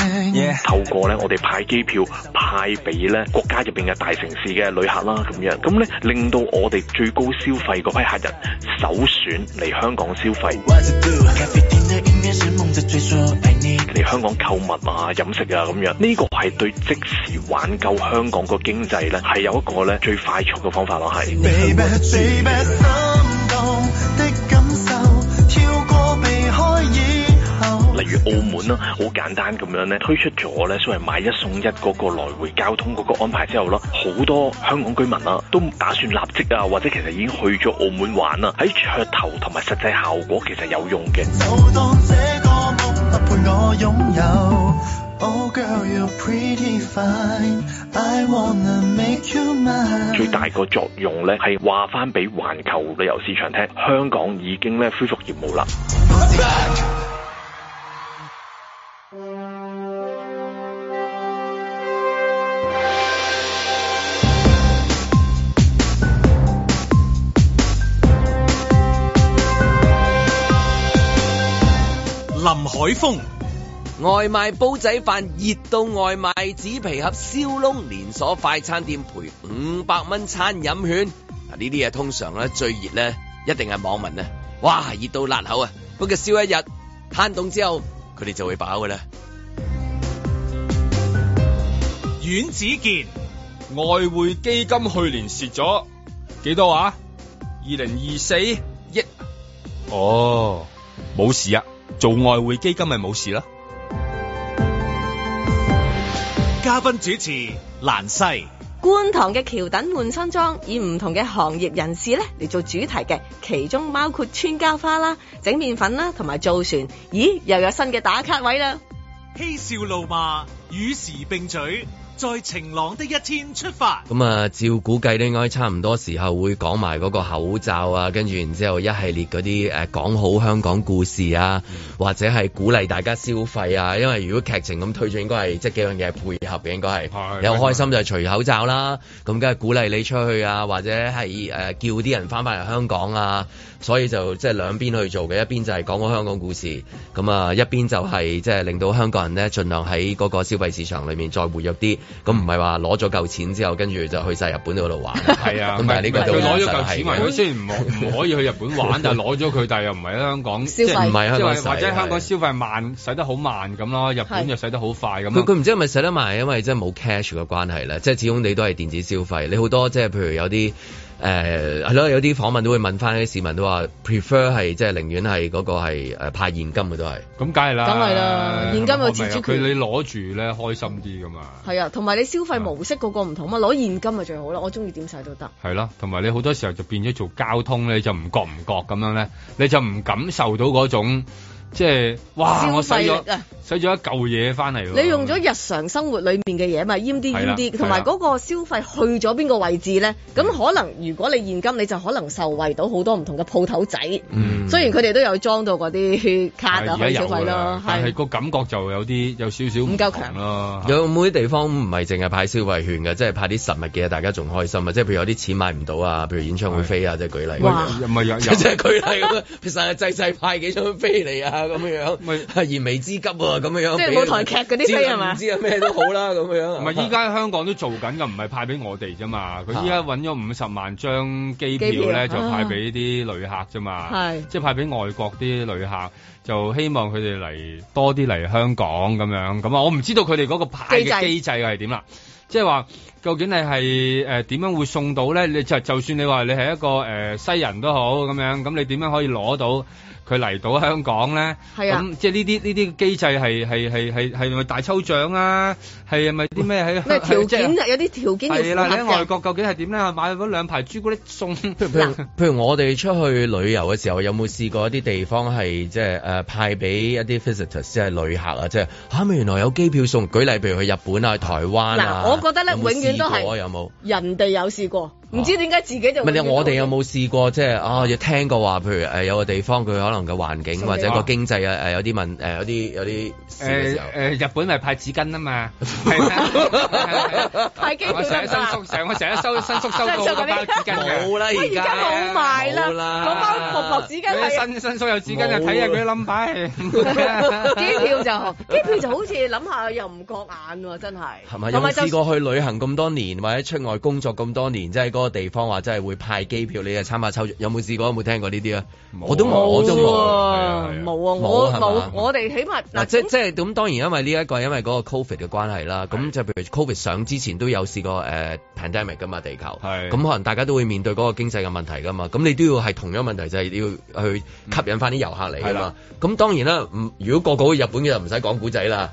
Speaker 12: 透過呢，我哋派機票派俾呢國家入邊嘅大城市嘅旅客啦，咁樣咁呢，令到我哋最高消費嗰批客人首選嚟香港消費。嚟香港購物啊、飲食啊咁樣，呢、個係對即時挽救香港個經濟呢，係有一個呢最快速嘅方法咯，係。
Speaker 13: Baby, baby，心動的感受，跳過避開以後。
Speaker 12: 例如澳門啦，好簡單咁樣咧，推出咗咧所謂買一送一嗰個來回交通嗰個安排之後啦，好多香港居民啦都打算立即啊，或者其實已經去咗澳門玩啦，喺噱頭同埋實際效果其實有用嘅。
Speaker 13: 就當這個夢不配我擁有。Oh girl, you're pretty fine. I wanna make you mine.
Speaker 12: 最大個作用咧係話翻俾環球旅遊市場聽，香港已經咧恢復業務啦。
Speaker 1: 林海峰、
Speaker 2: 外賣煲仔飯熱到外賣紙皮盒燒窿，連鎖快餐店賠五百蚊餐飲券。嗱呢啲嘢通常咧最熱咧，一定係網民啊！哇，熱到辣口啊！不過燒一日攤凍之後，佢哋就會飽噶啦。
Speaker 1: 阮子健、
Speaker 3: 外匯基金去年蝕咗幾多啊？二零二四億。哦，冇事啊，做外匯基金咪冇事啦。
Speaker 1: 嘉嘉賓主持蘭西。
Speaker 4: 觀塘嘅橋等換新裝，以唔同嘅行業人士咧嚟做主題嘅，其中包括穿膠花啦、整麵粉啦，同埋造船。咦，又有新嘅打卡位啦！
Speaker 1: 嬉笑怒罵，與時並舉，在晴朗的一天出發。
Speaker 2: 咁啊，照估計都應該差唔多時候會講埋嗰個口罩啊，跟住然之後一系列嗰啲誒講好香港故事啊，或者係鼓勵大家消費啊。因為如果劇情咁推進，應該係即係幾樣嘢係配合嘅，應該係有開心就係除口罩啦，咁梗係鼓勵你出去啊，或者係誒、
Speaker 3: 嗯
Speaker 2: 呃叫啲人翻返嚟香港啊。所以就即係兩邊去做嘅，一邊就係講個香港故事，咁啊一邊就係即係令到香港人咧，盡量喺嗰個消費市場裏面再活躍啲。咁唔係話攞咗嚿錢之後，跟住就去晒日本嗰度玩。
Speaker 3: 係 啊，
Speaker 2: 咁但係呢個就
Speaker 3: 佢攞咗
Speaker 2: 實
Speaker 3: 嚿
Speaker 2: 係
Speaker 3: 錢埋佢，雖然唔可唔可以去日本 玩，但係攞咗佢，但係又唔係喺香港
Speaker 2: 消費
Speaker 3: 即係
Speaker 2: 唔係香港
Speaker 3: 即
Speaker 2: 使
Speaker 3: 係或者香港消費慢，使得好慢咁咯，日本又使得好快咁啊
Speaker 2: 佢
Speaker 3: 咯。
Speaker 2: 佢唔知係咪使得埋，因為即係冇 cash 嘅關係咧，即係始終你都係電子消費，你好多即係譬如有啲。誒係咯，有啲訪問都會問翻啲市民都話 prefer 係即係寧願係嗰個係誒派現金嘅都係，
Speaker 3: 咁梗係啦啊
Speaker 4: 梗係啦現金有自主權
Speaker 3: 佢你攞住咧開心啲噶嘛。
Speaker 4: 係啊，同埋你消費模式個個唔同嘛，攞現金咪最好啦，我中意點使都得。
Speaker 3: 係啦，同埋你好多時候就變咗做交通咧，你就唔覺唔覺咁樣咧，你就唔感受到嗰種即係哇！我使
Speaker 4: 消費
Speaker 3: 咗
Speaker 4: 力啊
Speaker 3: 使咗一嚿嘢翻嚟喎。
Speaker 4: 你用咗日常生活裏面嘅嘢嘛，閹啲
Speaker 3: 啊係
Speaker 4: 閹
Speaker 3: 啦
Speaker 4: 啲，同埋
Speaker 3: 係啦
Speaker 4: 嗰個消費去咗邊個位置咧？咁可能如果你現金，你就可能受惠到好多唔同嘅鋪頭仔。
Speaker 3: 嗯
Speaker 4: 雖然佢哋都有裝到嗰啲卡
Speaker 3: 係而
Speaker 4: 啊
Speaker 3: 家
Speaker 4: 去消
Speaker 3: 有
Speaker 4: 費
Speaker 3: 㗎
Speaker 4: 咯
Speaker 3: 啦，，但係個感覺就有啲有少少唔啊夠強咯。
Speaker 2: 有冇啲地方唔係淨係派消費券嘅，即係派啲實物嘅，大家仲開心啊！即係譬如有啲錢買唔到啊，譬如演唱會飛啊，即係舉例。
Speaker 3: 哇唔係有有
Speaker 2: 即係舉例咁啊， 其實係制制派幾張飛嚟啊，咁樣 樣，燃眉之急啊，咁樣 樣。
Speaker 4: 即係
Speaker 2: 俾
Speaker 4: 舞台劇嗰啲飛係嘛
Speaker 2: 知啊咩都好啦，咁樣。
Speaker 3: 唔係依 家香港都做緊㗎，唔係派俾我哋啫嘛。佢依家揾咗五十萬張機票
Speaker 2: 機票
Speaker 3: 咧，就派俾啲旅客啫嘛。
Speaker 2: 係
Speaker 3: 即係派俾外國啲旅客，就希望佢哋嚟多啲嚟香港咁樣。咁啊，我唔知道佢哋嗰個派
Speaker 2: 機制
Speaker 3: 嘅機制係點啦。即係話，究竟你係誒點樣會送到咧？你就就算你話你係一個誒、呃西人都好咁樣，咁你點樣可以攞到佢嚟到香港咧？
Speaker 4: 係啊
Speaker 3: 咁即係呢啲呢啲機制係係係係係咪大抽獎啊？係咪啲咩喺
Speaker 4: 咩條件
Speaker 3: 係即係
Speaker 4: 有啲條件要
Speaker 3: 係啦，你喺
Speaker 4: 符合
Speaker 3: 外
Speaker 4: 嘅。
Speaker 3: 國究竟係點咧？買咗兩排朱古力送，
Speaker 2: 譬如譬如我哋出去旅遊嘅時候，有冇試過一啲地方係即係誒派俾一啲 visitors 即係旅客啊？即係嚇咪原來有機票送。舉例譬如去日本啊、去台灣啊。
Speaker 4: 嗱，我覺得咧
Speaker 2: 有
Speaker 4: 永
Speaker 2: 冇
Speaker 4: 遠都
Speaker 2: 試過啊
Speaker 4: 係
Speaker 2: 有冇？
Speaker 4: 人哋有試過，唔知點解自己就
Speaker 2: 唔係你
Speaker 4: 永遠 都
Speaker 2: 我哋有冇試過即係啊？有聽過話，譬如誒有個地方佢可能嘅環境
Speaker 3: 送
Speaker 2: 或者
Speaker 3: 俾
Speaker 4: 哦
Speaker 2: 個
Speaker 3: 我
Speaker 2: 經濟啊誒有啲問誒有啲有啲事嘅
Speaker 3: 誒
Speaker 2: 時候。
Speaker 3: 誒，日本咪派紙巾啊嘛，係啊
Speaker 4: 派機票
Speaker 3: 我
Speaker 4: 得
Speaker 3: 成
Speaker 4: 唔
Speaker 3: 日
Speaker 4: 得
Speaker 3: 新
Speaker 4: 啊
Speaker 3: 宿成我成日收新宿收到
Speaker 4: 真係
Speaker 3: 嗰包
Speaker 4: 嗰啲
Speaker 3: 紙巾 嘅
Speaker 2: 冇啦而
Speaker 4: 喂
Speaker 2: 家
Speaker 4: 而家冇賣
Speaker 2: 冇啦
Speaker 4: 啦，嗰包薄薄紙巾
Speaker 3: 嗰啲
Speaker 4: 係
Speaker 3: 新新宿有紙巾啊，睇下佢 number
Speaker 4: 機票 就好機票就好似諗下又唔覺眼喎，真係。
Speaker 2: 係咪有冇試過去旅行咁多年，或者出外工作咁多年，即係嗰個地方話真係會派機票，你啊參加抽獎，有冇試過？有冇聽過呢啲啊？我都冇，我都冇。
Speaker 4: 冇啊！我
Speaker 2: 冇係嘛
Speaker 4: 冇，我哋起碼
Speaker 2: 嗱，即即係咁，當然因為呢一個因為嗰個 covid 嘅關係啦，咁就譬如 covid 上之前都有試過誒、呃 pandemic 噶嘛，地球，咁可能大家都會面對嗰個經濟嘅問題噶嘛，咁你都要係同樣問題就係、要去吸引翻啲遊客嚟噶
Speaker 3: 係
Speaker 2: 嘛
Speaker 3: 啦，
Speaker 2: 咁當然啦，唔如果個個去日本嘅就唔使講古仔啦，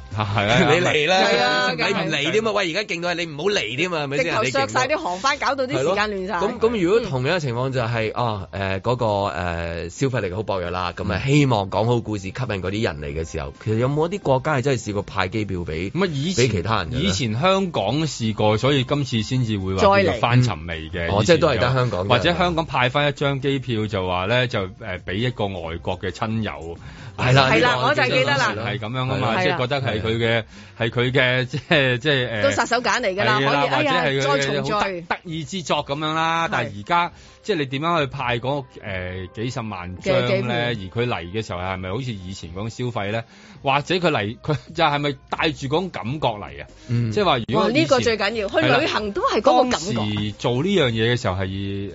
Speaker 3: 係
Speaker 2: 你嚟
Speaker 4: 係
Speaker 2: 啦
Speaker 4: 啊，
Speaker 2: 你唔嚟添嘛，喂，而家勁到係你唔好嚟添啊嘛，係咪
Speaker 4: 直
Speaker 2: 先？
Speaker 4: 頭
Speaker 2: 人哋
Speaker 4: 削
Speaker 2: 勁
Speaker 4: 晒
Speaker 2: 到
Speaker 4: 啲航班，搞到啲
Speaker 2: 係
Speaker 4: 時
Speaker 2: 咯
Speaker 4: 間亂晒。嗯
Speaker 2: 咁咁，如果同樣嘅情況就係、啊誒嗰、個、呃、消費力好薄弱啦，咁啊
Speaker 4: 嗯
Speaker 2: 希望講好故事吸引嗰啲人嚟嘅時候，其實有冇一啲國家係真係試過派機票俾
Speaker 3: 咁啊以
Speaker 2: 俾
Speaker 3: 前
Speaker 2: 其他人嘅咧
Speaker 3: 以前香港試過，所以今次先至會話
Speaker 2: 再嚟
Speaker 3: 叫做翻尋味嘅。
Speaker 2: 哦
Speaker 3: 以前
Speaker 2: 即係都係
Speaker 3: 就
Speaker 2: 得香港嘅
Speaker 3: 或者香港派翻一張機票就話咧，就誒俾一個外國嘅親友。
Speaker 2: 係啦
Speaker 4: 係啦我就係記得啦
Speaker 3: 係咁樣啊
Speaker 4: 係啦
Speaker 3: 嘛，即係覺得係佢嘅係佢嘅即係即係誒。
Speaker 4: 都殺手鐧嚟㗎啦，可以
Speaker 3: 係
Speaker 4: 哎呀
Speaker 3: 或者係
Speaker 4: 再重
Speaker 3: 佢好得
Speaker 4: 聚。
Speaker 3: 得意之作咁樣啦。但係而家即係你點樣去派嗰、誒、幾十萬張
Speaker 4: 嘅機票
Speaker 3: 咧？而佢嚟嘅時候係咪好似以前嗰種消費咧？或者佢嚟佢就係咪帶住嗰種感覺嚟啊？即係話如
Speaker 4: 哇！
Speaker 3: 果
Speaker 4: 呢個
Speaker 3: 以前
Speaker 4: 最緊要，去
Speaker 3: 係啦
Speaker 4: 旅行都係嗰個感覺。
Speaker 3: 時做呢樣嘢嘅時候係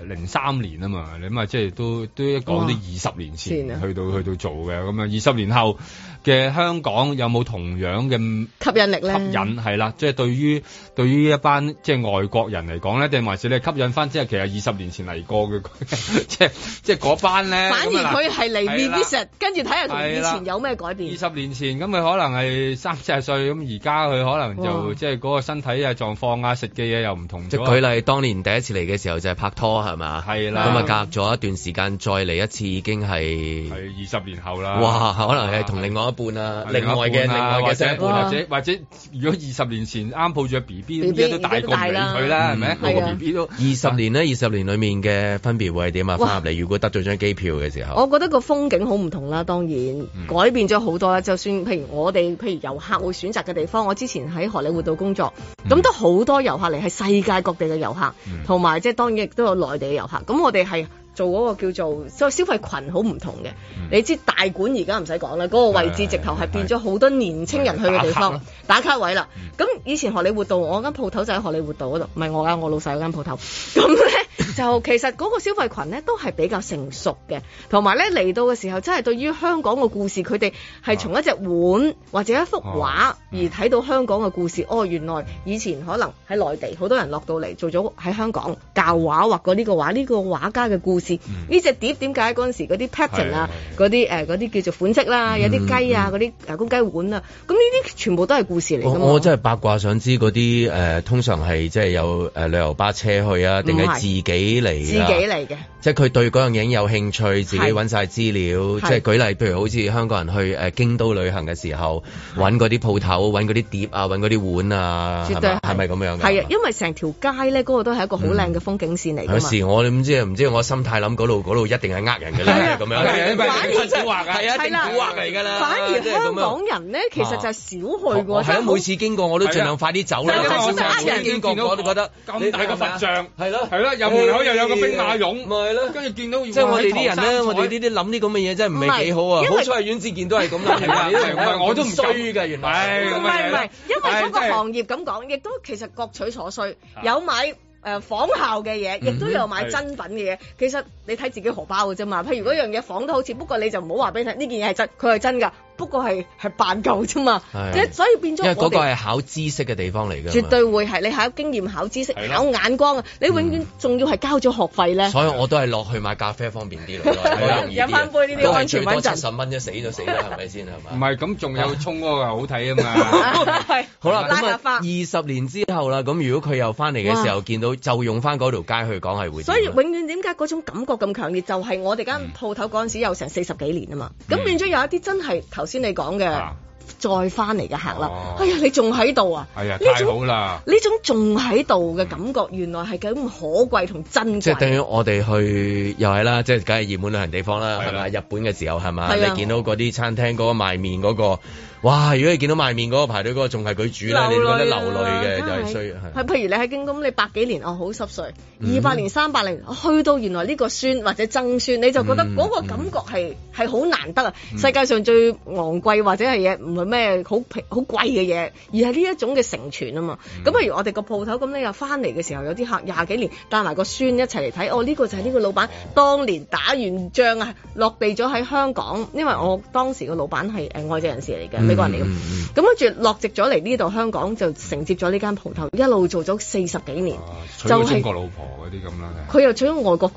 Speaker 3: 零三年啊嘛，你咁啊即係都都一講都二十年前
Speaker 4: 天啊
Speaker 3: 去到去到做嘅，咁啊二十年後嘅香港有冇同樣嘅
Speaker 4: 吸引力咧
Speaker 3: 吸引係啦，即係對於對於一班即係外國人嚟講咧，定還是你係吸引翻即係其實二十年前嚟過嘅， 即係即係嗰班咧。
Speaker 4: 反而
Speaker 3: 咁啊嗱
Speaker 4: 佢係嚟
Speaker 3: 係啦
Speaker 4: revisit，跟住睇下同以
Speaker 3: 係啦
Speaker 4: 前有咩改變
Speaker 3: 二。十年前咁佢可能係三四十歲，咁而家佢可能
Speaker 4: 哇
Speaker 3: 就即係嗰個身體啊狀況啊，食嘅嘢又唔同
Speaker 2: 即
Speaker 3: 咗。
Speaker 2: 係舉例，當年第一次嚟嘅時候就係拍拖係嘛？
Speaker 3: 係啦
Speaker 2: 咁啊隔咗一段時間再嚟一次已經係
Speaker 3: 係二十年後啦。
Speaker 2: 哇，可能係同另外一半啦，另外嘅另外
Speaker 3: 啊或
Speaker 2: 嘅
Speaker 3: 者
Speaker 2: 另一半
Speaker 3: 或者或者，如果二十年前啱抱住 B B，
Speaker 4: BB
Speaker 3: 依家都大個唔理佢啦，係咪？
Speaker 2: 嗯
Speaker 3: 個
Speaker 4: 係啊
Speaker 3: B B 都
Speaker 2: 二十年咧，二十年裡面嘅分別會係點啊？
Speaker 4: 哇哦
Speaker 2: 翻入嚟如果得咗張機票嘅時候，
Speaker 4: 我覺得個風景好唔同啦，當然、改變咗好多啦。就算譬如我哋，譬如遊客會選擇嘅地方，我之前喺荷里活度工作，咁、都好多遊客嚟，係世界各地嘅遊客，同埋即係當然亦都有內地嘅遊客。咁我哋係做嗰個叫做所以消費群好唔同嘅。
Speaker 14: 嗯
Speaker 4: 你知大館而家唔使講啦，嗰、個位置直頭係變咗好多年青人去嘅地方，打卡位啦。咁、以前荷里活道，我間鋪頭就喺荷里活道嗰度，唔係我㗎，我老細嗰間鋪頭。咁咧就其實嗰個消費群咧都係比較成熟嘅，同埋咧嚟到嘅時候，真係對於香港嘅故事，佢哋係從一隻碗或者一幅畫而睇到香港嘅故事。哦，原來以前可能喺內地好多人落到嚟做咗喺香港教畫畫過呢個畫，呢、個畫家嘅故事。呢只、碟點解嗰陣時嗰啲 pattern 啊，嗰啲誒嗰啲叫做款式
Speaker 2: 嗯
Speaker 4: 啦，有啲雞啊，嗰啲誒公雞碗啊，咁呢啲全部都係故事嚟
Speaker 2: 我
Speaker 4: 㗎嘛。
Speaker 2: 我真係八卦想知嗰啲誒，通常係即係有誒旅遊巴車去啊，定
Speaker 4: 唔
Speaker 2: 係
Speaker 4: 係
Speaker 2: 自己嚟啊？
Speaker 4: 自己嚟嘅。
Speaker 2: 即係佢對嗰樣嘢有興趣，自己
Speaker 4: 係
Speaker 2: 揾晒資料。
Speaker 4: 係
Speaker 2: 即係舉例，譬如好似香港人去誒、呃京都旅行嘅時候，揾嗰啲鋪頭，揾嗰啲碟啊，揾嗰啲碗啊，
Speaker 4: 絕
Speaker 2: 係
Speaker 4: 對
Speaker 2: 咪係咪咁樣㗎？嗯
Speaker 4: 係啊，因為成條街咧，嗰、個都係一個好靚嘅風景線嚟
Speaker 2: 有
Speaker 4: 㗎嘛。
Speaker 2: 時我唔知唔知我心態諗嗰度嗰度一定係呃人嘅咧，咁樣
Speaker 3: 係啊
Speaker 2: 係啊
Speaker 3: 蠱惑啊，
Speaker 2: 係啊，一定蠱惑嚟㗎啦。
Speaker 4: 反而
Speaker 2: 即係咁樣
Speaker 4: 香港人咧，其實就係少去
Speaker 2: 我
Speaker 4: 喎。
Speaker 2: 係啊，
Speaker 4: 真好
Speaker 2: 每次經過我都盡量快啲走啦。
Speaker 4: 係啊
Speaker 2: 因為
Speaker 4: 係
Speaker 2: 我
Speaker 4: 啊
Speaker 3: 呃
Speaker 2: 上次經過我都覺得
Speaker 3: 咁大個佛像，
Speaker 2: 係咯
Speaker 3: 係咯，入門口又有個兵馬俑，
Speaker 2: 咪咯，
Speaker 3: 跟住見到
Speaker 2: 即係我哋啲人咧，
Speaker 3: 哇
Speaker 2: 我哋呢啲諗呢咁嘅嘢真係唔係幾好
Speaker 4: 唔
Speaker 2: 啊
Speaker 4: 係！因為
Speaker 2: 好彩係阮志健都係咁諗，
Speaker 3: 係啊
Speaker 2: 原來呢啲人
Speaker 3: 我都唔
Speaker 2: 衰㗎，原來
Speaker 3: 係
Speaker 4: 唔係唔係，因為嗰個行業咁講，亦都其實各取所需，
Speaker 2: 啊
Speaker 4: 有買。誒仿效嘅
Speaker 2: 嗯
Speaker 4: 嘢，亦都有買真品嘅嘢。其實你睇自己荷包嘅啫嘛。譬如嗰樣嘢仿得好似，不過你就唔好話俾你聽，呢件嘢係真，佢係真㗎，不過係係扮舊啫嘛。
Speaker 2: 係啊
Speaker 4: 即係所以變
Speaker 2: 因為
Speaker 4: 咗
Speaker 2: 嗰
Speaker 4: 我
Speaker 2: 個
Speaker 4: 哋
Speaker 2: 係考知識嘅地方嚟㗎嘛。
Speaker 4: 絕對會係你考經驗、考知識、
Speaker 2: 係咯嗯
Speaker 4: 考眼光啊！你永遠仲要係交咗學費咧。
Speaker 2: 所以我都係落去買咖啡方便啲咯， 都係容易啲
Speaker 4: 啊
Speaker 2: 啊
Speaker 4: 飲返杯呢啲
Speaker 2: 都係
Speaker 4: 安全
Speaker 2: 最多
Speaker 4: 穩陣
Speaker 2: 七十蚊啫，死就死啦，係咪先係嘛？
Speaker 3: 唔係咁，仲有衝嗰個好 睇啊嘛。
Speaker 2: 好啦，
Speaker 4: 拉
Speaker 2: 咁
Speaker 4: 下花
Speaker 2: 啊，二十年之後啦，咁如果佢又翻嚟嘅時候見到，就用翻嗰條街去講係會點啊。嗯
Speaker 4: 所以永遠點解嗰種感覺咁強烈，就係、我哋間鋪頭嗰陣時有成四十幾年啊嘛，咁、變咗有一啲真係頭先你講嘅、
Speaker 2: 啊
Speaker 4: 再翻嚟嘅客啦，
Speaker 3: 哦
Speaker 4: 哎呀你仲喺度啊，
Speaker 3: 係啊，
Speaker 4: 呢
Speaker 3: 太好
Speaker 4: 種
Speaker 3: 啦。
Speaker 4: 呢種仲喺度嘅感覺，原來係咁可貴同啊珍
Speaker 2: 即係等
Speaker 4: 貴。
Speaker 2: 於我哋去又係啦，即係梗係熱門旅行地方啦，係咪？日本嘅時候係嘛？
Speaker 4: 係啊
Speaker 2: 你見到嗰啲餐廳嗰個賣面嗰個，哇！如果你見到賣面嗰個排隊嗰個仲係佢煮咧，你
Speaker 4: 流淚啊
Speaker 2: 覺得流淚嘅就係
Speaker 4: 真係
Speaker 2: 衰係
Speaker 4: 係譬如你喺京東，你百幾年哦好濕碎，
Speaker 2: 嗯
Speaker 4: 二百年、三百年，哦去到原來呢個孫或者曾孫，你就覺得
Speaker 2: 嗯
Speaker 4: 嗰個感覺係係好難得啊！世界上最昂貴或者係嘢唔係咩好平好貴嘅嘢，而係呢一種嘅承傳啊嘛。
Speaker 2: 嗯
Speaker 4: 咁譬如我哋個鋪頭咁咧，又翻嚟嘅時候有啲客廿幾年帶埋個孫一齊嚟睇，哦呢個就係呢個老闆當年打完仗啊落地咗喺香港，因為我當時個老闆係誒外籍人士嚟嘅美國人嚟
Speaker 3: Ừ,
Speaker 4: 嘅。咁跟住落籍咗嚟呢度香港，就承接咗呢間鋪頭，一路做咗四十
Speaker 2: 啊
Speaker 4: 幾年，
Speaker 3: 娶
Speaker 4: 就
Speaker 3: 個
Speaker 4: 係
Speaker 3: 中國老婆嗰啲咁啦，
Speaker 4: 佢又娶咗外國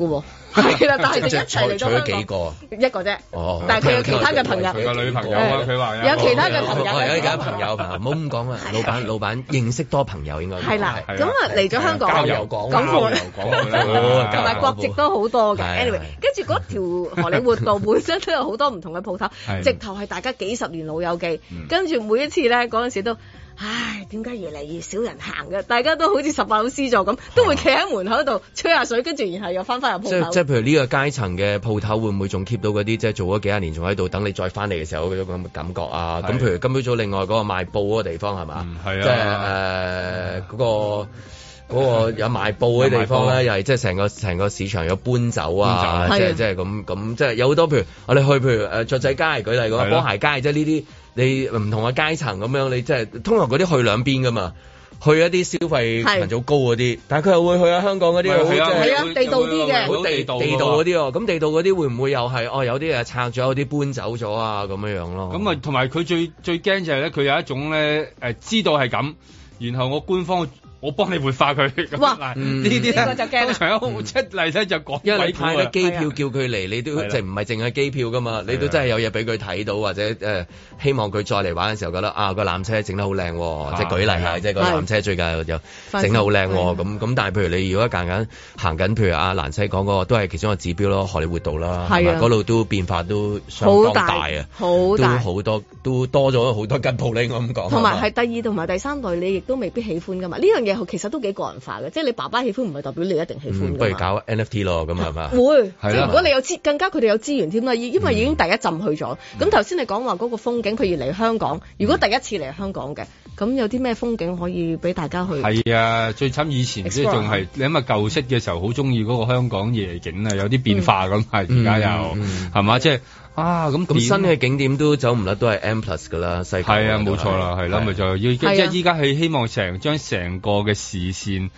Speaker 4: 嘅喎，係啦，但係就
Speaker 2: 即
Speaker 4: 一
Speaker 2: 係
Speaker 4: 齊嚟
Speaker 2: 娶娶
Speaker 4: 咗香
Speaker 2: 咗
Speaker 4: 港
Speaker 2: 幾個？
Speaker 4: 一個啫，
Speaker 2: 哦，
Speaker 4: 但係佢有其他嘅朋友
Speaker 3: 佢個女朋友啊，佢話
Speaker 4: 有其他嘅朋友
Speaker 2: 我哦有其他朋友，朋友唔好咁講啊！老闆，老闆認識多朋友應該
Speaker 4: 係啦，咁啊嚟咗香港，
Speaker 2: 交友廣
Speaker 4: 廣闊
Speaker 2: 廣
Speaker 4: 同埋國籍都好多嘅。
Speaker 2: 係
Speaker 4: anyway，跟住嗰 條荷里活道本身都有好多唔同嘅鋪頭，
Speaker 2: 係嗯
Speaker 4: 直頭係大家幾十年老友記。跟住每一次咧嗰陣時都，唉，點解越嚟越少人行嘅？大家都好似十八老師座咁，都會企喺門口度吹下水，跟住然後又翻返入
Speaker 2: 即
Speaker 4: 鋪
Speaker 2: 係即係
Speaker 4: 頭。
Speaker 2: 譬如呢個階層嘅鋪頭會唔會仲 keep 到嗰啲即係做咗幾廿年仲喺度，等你再翻嚟嘅時候嗰種咁嘅感覺啊？咁
Speaker 3: 係
Speaker 2: 譬如今朝早另外嗰個賣布嗰個地方係嘛？
Speaker 3: 係
Speaker 2: 即係誒嗰個。嗰個有賣布嘅地方咧，又係即係成個成個市場有搬走啊，
Speaker 3: 搬
Speaker 2: 即
Speaker 3: 走
Speaker 2: 係即係咁咁，即係有好多譬如我哋去譬如誒雀仔街舉例
Speaker 3: 係
Speaker 2: 講，
Speaker 3: 咯
Speaker 2: 波鞋街即係呢啲你唔同嘅階層咁樣，你即係通常嗰啲去兩邊噶嘛，去一啲消費
Speaker 4: 係
Speaker 2: 群組高嗰啲，但係佢又會去下香港嗰啲
Speaker 3: 係啊
Speaker 2: 好即係
Speaker 4: 係啊，地道啲
Speaker 2: 好
Speaker 4: 嘅。
Speaker 2: 地
Speaker 3: 地道
Speaker 2: 道
Speaker 3: 㗎
Speaker 2: 地道啊嗰啲喎，咁地道嗰啲會唔會又係哦有啲嘢拆咗，有啲搬走咗啊咁樣樣咯？
Speaker 3: 咁啊，同埋佢最最驚就係咧，佢有一種咧誒，知道係咁，然後我官方我幫你活化佢。咁
Speaker 4: 哇
Speaker 3: 嗱
Speaker 2: 嗯
Speaker 3: 呢啲咧
Speaker 4: 呢個就驚
Speaker 3: 通
Speaker 4: 啦
Speaker 3: 常一出嚟咧就講
Speaker 2: 因為你
Speaker 3: 鬼故啊
Speaker 2: 派咗機票叫佢嚟，你都
Speaker 3: 係啦
Speaker 2: 即係唔係淨係機票噶嘛？你都真係有嘢俾佢睇到，或者誒、呃希望佢再嚟玩嘅時候覺得啊個纜車整得好靚喎，即係舉例啊，即係個
Speaker 3: 係
Speaker 2: 纜車最近又整得好靚喎，咁咁但係譬如你如果間間行緊，譬如阿蘭西講嗰個都係其中一個指標咯，荷里活道啦，
Speaker 4: 係啊
Speaker 2: 係咪嗰度都變化都相
Speaker 4: 好
Speaker 2: 當
Speaker 4: 大
Speaker 2: 大啊，
Speaker 4: 好
Speaker 2: 都
Speaker 4: 大
Speaker 2: 好多都多咗好多吉鋪你我咁講，
Speaker 4: 同埋
Speaker 2: 係嘛
Speaker 4: 係第二同埋第三代，你亦都未必喜歡噶嘛。呢樣嘢其實都幾個人化嘅，即係你爸爸喜歡唔係代表你一定喜歡
Speaker 2: 嗯不
Speaker 4: 㗎
Speaker 2: 如
Speaker 4: 嘛。
Speaker 2: 搞 NFT 咯，咁係嘛？
Speaker 4: 會，
Speaker 2: 係
Speaker 4: 即係
Speaker 2: 啦嗯
Speaker 4: 如果你有資，更加佢哋有資源添啦，已因為已經第一浸去咗。咁頭先你講話嗰個風景，譬如嚟香港，如果第一次嚟香港嘅，咁有啲咩風景可以俾大家去？
Speaker 2: 嗯
Speaker 3: 係啊，最慘以前即係
Speaker 4: Explore
Speaker 3: 仲係你諗下舊式嘅時候，好中意嗰個香港夜景啊，有啲變化咁啊，而
Speaker 2: 嗯
Speaker 3: 家又係嘛，即係啊咁
Speaker 2: 咁
Speaker 3: 點
Speaker 2: 新嘅景點都走唔甩，都係 M plus 噶啦，世界
Speaker 3: 係啊，
Speaker 2: 嗰度
Speaker 3: 冇錯啦，係啦，咪就要即
Speaker 2: 係啊
Speaker 3: 係依家係希望成將成個嘅視線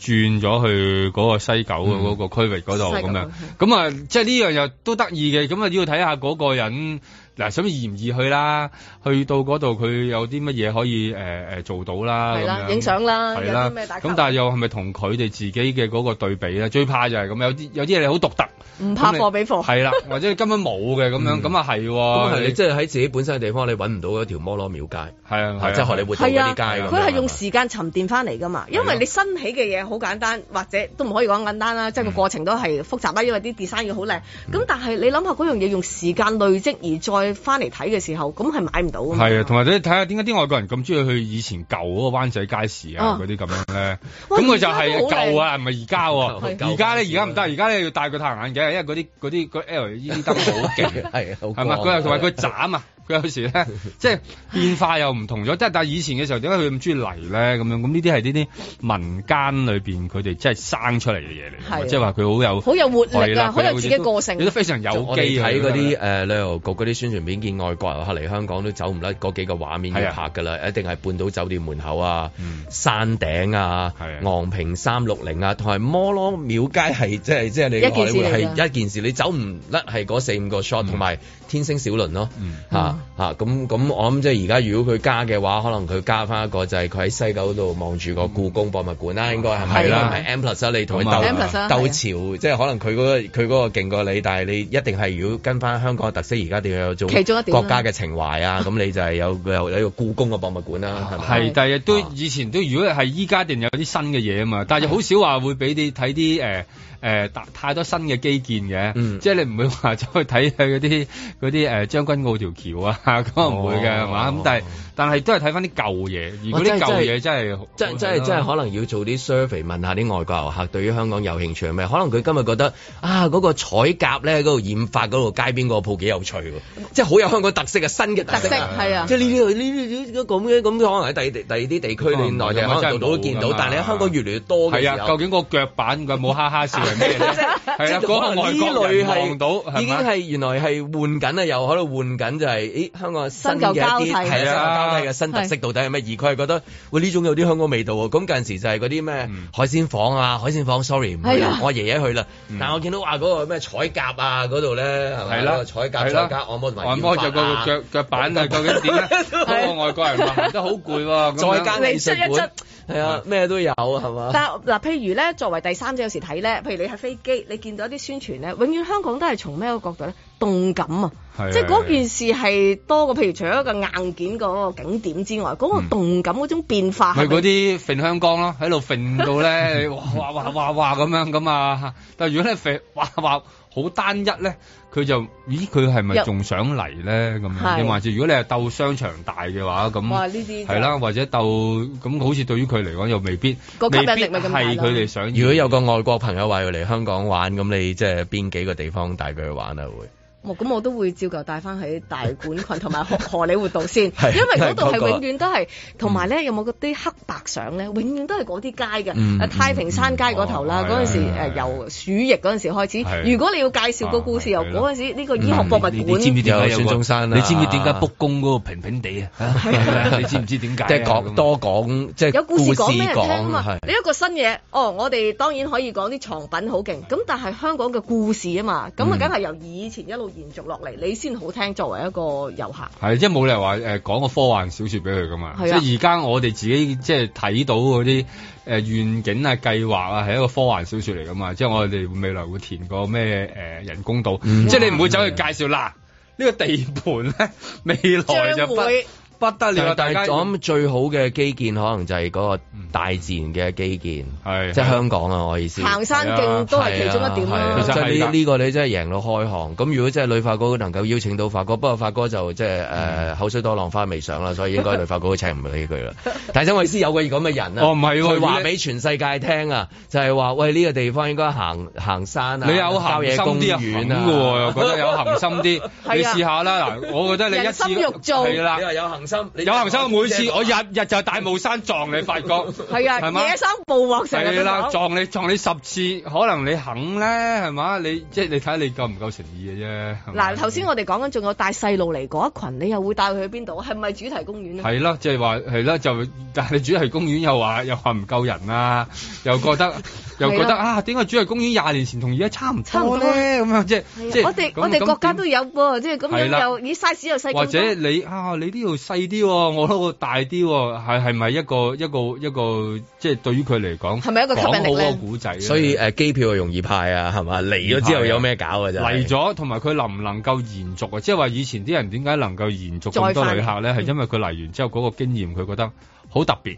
Speaker 3: 轉咗去嗰個西九
Speaker 2: 嗯
Speaker 3: 嘅嗰個區域嗰度
Speaker 2: 西九嗯
Speaker 3: 咁樣，咁啊，即係呢樣又都得意嘅，咁啊要睇下嗰個人。嗱，咁易唔易去啦？去到嗰度佢有啲乜嘢可以誒誒、呃做到啦？
Speaker 4: 係啦
Speaker 3: 咁樣
Speaker 4: 影相啦
Speaker 3: 係
Speaker 4: 啊有
Speaker 3: 啦。
Speaker 4: 啲咩打卡
Speaker 3: 咁但係又係咪同佢哋自己嘅嗰個對比咧？最怕就係咁，有啲有啲嘢你好獨特，
Speaker 4: 唔怕
Speaker 3: 咁你
Speaker 4: 貨比貨
Speaker 3: 係啦，或者你根本冇嘅咁樣，咁啊係
Speaker 2: 咁
Speaker 3: 喎，
Speaker 2: 係你即係喺自己本身嘅地方，你揾唔到嗰條摩羅廟街，
Speaker 3: 係啊
Speaker 2: 即係荷里活道
Speaker 4: 係
Speaker 2: 嗰
Speaker 4: 啊，
Speaker 2: 啲街咁樣。
Speaker 4: 佢係用時間沉澱翻嚟噶嘛，因為你新起嘅嘢好簡單，或者都唔可以講簡單啦，
Speaker 3: 嗯
Speaker 4: 即係個過程都係複雜啦，因為啲 design 要好靚。咁但係你諗下嗰樣嘢用時間累積而再翻嚟睇嘅時候，咁係買唔到㗎嘛。
Speaker 3: 係啊，同埋你睇下點解啲外國人咁中意去以前舊嗰個灣仔街市啊
Speaker 4: 哦
Speaker 3: 嗰啲咁樣咧，
Speaker 4: 哇
Speaker 3: 咁佢就
Speaker 4: 而家都
Speaker 3: 係
Speaker 4: 好靚
Speaker 3: 舊啊，唔係而家
Speaker 2: 舊
Speaker 3: 喎。
Speaker 2: 舊
Speaker 3: 而家咧而家唔得，而家咧要戴個太陽眼鏡，因為嗰啲嗰啲嗰 LED 燈好勁，
Speaker 2: 係啊好
Speaker 3: 係嘛？
Speaker 2: 光
Speaker 3: 佢又同埋佢斬啊！佢有時 咧，即係變化又唔同咗，即係但係以前嘅時候，點解佢咁中意嚟咧？咁樣咁呢啲係呢啲民間裏邊佢哋即係生出嚟嘅嘢嚟㗎
Speaker 4: 係
Speaker 3: 嘛，
Speaker 4: 啊
Speaker 3: 即係話佢好有
Speaker 4: 好有活力啊
Speaker 3: 係啦
Speaker 4: 好有
Speaker 3: 佢
Speaker 4: 自己啊個性
Speaker 3: 亦都非常有
Speaker 2: 我
Speaker 3: 機
Speaker 2: 哋
Speaker 3: 啊
Speaker 2: 睇嗰
Speaker 3: 佢哋
Speaker 2: 啲誒旅遊局嗰啲宣傳片，見外國遊客嚟香港都走唔甩嗰幾個畫面
Speaker 3: 係
Speaker 2: 要
Speaker 3: 啊嗯
Speaker 2: 拍㗎啦，一定係半島酒店門口啊、山頂啊、昂坪三六零啊，同埋摩羅廟街係即係即係你
Speaker 4: 一件事嚟㗎
Speaker 2: 係一件事，你走唔甩係嗰四五個
Speaker 3: 嗯
Speaker 2: shot 同埋天星小輪咯嚇嚇咁咁，我諗即係而家如果佢加嘅話，可能佢加翻一個就係佢喺西九度望住個故宮博物館啦，應該係咪
Speaker 3: 係
Speaker 2: 啦
Speaker 3: 啦？
Speaker 2: 係 M plus 啦，你同佢
Speaker 3: 嗯咁啊
Speaker 2: 鬥
Speaker 3: M plus
Speaker 4: 啦
Speaker 2: 鬥
Speaker 4: 係啊
Speaker 2: 潮，即係可能佢嗰、個佢嗰個勁過你，但係你一定係如果跟翻香港嘅特色，而家一定要有種
Speaker 4: 其中一點啦
Speaker 2: 國家嘅情懷啊，咁你就係有有有一個故宮嘅博物館啦，係咪？
Speaker 3: 係，但係
Speaker 2: 啊
Speaker 3: 都以前都如果係依家一定有啲新嘅嘢啊
Speaker 2: 嗯
Speaker 3: 嘛，但係好少話會俾你睇啲誒誒太太多新嘅基建嘅，
Speaker 2: 嗯
Speaker 3: 即係你唔會話走去睇佢嗰啲 嗰啲誒將軍澳條橋啊， 咁啊唔會
Speaker 2: 哦
Speaker 3: 嘅係嘛？咁但係但係都係睇翻啲舊嘢，而嗰啲舊嘢真係好
Speaker 2: 真真係真係可能要做啲 survey 問下啲外國遊客對於香港有興趣係咩？可能佢今日覺得啊嗰、個彩甲咧嗰度染髮嗰度街邊嗰個鋪幾有趣喎，即係好有香港特色嘅新嘅特色
Speaker 4: 特色係啊
Speaker 2: 即係呢啲呢啲咁嘅咁可能喺第第二啲地區你內
Speaker 3: 哦
Speaker 2: 地可能度度都見到，但係你喺香港越嚟越多嘅時
Speaker 3: 啊係
Speaker 2: 候
Speaker 3: 啊，究竟個腳板佢冇哈
Speaker 2: 啊
Speaker 3: 哈笑 係咩咧？係啊，嗰個外國人望到係
Speaker 2: 已經係原來係換緊啊，又喺度換緊就係，咦香港新嘅一啲
Speaker 4: 新舊交替
Speaker 2: 係啊，新
Speaker 3: 係啊
Speaker 2: 舊交替嘅新特色到底係咩？而佢係覺得喂呢種有啲香港味道喎。咁近時就係嗰啲咩
Speaker 3: 嗯
Speaker 2: 海鮮房啊，海鮮房 sorry 唔去
Speaker 3: 係
Speaker 2: 啦
Speaker 3: 啊，
Speaker 2: 我爺爺去啦。但我見到話嗰個咩彩甲啊嗰度咧係咪
Speaker 3: 係啦
Speaker 2: 嗰個彩甲
Speaker 3: 係
Speaker 2: 再
Speaker 3: 啦
Speaker 2: 加按摩同埋
Speaker 3: 按摩
Speaker 2: 染髮
Speaker 3: 就個
Speaker 2: 啊
Speaker 3: 腳腳板 啊，究竟 點咧？嗰個外國人話行得好攰喎，咁樣
Speaker 2: 再加藝術館係啊，咩都有係嘛？
Speaker 4: 但係嗱，譬如咧，作為第三者有時睇咧，譬如你喺飛機，你見到一啲宣傳咧，永遠香港都係從咩個角度咧？動感啊，
Speaker 3: 係
Speaker 4: 即係嗰件事係多過，譬如除咗一個硬件嗰個景點之外，嗰、個動感嗰種變化
Speaker 3: 咪
Speaker 4: 啊係咪
Speaker 3: 嗰啲揈香江咯，喺度揈到咧，你 哇哇哇哇咁樣咁啊！但係如果咧揈哇哇好單一咧，佢就咦佢係咪
Speaker 4: 又
Speaker 3: 仲想嚟咧咁樣？
Speaker 4: 係
Speaker 3: 定還是如果你係鬥商場大嘅話咁？
Speaker 4: 哇呢啲就
Speaker 3: 係 啦，或者鬥咁好似對於佢嚟講又未必，
Speaker 4: 個吸引力咪
Speaker 3: 未必
Speaker 4: 咁大咯
Speaker 3: 係佢哋想要。
Speaker 2: 如果有個外國朋友話要嚟香港玩，咁你即係邊幾個地方帶佢去玩啊？會？
Speaker 4: 我咁我都會照舊帶翻喺大館群同埋 荷荷里活道先，因
Speaker 2: 係
Speaker 4: 為嗰度
Speaker 2: 都係嗰
Speaker 4: 係
Speaker 2: 個
Speaker 4: 永遠都係，同埋咧有冇嗰啲黑白相咧，永遠都係嗰啲街嘅，
Speaker 2: 嗯
Speaker 4: 啊太平山街嗰頭啦，
Speaker 3: 嗯
Speaker 4: 嗰陣時
Speaker 3: 係
Speaker 4: 誒由鼠疫嗰陣時開
Speaker 3: 係
Speaker 4: 始，如果你要介紹個故事，由嗰陣時呢個醫學博物館，
Speaker 3: 嗯你你知唔知點解有
Speaker 2: 有孫中山啊
Speaker 3: 你知唔知點解卜公嗰個平平地啊？ 你知唔知點解啊？
Speaker 2: 即係講多講，即係
Speaker 4: 有故事講俾人聽啊
Speaker 2: 講
Speaker 4: 嘛
Speaker 2: 係，
Speaker 4: 你一個新嘢，哦，我哋當然可以講啲藏品好勁，咁但係香港嘅故事啊嘛，咁啊
Speaker 2: 嗯
Speaker 4: 梗係由以前一路延續落嚟，你先好聽作為一個遊客。
Speaker 3: 係，即係冇理由話誒講個科幻小説俾佢噶嘛。
Speaker 4: 係
Speaker 3: 即
Speaker 4: 啊
Speaker 3: 係而家我哋自己即係睇到嗰啲誒願景啊、計劃啊，係一個科幻小説嚟噶嘛。即係我哋未來會填個咩誒、人工島，即係你唔會走去介紹嗱呢、個地盤咧，未來就不
Speaker 4: 將會
Speaker 3: 不得了啦，啊大
Speaker 2: 但
Speaker 3: 家嗯
Speaker 2: 係我諗最好嘅基建可能就係嗰個大自然嘅基建，即係香港啊！我意思，
Speaker 4: 行山徑都係其中一點
Speaker 2: 係
Speaker 4: 啦
Speaker 2: 啊係啊
Speaker 4: 其實
Speaker 2: 即
Speaker 4: 係㗎
Speaker 2: 係呢呢個你真係贏到開行。咁如果真係旅發局能夠邀請到發哥，不過發哥就即係誒
Speaker 3: 嗯
Speaker 2: 口水多浪花未上啦，所以應該旅發局都請唔起 佢啦。但係真我意思有個咁嘅人啊，
Speaker 3: 哦唔係喎
Speaker 2: 佢話俾全世界聽啊，就係話喂呢個地方應該行行山啊，
Speaker 3: 你有
Speaker 2: 郊
Speaker 3: 恒
Speaker 2: 野
Speaker 3: 心
Speaker 2: 公
Speaker 3: 啲啊，
Speaker 2: 園啊，
Speaker 3: 肯嘅喎，又覺得有恒心 啲
Speaker 2: 係啊，
Speaker 3: 你試下啦。嗱，我覺得你一次
Speaker 4: 人心肉做
Speaker 3: 係啦
Speaker 2: 你，話有恒心，你
Speaker 3: 有恒心，每次我日日就大霧山撞你，發覺
Speaker 4: 係
Speaker 3: 係
Speaker 4: 啊，
Speaker 3: 嘛
Speaker 4: 野生捕獲成日
Speaker 3: 係
Speaker 4: 都
Speaker 3: 啦，
Speaker 4: 講。
Speaker 3: 撞你撞你十次，可能你肯咧，係嘛？你即係你睇下你夠唔夠誠意嘅啫。係嘛
Speaker 4: 嗱，頭先我哋講緊仲有帶細路嚟嗰一群，你又會帶佢去邊度？係咪主題公園啊？
Speaker 3: 係啦，即係話係啦，就 但係主題公園又話又話唔夠人啊，又覺得又覺
Speaker 4: 係
Speaker 3: 得
Speaker 4: 啦
Speaker 3: 啊，點解主題公園廿年前同而家差唔
Speaker 4: 差唔
Speaker 3: 多
Speaker 4: 多
Speaker 3: 咧？咁樣即係即係
Speaker 4: 啊我哋
Speaker 3: 咁
Speaker 4: 我哋
Speaker 3: 咁
Speaker 4: 國家
Speaker 3: 點
Speaker 4: 都有喎，即係咁
Speaker 3: 係
Speaker 4: 樣
Speaker 3: 啦
Speaker 4: 又咦 size 又細咁多
Speaker 3: 或者你啊，你呢度細啲喎，我嗰個大啲喎，係係咪一個一個一個即係對於佢嚟講，
Speaker 4: 係咪一個吸引力呢
Speaker 3: 講好個古仔咧？
Speaker 2: 所以誒機票容易派啊，係嘛？嚟咗之後有咩搞啊？就
Speaker 3: 嚟咗，同埋佢能唔能夠延續啊？即係話以前啲人點解能夠延續咁多
Speaker 2: 再返
Speaker 3: 旅客咧？係因為佢嚟完之後嗰個經驗，佢覺得好特別。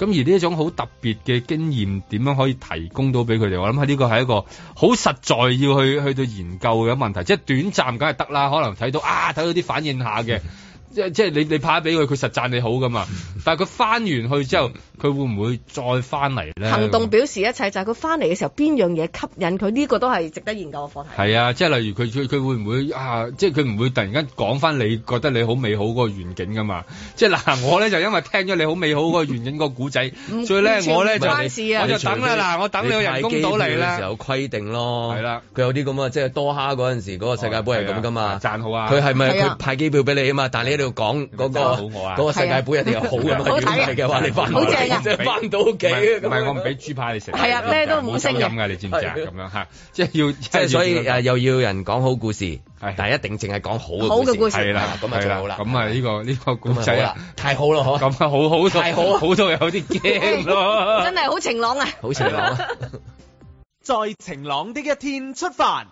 Speaker 3: 咁而呢一種好特別嘅經驗，點樣可以提供到俾佢哋？我諗喺呢個係一個好實在要去去到研究嘅問題。即係短暫梗係得啦，可能睇到啊，睇到啲反應下嘅。即係即係你你派俾佢，佢實讚你好噶嘛。但係佢翻完去之後，佢會唔會再翻嚟咧？
Speaker 4: 行動表示一切，就係佢翻嚟嘅時候邊樣嘢吸引佢，呢個都係值得研究嘅課題。
Speaker 3: 係啊，即係例如佢佢佢會唔會啊？即係佢唔會突然間講翻你覺得你好美好嗰個願景噶嘛？即係 嗱，我咧就因為聽咗你好美好嗰個願景個古仔，所以咧我咧就
Speaker 2: 啊
Speaker 3: 我就等啦嗱，我啊等你個人工島嚟
Speaker 2: 時候
Speaker 3: 啦。
Speaker 2: 規定咯，
Speaker 3: 係啦，
Speaker 2: 佢有啲咁啊，即係多哈嗰陣時嗰個世界盃係咁噶嘛，
Speaker 3: 賺好啊！
Speaker 2: 佢係咪
Speaker 3: 係
Speaker 2: 佢
Speaker 3: 啊
Speaker 2: 派機票俾你啊嘛？但係你喺度講嗰個
Speaker 3: 真係好我啊
Speaker 2: 嗰個世界盃一定係好噶嘛？
Speaker 3: 係啊
Speaker 2: 如果唔係嘅話，你翻
Speaker 3: 好正啊
Speaker 2: 即係翻到屋企
Speaker 3: 唔係
Speaker 2: 咁。
Speaker 3: 我唔俾豬扒你食，
Speaker 4: 係啊咩都唔好
Speaker 3: 冇
Speaker 4: 食
Speaker 3: 收
Speaker 4: 嘅
Speaker 3: 飲㗎，你知唔知啊？
Speaker 2: 係
Speaker 3: 咁
Speaker 2: 啊
Speaker 3: 樣嚇，即係要
Speaker 2: 即係所以
Speaker 3: 要
Speaker 2: 誒，又要人講好故事，但係一定淨係講好嘅
Speaker 3: 好嘅故
Speaker 2: 故
Speaker 3: 事
Speaker 2: 事，
Speaker 3: 係啦
Speaker 2: 咁啊
Speaker 3: 係
Speaker 2: 最
Speaker 3: 啦
Speaker 2: 好啦。
Speaker 3: 咁啊呢個呢個古仔
Speaker 2: 咁啊好
Speaker 3: 啊
Speaker 2: 啦，太好啦，
Speaker 3: 咁啊好好到
Speaker 2: 太好啊
Speaker 3: 好到有啲驚 咯，
Speaker 4: 真係好晴朗啊！
Speaker 2: 好晴朗啊！
Speaker 6: 在晴朗的一天出發。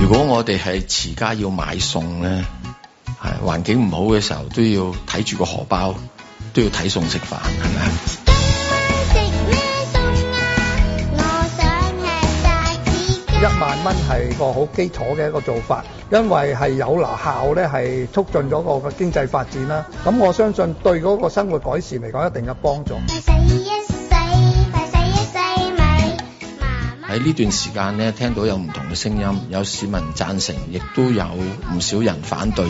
Speaker 15: 如果我哋係持家要買餸咧，係環境唔好嘅時候都要睇住個荷包，都要睇餸食飯，係咪啊？
Speaker 4: 嗯
Speaker 16: 一萬蚊係個好基礎嘅一個做法，因為係有樓效咧，係促進咗個經濟發展啦。咁我相信對嗰個生活改善嚟講，一定有幫助。
Speaker 15: 喺呢段時間咧，聽到有唔同嘅聲音，有市民贊成，亦都有唔少人反對。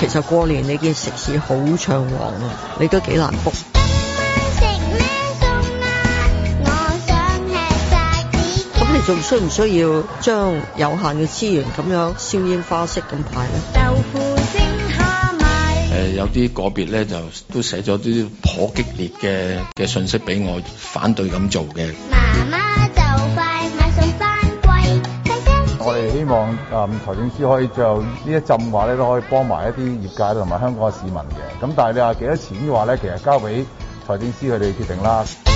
Speaker 14: 其實過年你見食肆好暢旺啊，你都幾難 book。咁你仲需唔需要將有限嘅資源咁樣燒煙花式咁派咧？
Speaker 15: 誒、有啲個別咧就都寫咗啲頗激烈嘅嘅信息俾我，反對咁做嘅。
Speaker 17: 我哋希望誒、嗯、財政司可以最後呢一陣話咧都可以幫埋一啲業界同埋香港嘅市民嘅。咁但係你話幾多錢嘅話咧，其實交俾財政司佢哋決定啦。
Speaker 3: 嗯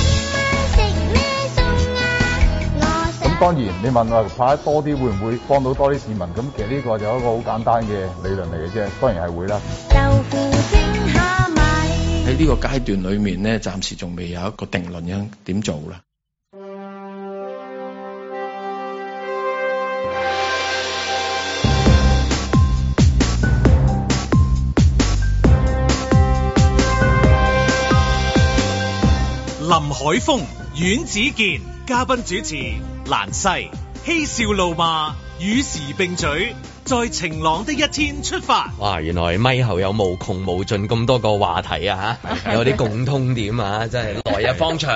Speaker 17: 咁當然，你問話派得多啲會唔會幫到多啲市民？咁其實呢個就一個好簡單嘅理論嚟嘅啫，當然係會啦。
Speaker 15: 喺呢個階段裡面咧，暫時仲未有一個定論樣點做啦。
Speaker 1: 林海峰、阮子健，嘉賓主持蘭西，嬉笑怒罵，與時並舉，在晴朗的一天出發。
Speaker 2: 哇！原來咪後有無窮無盡咁多個話題啊嚇，有啲共通點啊，真係來日方長。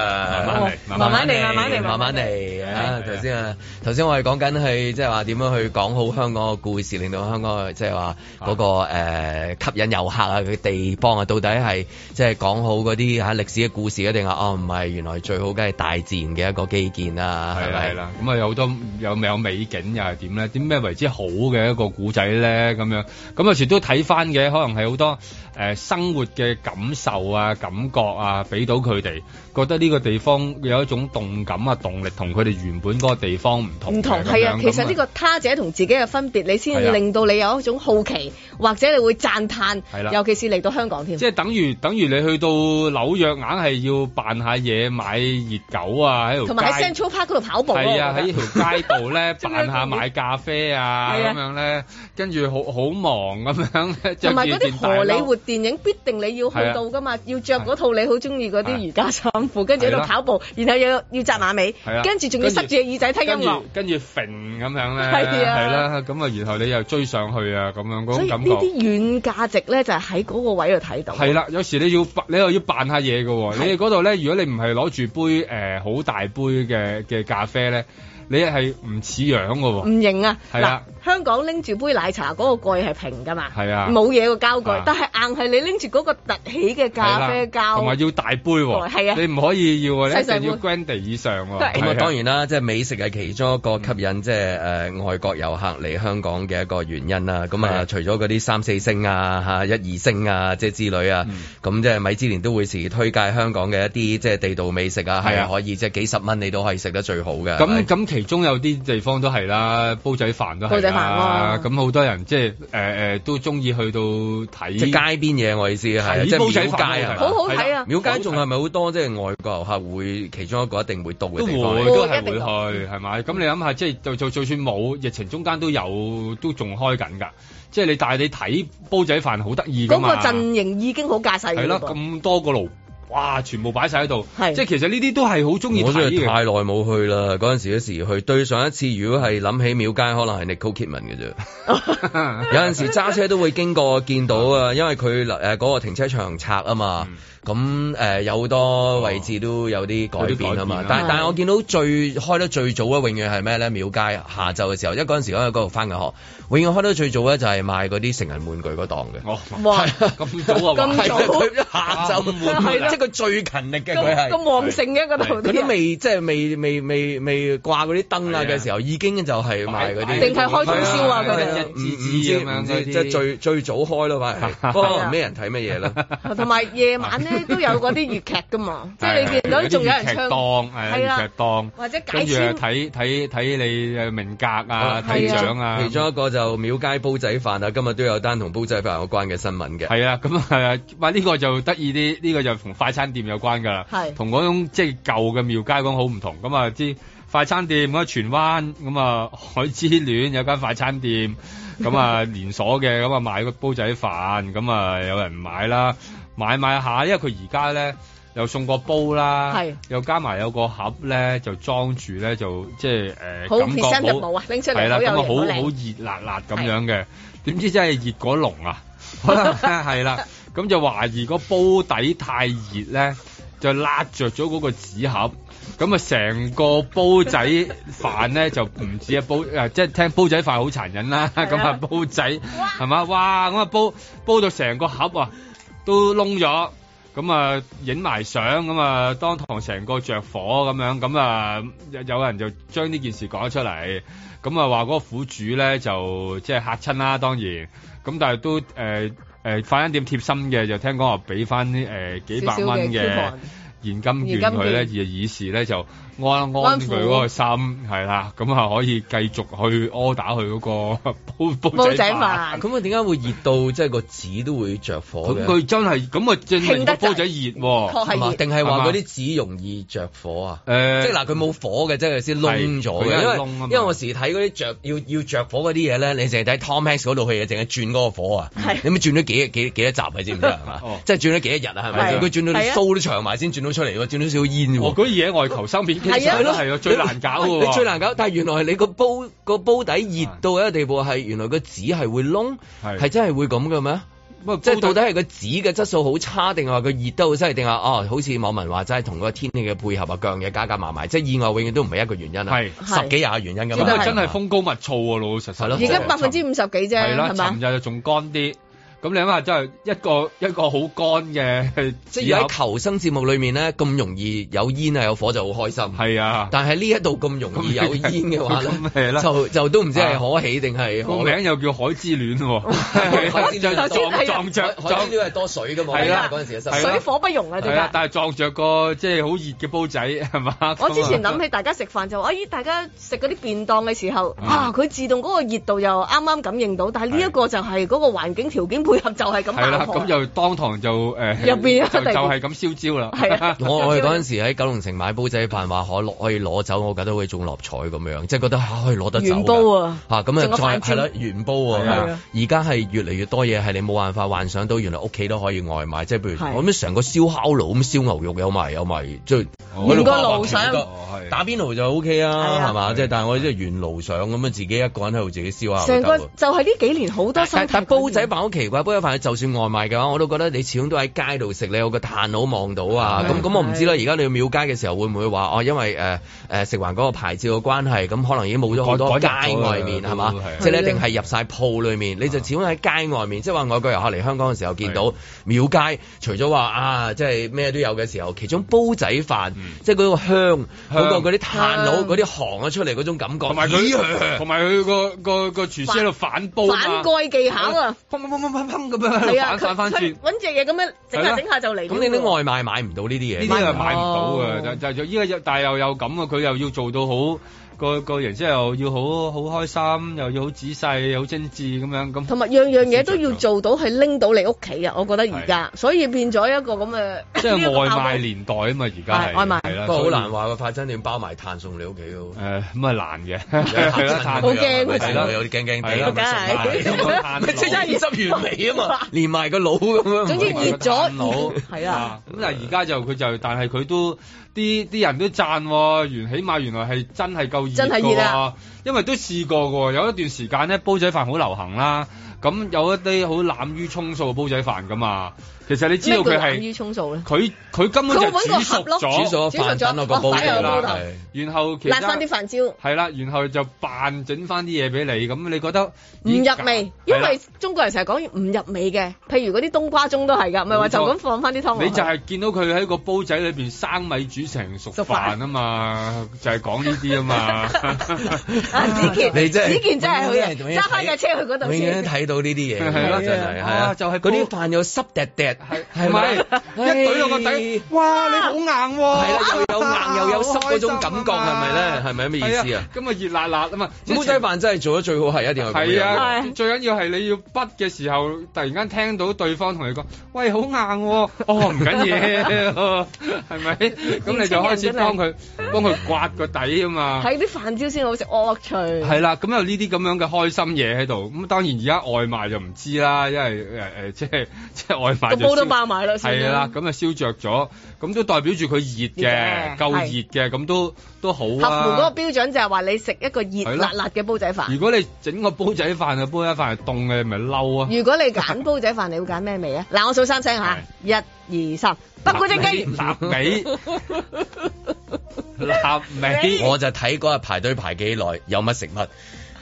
Speaker 2: 慢
Speaker 4: 慢嚟慢慢嚟慢慢嚟
Speaker 2: 慢慢嚟啊！頭先啊，頭先我哋講緊係即係話點樣去講好香港嘅故事，令到香港即係話嗰個誒吸引遊客啊，佢地方啊，到底係即係講好嗰啲嚇歷史嘅故事一定啊？哦，唔係，原來最好梗係大自然嘅一個基建啦，係
Speaker 3: 係啦
Speaker 2: 咪
Speaker 3: 係？啦，咁啊有好多有有美景又係點咧？點咩為之好嘅一個古仔咧？咁樣咁有時都睇翻嘅，可能係好多誒、呃生活嘅感受啊、感覺啊，俾到佢哋覺得呢個地方有一種動感啊、動力，同佢哋原本嗰個地方唔同嘅。
Speaker 4: 唔同
Speaker 3: 咁
Speaker 4: 係啊
Speaker 3: 樣，
Speaker 4: 其實呢
Speaker 3: 咁
Speaker 4: 個他者同自己嘅分別，你
Speaker 3: 係
Speaker 4: 先
Speaker 3: 啊
Speaker 4: 令到你有一種好奇，或者你會讚歎
Speaker 3: 係啦，
Speaker 4: 尤其是嚟到香港添
Speaker 3: 即。係等於等於你去到紐約，硬係要扮下嘢買熱狗啊，喺條
Speaker 4: 同埋喺
Speaker 3: 街
Speaker 4: Central Park 嗰度跑步咯
Speaker 3: 係啊，
Speaker 4: 我
Speaker 3: 喺
Speaker 4: 覺得
Speaker 3: 條街度 咧扮下買咖啡啊
Speaker 4: 係啊
Speaker 3: 咁樣咧，跟住好好忙咁樣 咧，
Speaker 4: 同埋
Speaker 3: 着
Speaker 4: 嗰
Speaker 3: 住
Speaker 4: 啲
Speaker 3: 件大褸
Speaker 4: 荷里活電影必定你要去
Speaker 3: 係啊
Speaker 4: 到噶嘛，要着嗰套你好中意嗰啲瑜伽衫褲，跟住喺
Speaker 3: 係
Speaker 4: 度
Speaker 3: 啦
Speaker 4: 跑步，然後又要扎馬尾
Speaker 3: 係啊，，
Speaker 4: 跟住仲要塞住耳仔聽音樂。
Speaker 3: 跟住跟住揈咁樣咧，
Speaker 4: 係啊
Speaker 3: 係啦，咁啊，然後你又追上去啊，咁樣嗰種
Speaker 4: 所以呢
Speaker 3: 感覺。
Speaker 4: 啲軟價值咧，就係喺嗰個位度睇到。
Speaker 3: 係啦，啊有時你要扮你又要扮下嘢嘅喎。你哋嗰度咧，如果你唔係攞住杯誒好、大杯嘅嘅咖啡咧，你係唔似樣嘅喎。
Speaker 4: 唔型啊！
Speaker 3: 係
Speaker 4: 嗱
Speaker 3: 啊，
Speaker 4: 香港拎住杯奶茶嗰個蓋係平噶嘛，
Speaker 3: 係啊
Speaker 4: 冇嘢個膠蓋
Speaker 3: 啊，
Speaker 4: 但係硬係你拎住嗰個凸起嘅咖啡
Speaker 3: 係啦同埋
Speaker 4: 膠，
Speaker 3: 要大杯喎，
Speaker 4: 係啊
Speaker 3: 你唔可以要啊，你一
Speaker 4: 細細
Speaker 3: 定要
Speaker 4: 杯
Speaker 3: grande 以上喎。
Speaker 2: 咁
Speaker 3: 係
Speaker 2: 啊，嗯當然啦，即係美食係其中一個吸引即係誒外國遊客嚟香港嘅一個原因啦。咁啊，除咗嗰啲三四星啊、嚇一二星啊，即係之類啊，咁即係米芝蓮都會時推介香港嘅一啲即係地道美食啊，
Speaker 3: 係啊
Speaker 2: 係可以即係幾十蚊你都可以食得最好嘅。
Speaker 3: 咁咁其中有啲地方都係啦，煲仔飯都
Speaker 2: 煲
Speaker 3: 係
Speaker 2: 仔飯
Speaker 3: 啦
Speaker 2: 咯。
Speaker 3: 咁好多人即係誒誒都中意去到睇
Speaker 2: 即係街邊嘢，我意思係
Speaker 3: 睇
Speaker 2: 即係廟
Speaker 3: 煲仔飯
Speaker 2: 街係嘛
Speaker 4: 好好睇啊
Speaker 2: 廟街仲係咪好多即係外國遊客會其中一個一定會到嘅
Speaker 3: 都會
Speaker 2: 地方嚟？
Speaker 3: 都係會去係咪？咁你諗下，即係就就就算冇疫情中間都有都仲開緊㗎。即係你但係你睇煲仔飯好得意㗎
Speaker 4: 嗰個
Speaker 3: 嘛。
Speaker 4: 陣型已經好架勢㗎
Speaker 3: 係啦，
Speaker 4: 啦噃。
Speaker 3: 咁多個爐，哇，全部擺晒喺度。
Speaker 4: 係
Speaker 3: 即係其實呢啲都係好中意
Speaker 2: 我真
Speaker 3: 睇
Speaker 2: 係
Speaker 3: 嘅。
Speaker 2: 太耐冇去啦，嗰陣時嗰時去，對上一次如果係諗起廟街，可能係 Nicole Kidman 嘅啫。有陣時揸車都會經過見到啊，因為佢誒嗰個停車場拆啊嘛，
Speaker 6: 嗯
Speaker 2: 咁誒、呃有好多位置都有啲改變啊嘛
Speaker 6: 有啲改變啊。
Speaker 2: 但但係我見到最開得最早咧，永遠係咩咧？廟街下晝嘅時候，因為嗰陣時我喺嗰度翻緊學，永遠開得最早咧就係賣嗰啲成人玩具嗰檔
Speaker 6: 哦
Speaker 2: 嘅。
Speaker 4: 哇！
Speaker 3: 咁早啊
Speaker 4: 咁早
Speaker 2: 係佢下 晝
Speaker 4: 係
Speaker 2: 換，
Speaker 4: 啦
Speaker 2: 即係佢最勤力嘅佢
Speaker 4: 咁
Speaker 2: 係。
Speaker 4: 咁旺盛 嘅嗰度
Speaker 2: 佢
Speaker 4: 啲
Speaker 2: 都
Speaker 4: 人，
Speaker 2: 未即係未未未未掛嗰啲燈啊嘅時候，已經就係賣嗰啲，
Speaker 4: 定係開通宵啊佢哋
Speaker 2: 唔唔知唔知，即係最最早開咯，反 而不過咩人睇乜嘢啦。
Speaker 4: 同埋夜晚咧都有嗰啲粵劇 㗎嘛， 即係你見到仲有
Speaker 3: 啲
Speaker 4: 人
Speaker 3: 粵劇
Speaker 4: 唱，
Speaker 3: 檔，係啊粵劇檔，
Speaker 4: 或者解
Speaker 3: 跟住
Speaker 4: 簽
Speaker 3: 睇睇睇你誒名格啊，睇
Speaker 2: 係
Speaker 3: 獎啊，
Speaker 2: 其中一個就廟街煲仔飯啊，今日都有單同煲仔飯有關嘅新聞嘅。
Speaker 3: 係啊，咁啊， 哇！呢個就得意啲，呢個就同快餐店有關㗎啦。
Speaker 2: 係
Speaker 3: 同嗰種即係舊嘅廟街嗰種好唔同。咁啊，知快餐店咁啊，荃灣咁啊，海之戀有間快餐店，咁 啊連鎖嘅，咁啊賣個煲仔飯，咁啊有人買啦，買買下，因為佢而家咧。又送個煲啦
Speaker 4: 係，
Speaker 3: 又加埋有個盒咧，就裝住咧，就即係誒、呃
Speaker 4: 好
Speaker 3: 感覺
Speaker 4: presentable
Speaker 3: 好
Speaker 4: 啊拎出嚟
Speaker 3: 係啦，咁
Speaker 4: 好有
Speaker 3: 啊好
Speaker 4: 型好
Speaker 3: 好
Speaker 4: 靚
Speaker 3: 熱辣辣咁樣嘅，點知真係熱過龍啊！可能係啦，咁就懷疑個煲底太熱 咧，就辣着咗嗰個紙盒，咁啊成個煲仔飯 咧就唔止一煲，誒即係聽煲仔飯好殘忍啦，咁啊煲仔係嘛，哇咁啊煲煲到成個盒啊都窿咗。咁啊，影埋相咁啊，當堂成個着火咁樣，咁啊有有人就將呢件事講咗出嚟，咁啊話嗰個苦主咧就即係嚇親啦，當然，咁但係都誒誒、呃快餐店貼心嘅，就聽講話俾翻誒幾百蚊
Speaker 4: 少少嘅
Speaker 3: 嘅
Speaker 4: coupon
Speaker 3: 現金券佢咧，而
Speaker 4: 現
Speaker 3: 以示咧就安安
Speaker 4: 安
Speaker 3: 佢
Speaker 4: 撫
Speaker 3: 嗰個心係啦，咁啊可以繼續去 order 佢嗰個 煲煲仔飯。
Speaker 2: 咁啊點解會熱到即係個紙都會着火
Speaker 3: 咁佢真係咁啊，證明個煲仔熱喎，
Speaker 2: 係嘛定係話嗰啲
Speaker 3: 係嘛
Speaker 2: 紙容易着火啊？
Speaker 3: 誒
Speaker 2: 即係嗱，佢冇火嘅，即
Speaker 3: 啊
Speaker 2: 係先窿啊咗嘅。
Speaker 3: 係佢
Speaker 2: 因
Speaker 3: 係
Speaker 2: 為
Speaker 3: 窿啊嘛
Speaker 2: 因為我時睇嗰啲着要要着火嗰啲嘢咧，你淨係睇 Tom Hanks 嗰套戲，淨係轉嗰個火啊。你咪轉咗幾幾幾多集啊？知唔知啊？係嘛？即係轉咗幾多日啊？係咪
Speaker 3: 係
Speaker 2: 先？
Speaker 3: 啊
Speaker 2: 佢轉到
Speaker 3: 係
Speaker 2: 啲
Speaker 3: 啊
Speaker 2: 須都長埋先轉到出嚟喎，轉到少少煙喎。
Speaker 3: 哦我嗰啲嘢外求生片其
Speaker 2: 其實係咯，
Speaker 3: 係啊最難搞喎
Speaker 2: 你最難搞，但係原來你個煲個煲底熱到一個地步係原來個紙係會窿，係真係會咁嘅咩？即係到底係個紙嘅質素好差，定係話佢熱得好犀利，定係哦？好似網民話齋同個天氣嘅配合啊，各樣嘢加加埋埋，即係意外永遠都唔係一個原因啊，十幾廿個原因咁
Speaker 3: 真係真係風高物燥啊，老老實實。
Speaker 2: 係咯
Speaker 4: 而家百分之五十幾啫，
Speaker 3: 係啦，
Speaker 4: 係嘛？
Speaker 3: 尋日就仲乾啲。咁你諗下，真係一個一個好乾嘅，
Speaker 2: 即係喺求生節目裏面咧，咁容易有煙啊有火就好開心。
Speaker 3: 係啊，
Speaker 2: 但係呢一度咁容易有煙嘅話咧，
Speaker 3: 咁係啦
Speaker 2: 就就都唔知係可喜定係
Speaker 3: 個
Speaker 2: 可
Speaker 3: 名又叫海之 戀喎，
Speaker 2: 海之戀
Speaker 3: 撞
Speaker 4: 啊
Speaker 3: 撞撞着
Speaker 2: 海海之戀係多水㗎嘛啊
Speaker 3: 係啦，
Speaker 2: 嗰陣時嘅
Speaker 3: 係啦
Speaker 4: 水火不容啊！最
Speaker 3: 係啊
Speaker 4: 近，。
Speaker 3: 但係撞着個即係好熱嘅煲仔係嘛？
Speaker 4: 我之前
Speaker 3: 咁啊
Speaker 4: 諗起大家食飯就話，咦，大家食嗰啲便當嘅時候，
Speaker 3: 嗯
Speaker 4: 啊，佢自動嗰個熱度又啱啱感應到，但係呢一個就係嗰個環境條件配合就係咁
Speaker 3: 係啦，
Speaker 4: 爆破啊
Speaker 3: 咁。就當堂就誒
Speaker 4: 入邊啊
Speaker 3: 就
Speaker 4: 突
Speaker 3: 就
Speaker 4: 然
Speaker 3: 係咁燒焦啦。
Speaker 4: 係 啊
Speaker 2: 我我哋嗰陣時喺九龍城買煲仔飯，話可攞可以攞走，我覺得會中六合彩咁樣，即係覺得啊可以攞得走㗎。
Speaker 4: 原煲啊
Speaker 2: 嚇咁
Speaker 4: 仲有
Speaker 2: 啊
Speaker 4: 飯
Speaker 2: 再係
Speaker 4: 錢
Speaker 2: 啦，原煲喎。
Speaker 4: 係
Speaker 2: 咁
Speaker 4: 啊
Speaker 2: 而家係越嚟越多嘢係你冇辦法幻想到，原來屋企都可以外賣，即係譬
Speaker 4: 係
Speaker 2: 如我諗成個燒烤爐咁燒牛肉有埋有埋，即係
Speaker 3: 哦
Speaker 4: 原個哦啊爐上
Speaker 2: 喺度打邊爐就 O K 啊，係嘛？即係但係我即係原爐上咁啊樣自己一個人喺度自己
Speaker 3: 啊
Speaker 2: 燒下。
Speaker 4: 成個就係呢幾年好多新
Speaker 2: 哎但但煲仔飯好奇怪，煲仔飯就算外賣嘅話，我都覺得你始終都喺街度食，你有個炭佬望到啊。
Speaker 3: 係
Speaker 2: 咁咁我唔知啦。而家你去廟街嘅時候會唔會話哦？因為誒誒食環嗰個牌照嘅關係，咁可能已經冇咗好多
Speaker 3: 改
Speaker 2: 街
Speaker 3: 改入咗啦
Speaker 2: 外面
Speaker 3: 都
Speaker 2: 係啊嘛
Speaker 3: 係？
Speaker 2: 即係你一定係入晒鋪裡面，你就始終喺街外面。即係話外國遊客嚟香港嘅時候見到廟街，除咗話啊，即係咩都有嘅時候，其中煲仔飯即係嗰個嗯香，嗰個嗰啲炭佬
Speaker 3: 香
Speaker 2: 嗰啲行啊出嚟嗰種感覺，
Speaker 3: 同埋佢，同埋佢個個個廚師喺度反煲啊嘛
Speaker 4: 反蓋技巧啊！
Speaker 3: 砰砰砰砰砰咁樣
Speaker 4: 係啊，
Speaker 3: 反反翻轉
Speaker 4: 佢揾隻嘢咁樣整
Speaker 3: 係
Speaker 4: 下
Speaker 3: 啦
Speaker 4: 整下就嚟。
Speaker 2: 咁你啲外賣買唔到呢啲嘢，
Speaker 3: 呢啲係買唔到嘅，就就依家又但係又有咁啊，佢又要做到好個個人，即係又要好好開心，又要好仔細，又好精緻咁樣咁。
Speaker 4: 同埋樣樣嘢都要做到係拎到你屋企啊！我覺得而家，所以變咗一個咁嘅
Speaker 3: 即係外賣
Speaker 4: 呢
Speaker 3: 年代啊嘛，而家係
Speaker 4: 係外賣
Speaker 3: 係啦，
Speaker 2: 不過好
Speaker 3: 所以
Speaker 2: 難話個快餐店包埋炭送你屋企咯。
Speaker 3: 誒咁啊難嘅，係啦，炭
Speaker 2: 好
Speaker 4: 驚
Speaker 2: 係
Speaker 3: 係
Speaker 2: 啦
Speaker 3: 啦，
Speaker 2: 有啲驚驚地
Speaker 3: 係啦，
Speaker 2: 啦，咪送
Speaker 3: 梗係
Speaker 2: 埋咪即係原汁原味啊嘛，連埋個腦咁樣。
Speaker 4: 個
Speaker 3: 同
Speaker 4: 個總
Speaker 3: 埋
Speaker 4: 之
Speaker 3: 個
Speaker 4: 熱
Speaker 3: 炭
Speaker 4: 咗，
Speaker 3: 佬
Speaker 4: 係啊，
Speaker 3: 咁但係而家就佢就，但係佢都啲啲人都讚喎，原起碼原來係真係夠熱
Speaker 4: 真係
Speaker 3: 㗎喎
Speaker 4: 熱啊，
Speaker 3: 因為都試過㗎喎，有一段時間咧煲仔飯好流行啦，咁有一啲好濫竽充數嘅煲仔飯㗎嘛，其實你知道
Speaker 4: 咩
Speaker 3: 佢
Speaker 4: 叫
Speaker 3: 係
Speaker 4: 濫竽充數咧？
Speaker 3: 佢佢根本就
Speaker 4: 佢會
Speaker 3: 係
Speaker 4: 搵個
Speaker 3: 煮熟
Speaker 4: 盒咯
Speaker 3: 咗，
Speaker 2: 煮熟咗飯等落個煲
Speaker 4: 擺入
Speaker 2: 度
Speaker 4: 個煲
Speaker 2: 啦
Speaker 4: 度，
Speaker 2: 係
Speaker 3: 然後其
Speaker 4: 焫
Speaker 3: 他
Speaker 4: 翻啲飯焦，
Speaker 3: 係啦，然後就扮整翻啲嘢俾你，咁你覺得
Speaker 4: 唔入味，因
Speaker 3: 係啦
Speaker 4: 為中國人成日講唔入味嘅，譬如嗰啲冬瓜盅都係㗎，唔
Speaker 3: 冇
Speaker 4: 係
Speaker 3: 錯
Speaker 4: 話就咁放翻啲湯落去。
Speaker 3: 你就係見到佢喺個煲仔裏邊生米煮成熟飯啊嘛，就係講呢啲啊 嘛。
Speaker 4: 啊 子健，
Speaker 2: 你真係
Speaker 4: 子健真係
Speaker 2: 永遠
Speaker 4: 去
Speaker 2: 都
Speaker 4: 啊
Speaker 2: 係
Speaker 4: 揸翻架車 去嗰
Speaker 2: 永
Speaker 4: 度
Speaker 2: 遠
Speaker 4: 先
Speaker 2: 都。睇到呢啲嘢，
Speaker 3: 係啦
Speaker 2: 真係係
Speaker 3: 啊
Speaker 2: 啊，
Speaker 3: 就係煲
Speaker 2: 嗰啲飯又濕滴滴，係
Speaker 3: 唔係一懟落個底，哇！你好硬喎，
Speaker 2: 係啦，又有硬又有濕嗰種感覺，係咪咧？係咪咩意思
Speaker 3: 係
Speaker 2: 啊？？
Speaker 3: 咁啊熱辣辣啊嘛，
Speaker 2: 煲仔飯真係做得最好係一定係咁
Speaker 3: 係
Speaker 2: 樣
Speaker 3: 啊，最緊要係你要筆嘅時候，突然間聽到對方同你講：喂，好 硬喎！哦，唔緊要，係咪？咁你就開始幫佢幫佢刮個底啊嘛。
Speaker 4: 睇啲飯焦先好食，惡趣。
Speaker 3: 係啦，咁有呢啲咁樣嘅開心嘢喺度，咁當然而家外賣就唔知啦，因為誒誒、呃即係 即係外賣就
Speaker 4: 個煲都
Speaker 3: 燒
Speaker 4: 爆埋啦算啦
Speaker 3: 係啦，咁啊燒着咗，咁都代表住佢熱嘅，
Speaker 4: 熱嘅
Speaker 3: 夠熱嘅，咁都都好
Speaker 4: 合乎嗰
Speaker 3: 啊。
Speaker 4: 個標準就係話你食一個熱辣辣嘅煲仔飯
Speaker 3: 如。果你整個煲仔飯啊，煲仔飯係凍嘅，咪嬲啊！
Speaker 4: 如果你揀煲仔飯，你會揀咩味啊？嗱，我數三聲嚇，一、二、三，北古蒸雞。
Speaker 3: 臘味， 臘味，
Speaker 2: 我就睇嗰日排隊排幾耐，有乜食乜。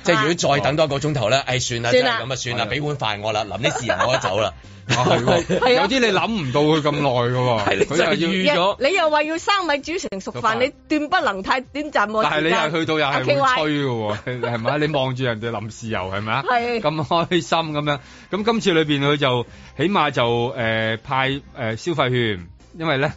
Speaker 2: 即係如果再等多一個鐘頭咧，唉啊算啦，真係
Speaker 4: 算
Speaker 2: 咁
Speaker 4: 啦
Speaker 2: 啊哦算啦，俾碗飯我啦，臨呢時人我都走 啦。
Speaker 3: 啊係喎，有啲你諗唔到佢咁耐㗎
Speaker 2: 係你
Speaker 3: 喎，
Speaker 2: 真
Speaker 3: 佢
Speaker 2: 係
Speaker 3: 又要
Speaker 2: 預咗
Speaker 4: 你又話要生米煮成熟飯，你斷不能太短暫喎。
Speaker 3: 但係你
Speaker 4: 時間
Speaker 3: 又去到又係會
Speaker 4: KY
Speaker 3: 吹嘅喎，係咪啊？你望住人哋臨時遊係咪啊？
Speaker 4: 係
Speaker 3: 咁開心咁樣。咁今次裏邊佢就起碼就誒、呃派誒、呃消費券，因為咧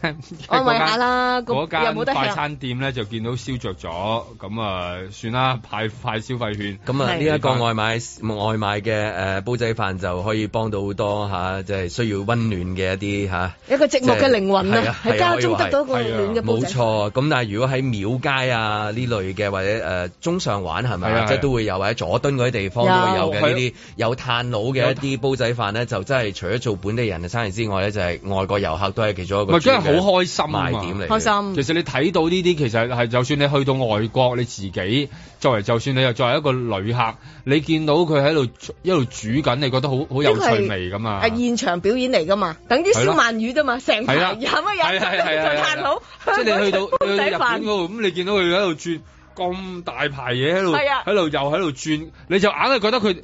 Speaker 4: 安慰下啦個
Speaker 3: 嗰
Speaker 4: 又
Speaker 3: 間
Speaker 4: 冇得吃
Speaker 3: 快餐店咧就見到燒着咗，咁啊算啦，派派消費券。
Speaker 2: 咁啊，呢一個外賣外賣嘅誒煲仔飯就可以幫到好多嚇，即係需要温暖嘅一啲嚇。
Speaker 4: 一個寂寞嘅靈魂
Speaker 2: 係啊，
Speaker 4: 啊
Speaker 2: 係啊
Speaker 4: 喺家中得到一個
Speaker 2: 可以話係啊
Speaker 4: 暖嘅煲
Speaker 2: 冇
Speaker 4: 仔。
Speaker 2: 錯，咁但係如果喺廟街啊呢類嘅或者誒中上環係
Speaker 3: 係啊係
Speaker 2: 咪
Speaker 3: 啊，
Speaker 2: 即係都會有或者佐敦嗰啲地方都會有
Speaker 3: 有
Speaker 2: 嘅呢啲有炭佬嘅一啲煲仔飯咧，就真係除咗做本地人嘅生意之外咧，就係外國遊客都係其中一嗰個
Speaker 3: 咪梗係好開心啊
Speaker 2: 賣點嚟嘅。
Speaker 4: 開心
Speaker 3: 其實你睇到呢啲，其實係就算你去到外國，你自己作為就算你又作為一個旅客，你見到佢喺度一路煮緊，你覺得好好有趣味噶嘛？
Speaker 4: 係現場表演嚟噶嘛，等啲小鰻魚啫嘛，成排
Speaker 3: 係啦
Speaker 4: 有乜
Speaker 3: 係
Speaker 4: 嘢
Speaker 3: 係係係
Speaker 4: 再嘆好，
Speaker 3: 即係你去到你去到日
Speaker 4: 仔
Speaker 3: 本
Speaker 4: 飯
Speaker 3: 嗰度，咁你見到佢喺度轉咁大排嘢喺度，
Speaker 4: 係啊
Speaker 3: 喺度又喺度轉，你就硬係覺得佢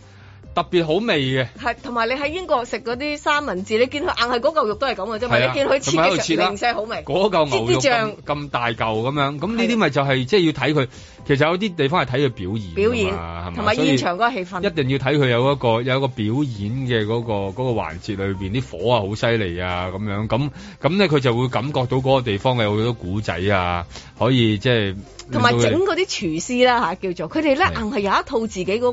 Speaker 3: 特別好味嘅。
Speaker 4: 係，同埋你喺英國食嗰啲三文治，你見佢硬係嗰嚿肉都係咁嘅啫嘛，
Speaker 3: 係啊
Speaker 4: 你見佢切
Speaker 3: 同埋喺度
Speaker 4: 嘅時
Speaker 3: 切啦
Speaker 4: 候零舍好味，
Speaker 3: 嗰嚿牛肉
Speaker 4: 切啲醬
Speaker 3: 咁咁大嚿咁樣，咁呢啲咪就係即係要睇佢。其實有啲地方係睇佢表演㗎嘛，
Speaker 4: 表演
Speaker 3: 係嘛
Speaker 4: 同埋
Speaker 3: 所以
Speaker 4: 現場嗰個氣氛
Speaker 3: 一定要睇佢有一個有一個表演嘅嗰、個嗰、個環節裏邊啲火啊好犀利啊咁樣，咁咁咧佢就會感覺到嗰個地方有好多古仔啊，可以即係
Speaker 4: 同埋
Speaker 3: 令到佢
Speaker 4: 整
Speaker 3: 哋
Speaker 4: 嗰啲廚師啦嚇叫做，佢哋咧硬係有一套自己嗰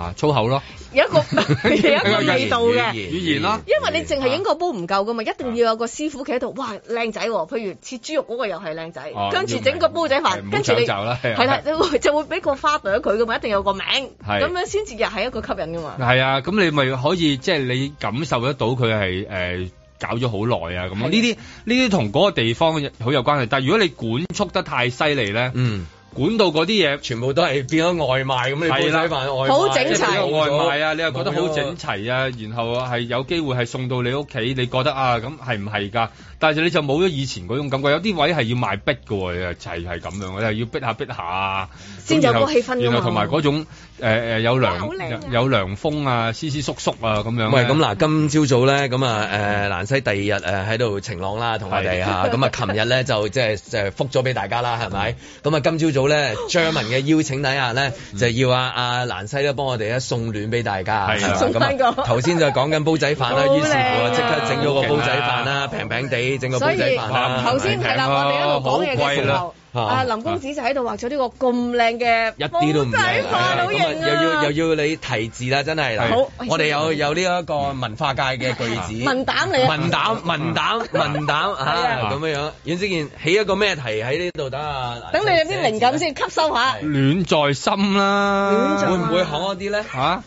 Speaker 3: 啊粗口咯，
Speaker 4: 有一個 有一個味道
Speaker 3: 語言
Speaker 4: 嘅。
Speaker 3: 語言啦。
Speaker 4: 因為你淨係影個煲唔夠噶嘛，一定要有個師傅企喺度，哇靚仔喎！譬如切豬肉嗰個又係靚仔
Speaker 3: 哦，
Speaker 4: 跟住整個煲仔
Speaker 3: 要
Speaker 4: 飯，
Speaker 3: 唔
Speaker 4: 跟住你
Speaker 3: 好搶走啦係啊
Speaker 4: 係啦，就會就會俾個花朵佢噶嘛，一定有個名，
Speaker 3: 係
Speaker 4: 咁樣先至又係一個吸引噶嘛。
Speaker 3: 係啊，咁你咪可以即係你感受得到佢係誒搞咗好耐啊咁樣。呢啲呢啲同嗰個地方好有關係。但係如果你管束得太犀利咧，
Speaker 2: 嗯。
Speaker 3: 管到嗰啲嘢
Speaker 2: 全部都係變咗外賣咁，你煲
Speaker 3: 係啦
Speaker 2: 仔飯外賣
Speaker 4: 好整齊
Speaker 2: 即係變咗
Speaker 3: 外賣啊，你又覺得好
Speaker 2: 冇咗
Speaker 3: 整齊啊，然後係有機會係送到你屋企，你覺得啊咁係唔係㗎？但係你就冇咗以前嗰種感覺，有啲位係要賣逼㗎喎，就係係咁樣嘅，要逼下逼下啊，
Speaker 4: 先有
Speaker 3: 咁然後
Speaker 4: 嗰個氣氛㗎嘛
Speaker 3: 然後同埋嗰種誒誒有
Speaker 4: 哇好靚啊
Speaker 3: 涼有涼風啊，斯斯縮縮啊咁樣。
Speaker 2: 喂，咁嗱，今朝早咧，咁啊，誒蘭西第二日誒喺度晴朗啦，同我哋
Speaker 3: 係
Speaker 2: 嚇，咁啊，琴日咧就即係誒覆咗俾大家啦，係
Speaker 3: 嗯
Speaker 2: 咪？咁啊，今朝早咧，張文嘅邀請底下咧，就要啊阿蘭西咧幫我哋咧送暖俾大家，
Speaker 3: 係啊
Speaker 2: 係嘛
Speaker 3: 送
Speaker 4: 返個
Speaker 2: 咁啊頭先就講緊煲仔飯啦，
Speaker 4: 好
Speaker 2: 於是乎啊
Speaker 4: 靚啊
Speaker 2: 即刻整咗個煲仔飯啦，平平地整個煲
Speaker 4: 所
Speaker 2: 仔
Speaker 4: 以
Speaker 2: 飯啦。
Speaker 4: 頭先係
Speaker 2: 平
Speaker 4: 啦，
Speaker 2: 平
Speaker 4: 我哋一
Speaker 2: 咯
Speaker 4: 路講嘢嘅時
Speaker 2: 好
Speaker 4: 候，
Speaker 2: 貴啦
Speaker 4: 啊林公子就喺度畫咗呢個咁靚嘅
Speaker 2: 一啲都唔
Speaker 4: 煲仔
Speaker 2: 靚，係
Speaker 4: 飯
Speaker 2: 啊
Speaker 4: 好
Speaker 2: 咁啊
Speaker 4: 型
Speaker 2: 又
Speaker 4: 啊！
Speaker 2: 要又要你提字啦，真係
Speaker 4: 好
Speaker 2: 嗱，我哋有有呢一個文化界嘅句子，
Speaker 4: 文膽嚟啊
Speaker 2: 文膽文 膽文膽啊咁樣樣，阮之健起一個咩題喺呢度等啊？
Speaker 4: 等你有啲靈感先吸收下。
Speaker 3: 暖在心啦，
Speaker 4: 暖在
Speaker 2: 會唔會行一啲咧？
Speaker 3: 嚇？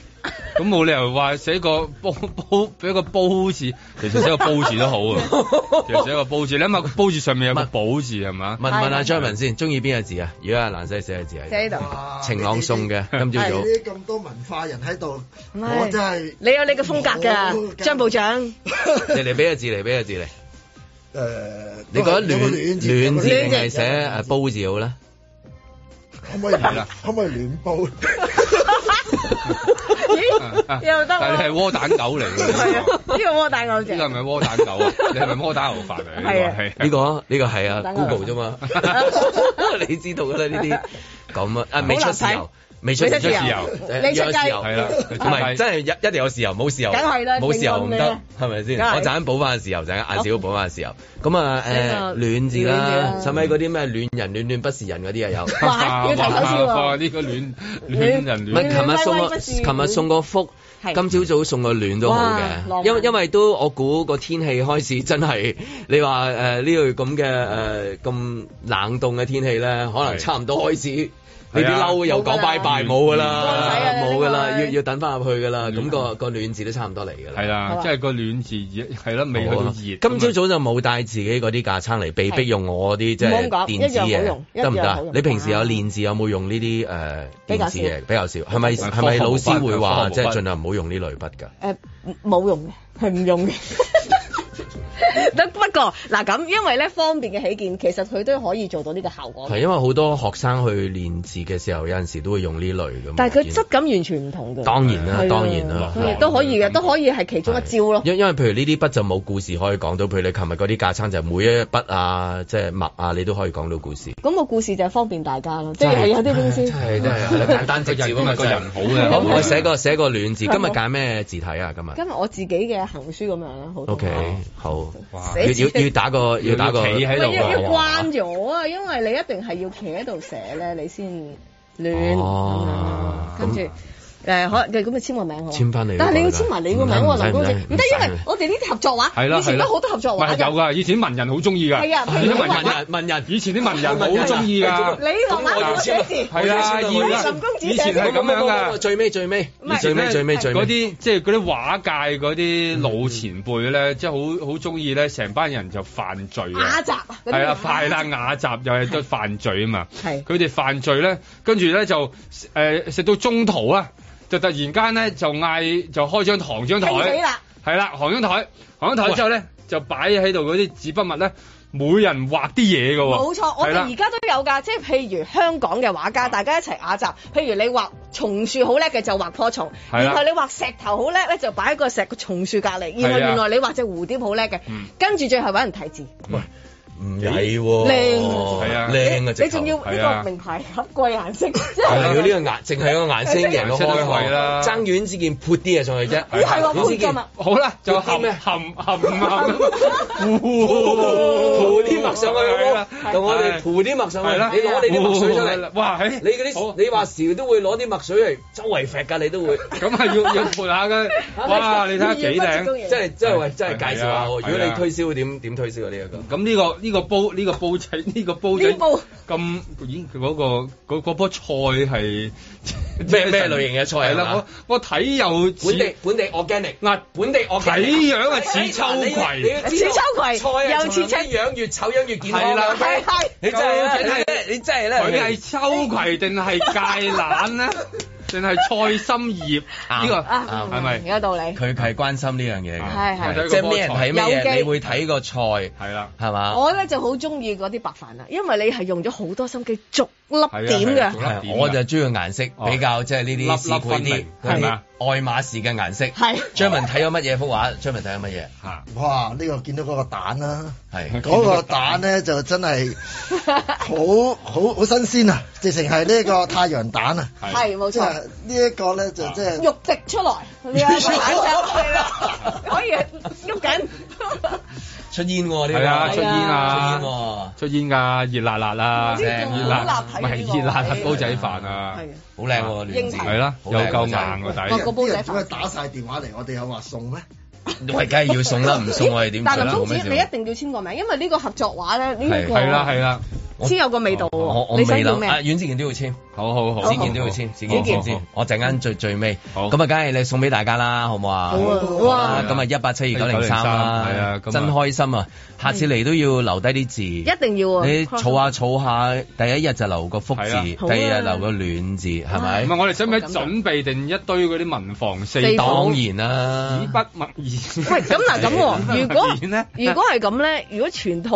Speaker 3: 咁冇理由話寫個煲 煲俾個煲字，其實寫個煲字都好 啊。其實寫個煲字，你諗下個煲字上面有個寶字係嘛？
Speaker 2: 問問阿張文先，中意邊個字啊？如果阿蘭西寫嘅字係
Speaker 4: 寫喺度。
Speaker 2: 晴朗送嘅，今朝早
Speaker 18: 呢啲哎咁多文化人喺度，
Speaker 4: 唔
Speaker 18: 我
Speaker 4: 係
Speaker 18: 真係
Speaker 4: 你有你嘅風格㗎，張部長。
Speaker 2: 你嚟俾個字嚟，俾個字嚟。
Speaker 18: 誒，
Speaker 2: 你覺得
Speaker 18: 有
Speaker 2: 暖
Speaker 18: 個
Speaker 2: 暖字
Speaker 18: 亂字有
Speaker 2: 定
Speaker 18: 個亂字
Speaker 2: 係寫誒煲字好咧？
Speaker 18: 可唔可以亂？ 可唔可以亂煲？
Speaker 4: 咦？又得
Speaker 3: 但係你係
Speaker 4: 喎。
Speaker 3: 窩蛋狗嚟
Speaker 4: 係
Speaker 3: 嘅，
Speaker 4: 啊，呢個窩蛋偶
Speaker 3: 呢
Speaker 4: 像
Speaker 3: 個。係咪窩蛋狗啊？你係咪窩蛋牛飯嚟？
Speaker 4: 係啊
Speaker 3: 呢個係
Speaker 2: 呢個呢個係啊
Speaker 4: 等我
Speaker 2: Google 啫 嘛，你知道㗎啦呢啲咁啊，啊
Speaker 4: 好
Speaker 2: 未出
Speaker 4: 難
Speaker 2: 豉
Speaker 4: 睇
Speaker 2: 油，未出
Speaker 4: 未出
Speaker 2: 豉油，
Speaker 4: 豉油你出
Speaker 2: 有
Speaker 4: 雞
Speaker 2: 豉油
Speaker 3: 係啦
Speaker 2: 唔係真係一一定有豉油，冇豉油，
Speaker 4: 梗係啦
Speaker 2: 冇豉油
Speaker 4: 定
Speaker 2: 唔
Speaker 4: 論
Speaker 2: 得
Speaker 4: 你啦，
Speaker 2: 係咪先？
Speaker 4: 梗係
Speaker 2: 我陣間補翻豉油，陣間晏少補翻豉油。咁啊
Speaker 4: 呢
Speaker 2: 誒
Speaker 4: 個
Speaker 2: 暖字
Speaker 4: 暖
Speaker 2: 啦，
Speaker 4: 字
Speaker 2: 使咪嗰啲咩暖人暖暖不是人嗰啲啊有。
Speaker 4: 哇要提手先喎
Speaker 3: 哇呢個暖暖人
Speaker 2: 唔係，
Speaker 3: 暖
Speaker 2: 琴日送
Speaker 4: 暖
Speaker 2: 個，
Speaker 4: 不是
Speaker 2: 琴日送個福，
Speaker 4: 係
Speaker 2: 今朝早送個暖都好
Speaker 4: 哇浪
Speaker 2: 嘅，
Speaker 4: 漫
Speaker 2: 因為因為都我估個天氣開始真係，你話誒呢度咁嘅誒呃咁冷凍嘅天氣咧，可能差唔多開始。你啲
Speaker 3: 係啊
Speaker 2: 褸又講拜拜冇㗎啦
Speaker 4: 乾洗啊，
Speaker 2: 冇㗎啦，
Speaker 4: 呢
Speaker 2: 要
Speaker 4: 個
Speaker 2: 要等翻入去㗎啦，咁個個暖字都差唔多嚟㗎啦。
Speaker 3: 係
Speaker 2: 好
Speaker 3: 嗯啦，
Speaker 2: 啊
Speaker 3: 即係個暖字係啦，未去到熱。啊
Speaker 2: 今朝早就冇帶自己嗰啲架撐嚟，被逼用我嗰啲即係
Speaker 4: 唔好咁講
Speaker 2: 電子
Speaker 4: 一樣好
Speaker 2: 嘢
Speaker 4: 用，一樣
Speaker 2: 得唔
Speaker 4: 好
Speaker 2: 得
Speaker 4: 用？
Speaker 2: 你平時有練字有冇用呢啲誒
Speaker 4: 比較
Speaker 2: 電
Speaker 4: 少
Speaker 2: 子嘢？比較少，係咪
Speaker 3: 科學
Speaker 2: 係咪
Speaker 3: 筆
Speaker 2: 老師會
Speaker 3: 科學
Speaker 2: 話
Speaker 3: 筆
Speaker 2: 即係盡量唔好用呢類筆㗎？
Speaker 4: 誒呃冇用嘅，係唔用嘅。 不過嗱咁，因為咧方便嘅起見，其實佢都可以做到呢個效果
Speaker 2: 係。因為好多學生去練字嘅時候，有陣時都會用呢類咁。
Speaker 4: 但係佢質感完全唔同㗎。
Speaker 2: 當然啦
Speaker 4: 係，啊
Speaker 2: 當然啦。啊
Speaker 4: 佢亦都可以嘅，都可以係其中一招咯。
Speaker 2: 因因為譬如呢啲筆就冇故事可以講到，譬如你琴日嗰啲架撐就每一筆啊，即係墨啊，你都可以講到故事。
Speaker 4: 咁個故事就係方便大家咯，即係有啲公司
Speaker 2: 係真係簡單直接咁嘛，
Speaker 3: 個人好嘅
Speaker 2: 好，我寫個寫個暖字，今日
Speaker 4: 係
Speaker 2: 揀咩字體啊？今日
Speaker 4: 今日我自己嘅行書咁樣啦，好多
Speaker 2: O K，好，要
Speaker 4: 寫字
Speaker 2: 要要打個要打個
Speaker 3: 要企喺
Speaker 4: 喂
Speaker 3: 度
Speaker 4: 要要
Speaker 3: 喎
Speaker 4: 慣咗啊，因為你一定係要企喺度寫咧，你先亂咁樣
Speaker 2: 哦
Speaker 4: 啦。跟住誒可你咁咪簽個名好啊？
Speaker 2: 簽返你
Speaker 4: 但係你要
Speaker 2: 嗰個
Speaker 4: 簽埋你個名喎，
Speaker 2: 唔得
Speaker 4: 林公子。
Speaker 2: 唔
Speaker 4: 唔
Speaker 2: 得唔
Speaker 4: 得，
Speaker 2: 得
Speaker 4: 因
Speaker 2: 唔
Speaker 4: 為
Speaker 2: 使
Speaker 4: 我哋呢啲合作
Speaker 3: 係啦，
Speaker 4: 畫，以前
Speaker 3: 係啦
Speaker 4: 都好多合作
Speaker 3: 喂
Speaker 4: 畫
Speaker 3: 有
Speaker 4: 㗎。
Speaker 3: 噶，以前文人好中意噶。
Speaker 4: 係啊譬如
Speaker 3: 啲文
Speaker 4: 話
Speaker 3: 人
Speaker 2: 文人，
Speaker 3: 以前啲文人好中意噶。
Speaker 4: 你呢個畫我寫字，
Speaker 3: 係啊，以
Speaker 4: 我係
Speaker 3: 前
Speaker 4: 林公子
Speaker 3: 以
Speaker 4: 寫
Speaker 3: 前
Speaker 4: 字。
Speaker 3: 係咁樣噶。
Speaker 2: 最尾最尾
Speaker 4: 唔係
Speaker 2: 最尾最尾最尾
Speaker 3: 嗰啲即係嗰啲畫界嗰啲老前輩咧，即係好好中意咧，成班人就犯罪
Speaker 4: 雅
Speaker 3: 啊。
Speaker 4: 集啊，嗰啲
Speaker 3: 係啊，
Speaker 4: 雅集
Speaker 3: 快啦雅集又係都犯罪啊嘛。
Speaker 4: 係
Speaker 3: 佢哋犯罪咧，跟住咧就誒食到中途啊，就突然間咧就嗌就開張行張
Speaker 4: 傾偈
Speaker 3: 台。
Speaker 4: 啦，
Speaker 3: 係啦，行張台，行張台之後咧就擺喺度嗰啲紙筆物咧，每人畫啲嘢㗎喎。
Speaker 4: 冇錯，我
Speaker 3: 係啦
Speaker 4: 哋而家都有㗎，即係譬如香港嘅畫家，大家一齊雅集。譬如你畫松樹好叻嘅就畫棵松，
Speaker 3: 係啦
Speaker 4: 然後你畫石頭好叻咧就擺喺個石個松樹隔離，然後
Speaker 2: 係啊
Speaker 4: 原來你畫隻蝴蝶好叻嘅，跟住最後揾人提字。
Speaker 2: 唔曳喎，
Speaker 4: 靚
Speaker 2: 嗯係啊，哦靚啊，直頭
Speaker 4: 你仲要
Speaker 2: 係
Speaker 4: 呢
Speaker 2: 啊
Speaker 4: 個名牌盒貴顏色，即
Speaker 2: 係啊，
Speaker 4: 係
Speaker 2: 要呢個顏，淨係一個顏色贏
Speaker 3: 啊
Speaker 2: 到開開啦，爭遠之見潑啲嘢上去啫，
Speaker 4: 係喎潑㗎嘛
Speaker 3: 好啦，就含
Speaker 2: 咩
Speaker 3: 含含含，
Speaker 2: 潑啲墨上去好
Speaker 3: 係
Speaker 2: 冇
Speaker 3: 啦？
Speaker 2: 同我哋潑啲墨上去，
Speaker 3: 係啦哦
Speaker 2: 你攞你啲墨水上
Speaker 3: 係啦
Speaker 2: 嚟，
Speaker 3: 哇係
Speaker 2: 你嗰啲你話時都會攞啲墨水嚟周圍揈㗎，你都會。啊
Speaker 3: 咁係 要要潑下嘅。哇，你睇下幾靚！
Speaker 2: 真係真係喂，真係介紹
Speaker 3: 係
Speaker 2: 下
Speaker 3: 啊
Speaker 2: 喎！如果
Speaker 3: 係
Speaker 2: 你
Speaker 3: 啊
Speaker 2: 推銷點點推銷啊呢一個？
Speaker 3: 咁呢個呢個煲呢個煲仔 呢個煲仔咁咦佢嗰個嗰嗰波菜係
Speaker 2: 咩咩類型嘅菜
Speaker 3: 係
Speaker 2: 係
Speaker 3: 啦，
Speaker 2: 嘛
Speaker 3: 我我睇又似
Speaker 2: 本地本地 organic
Speaker 3: 嗱
Speaker 2: 本地 organic
Speaker 3: 睇樣啊似秋葵
Speaker 4: 似秋葵
Speaker 2: 啊
Speaker 4: 又似
Speaker 2: 青樣，越醜樣越健康
Speaker 3: 係啦
Speaker 2: 㗎。OK？
Speaker 4: 係
Speaker 2: 你真係咧
Speaker 3: 究竟係
Speaker 2: 你真係咧，
Speaker 3: 佢係秋葵定係芥 蘭咧，定係菜心葉呢個
Speaker 4: 啊
Speaker 3: 係咪？
Speaker 4: 有道理。
Speaker 2: 佢係關心呢樣嘢
Speaker 4: 係係
Speaker 2: 嘅，即啊係咩人睇咩
Speaker 4: 有
Speaker 2: 嘢，
Speaker 4: 機
Speaker 2: 你會睇個菜係
Speaker 3: 啦，
Speaker 2: 係嘛？
Speaker 4: 我咧就好中意嗰啲白飯啦，因為你係用咗好多心機逐粒點
Speaker 2: 係啊
Speaker 4: 嘅，
Speaker 2: 係我就中意顏色比較即係呢啲
Speaker 3: 粒粒
Speaker 2: 啲
Speaker 3: 分明
Speaker 2: 嗰
Speaker 3: 係
Speaker 2: 啲
Speaker 3: 嘛
Speaker 2: 愛馬仕嘅顏色。
Speaker 4: 係
Speaker 2: 張文睇咗乜嘢幅畫？張文睇咗乜嘢？
Speaker 3: 嚇
Speaker 18: 哇！呢個見到嗰個 蛋啦，
Speaker 2: 係
Speaker 18: 嗰個蛋咧就真 係好好好新鮮啊！直情係呢個太陽蛋啊！
Speaker 4: 係冇
Speaker 18: 即
Speaker 4: 錯
Speaker 18: 係。呢一個咧就即係
Speaker 4: 肉滴出來，你 有個蛋仔係啦，可以喐緊。
Speaker 2: 出煙喎呢個
Speaker 3: 係啊，出煙
Speaker 2: 出煙喎
Speaker 3: 啊，出煙㗎，熱辣辣
Speaker 2: 我
Speaker 3: 啊，
Speaker 2: 知仲
Speaker 3: 熱辣
Speaker 4: 好立體
Speaker 3: 唔
Speaker 4: 啊呢個
Speaker 3: 係熱辣辣煲仔飯啊，
Speaker 2: 好靚喎
Speaker 4: 應酬
Speaker 3: 係啦，
Speaker 2: 好
Speaker 3: 又
Speaker 2: 靚
Speaker 3: 夠
Speaker 2: 真係
Speaker 3: 硬個底。
Speaker 18: 個煲仔點解打晒電話嚟？我哋有話送咩？
Speaker 2: 喂，梗係要送啦，唔送我哋點
Speaker 4: 但
Speaker 2: 做
Speaker 4: 係林
Speaker 2: 啊？
Speaker 4: 公
Speaker 2: 冇
Speaker 4: 子，
Speaker 2: 咩事
Speaker 4: 你一定要簽個名，因為呢個合作畫咧，呢個
Speaker 2: 係啦係
Speaker 3: 啦，
Speaker 4: 先有個味道
Speaker 2: 哦我我
Speaker 4: 喎。你想
Speaker 2: 未
Speaker 4: 要
Speaker 2: 諗
Speaker 4: 咩
Speaker 2: 啊，？阮志健都要簽，
Speaker 3: 好好
Speaker 4: 好
Speaker 2: 子健都要簽，子健
Speaker 4: 好好
Speaker 2: 簽簽，我陣間最最尾，咁啊，梗係你送俾大家啦，好唔好啊？
Speaker 4: 好啊哇
Speaker 2: 咁啊，一八七二九零三啦，
Speaker 3: 係啊咁啊
Speaker 2: 真開心啊！下次嚟都要留低啲字，一
Speaker 4: 一定要啊！
Speaker 2: 你儲下儲下，第一日就留個福字，
Speaker 3: 係啊
Speaker 2: 第二日留個暖字，係咪
Speaker 4: 啊
Speaker 3: 唔？係，我哋使唔使準備定一堆嗰啲民防四
Speaker 4: 四
Speaker 2: 當
Speaker 3: 寶？
Speaker 2: 然啦，
Speaker 3: 不默然。喂
Speaker 4: 喂，咁嗱咁 喎，如果
Speaker 3: 咧，
Speaker 4: 如果係咁咧，如果全套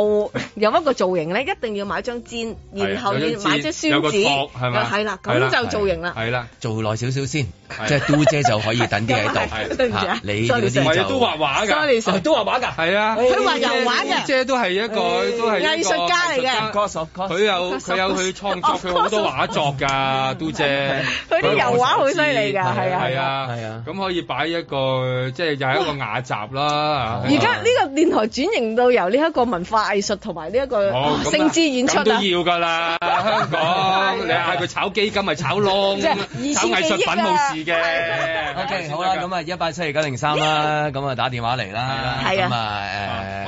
Speaker 4: 有一個造型咧，一定要買張氈，然後
Speaker 2: 係啊
Speaker 4: 要
Speaker 2: 有張氈
Speaker 4: 買張
Speaker 2: 有
Speaker 4: 宣
Speaker 2: 個
Speaker 4: 紙
Speaker 2: 托，係嘛
Speaker 4: 係啦，
Speaker 2: 係
Speaker 4: 咁
Speaker 2: 啦
Speaker 4: 就造型啦。
Speaker 3: 係啦，
Speaker 2: 做耐少少先，即係嘟姐就可以等啲喺
Speaker 4: 係 對唔
Speaker 2: 度
Speaker 4: 住啊
Speaker 2: 嚇，你嗰
Speaker 4: sorry，
Speaker 2: 啲
Speaker 4: sorry
Speaker 2: 就
Speaker 3: 都畫畫㗎
Speaker 4: sorry，sorry
Speaker 2: 哦都畫畫㗎，
Speaker 3: 係啊，
Speaker 4: 佢畫油畫嘅哎
Speaker 3: 姐都係一個，都係一個
Speaker 4: 藝術家嚟嘅
Speaker 3: 藝術
Speaker 2: Course of
Speaker 4: 哦
Speaker 2: course
Speaker 3: 佢有佢有去創作，佢好多畫作㗎，都姐。
Speaker 4: 嗯佢啲油畫好犀利㗎，
Speaker 3: 係
Speaker 4: 係啊
Speaker 3: 係。啊，係啊，咁可以擺一個即係又係一個雅集啦。啊
Speaker 4: 而家呢個電台轉型到由呢一個文化藝術同埋呢一個
Speaker 3: 哦咁啊
Speaker 4: 政治演出
Speaker 3: 咁都
Speaker 4: 啊，
Speaker 3: 要㗎啦，香港你嗌佢炒基金咪炒窿，
Speaker 4: 即係
Speaker 3: 炒藝術品
Speaker 4: 啊
Speaker 3: 冇事嘅。
Speaker 2: OK，好啦，咁啊一八七二九零三啦，咁啊打電話嚟啦，
Speaker 3: 係啊
Speaker 2: 咁啊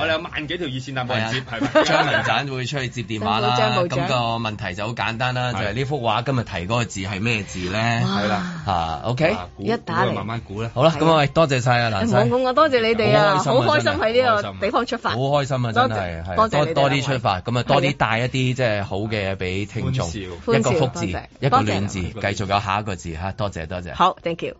Speaker 2: 誒，
Speaker 3: 我哋有萬幾條熱線但冇人接，係
Speaker 2: 係啊
Speaker 3: 咪？
Speaker 2: 張文盞會出去接電話啦。
Speaker 3: 張
Speaker 2: 咁
Speaker 3: 報
Speaker 2: 個
Speaker 3: 章
Speaker 2: 問題就好簡單啦，就係呢幅畫今日提嗰個字係咩字咧？
Speaker 4: 係
Speaker 2: 啦，嚇 OK，
Speaker 4: 一打嚟
Speaker 2: 慢
Speaker 3: 慢估啦。
Speaker 2: 好啦，咁啊，喂多謝晒啊，蘭
Speaker 4: 唔好
Speaker 2: 生。
Speaker 4: 咁我多謝你哋啊，
Speaker 2: 好
Speaker 4: 好
Speaker 2: 開
Speaker 4: 開
Speaker 2: 心
Speaker 4: 心
Speaker 2: 啊
Speaker 4: 喺
Speaker 2: 真係好開心
Speaker 4: 呢
Speaker 2: 啊
Speaker 4: 個地方出發，
Speaker 2: 好開心啊！真係係
Speaker 4: 多謝
Speaker 2: 多
Speaker 4: 你哋
Speaker 2: 多
Speaker 4: 兩位
Speaker 2: 啲出發，咁啊多啲帶一啲即係好嘅俾聽眾，
Speaker 4: 歡笑
Speaker 2: 一個福字
Speaker 4: 歡笑，
Speaker 2: 一個
Speaker 4: 多謝
Speaker 2: 暖字，繼續有下一個字嚇，多謝多謝。
Speaker 4: 好，thank you。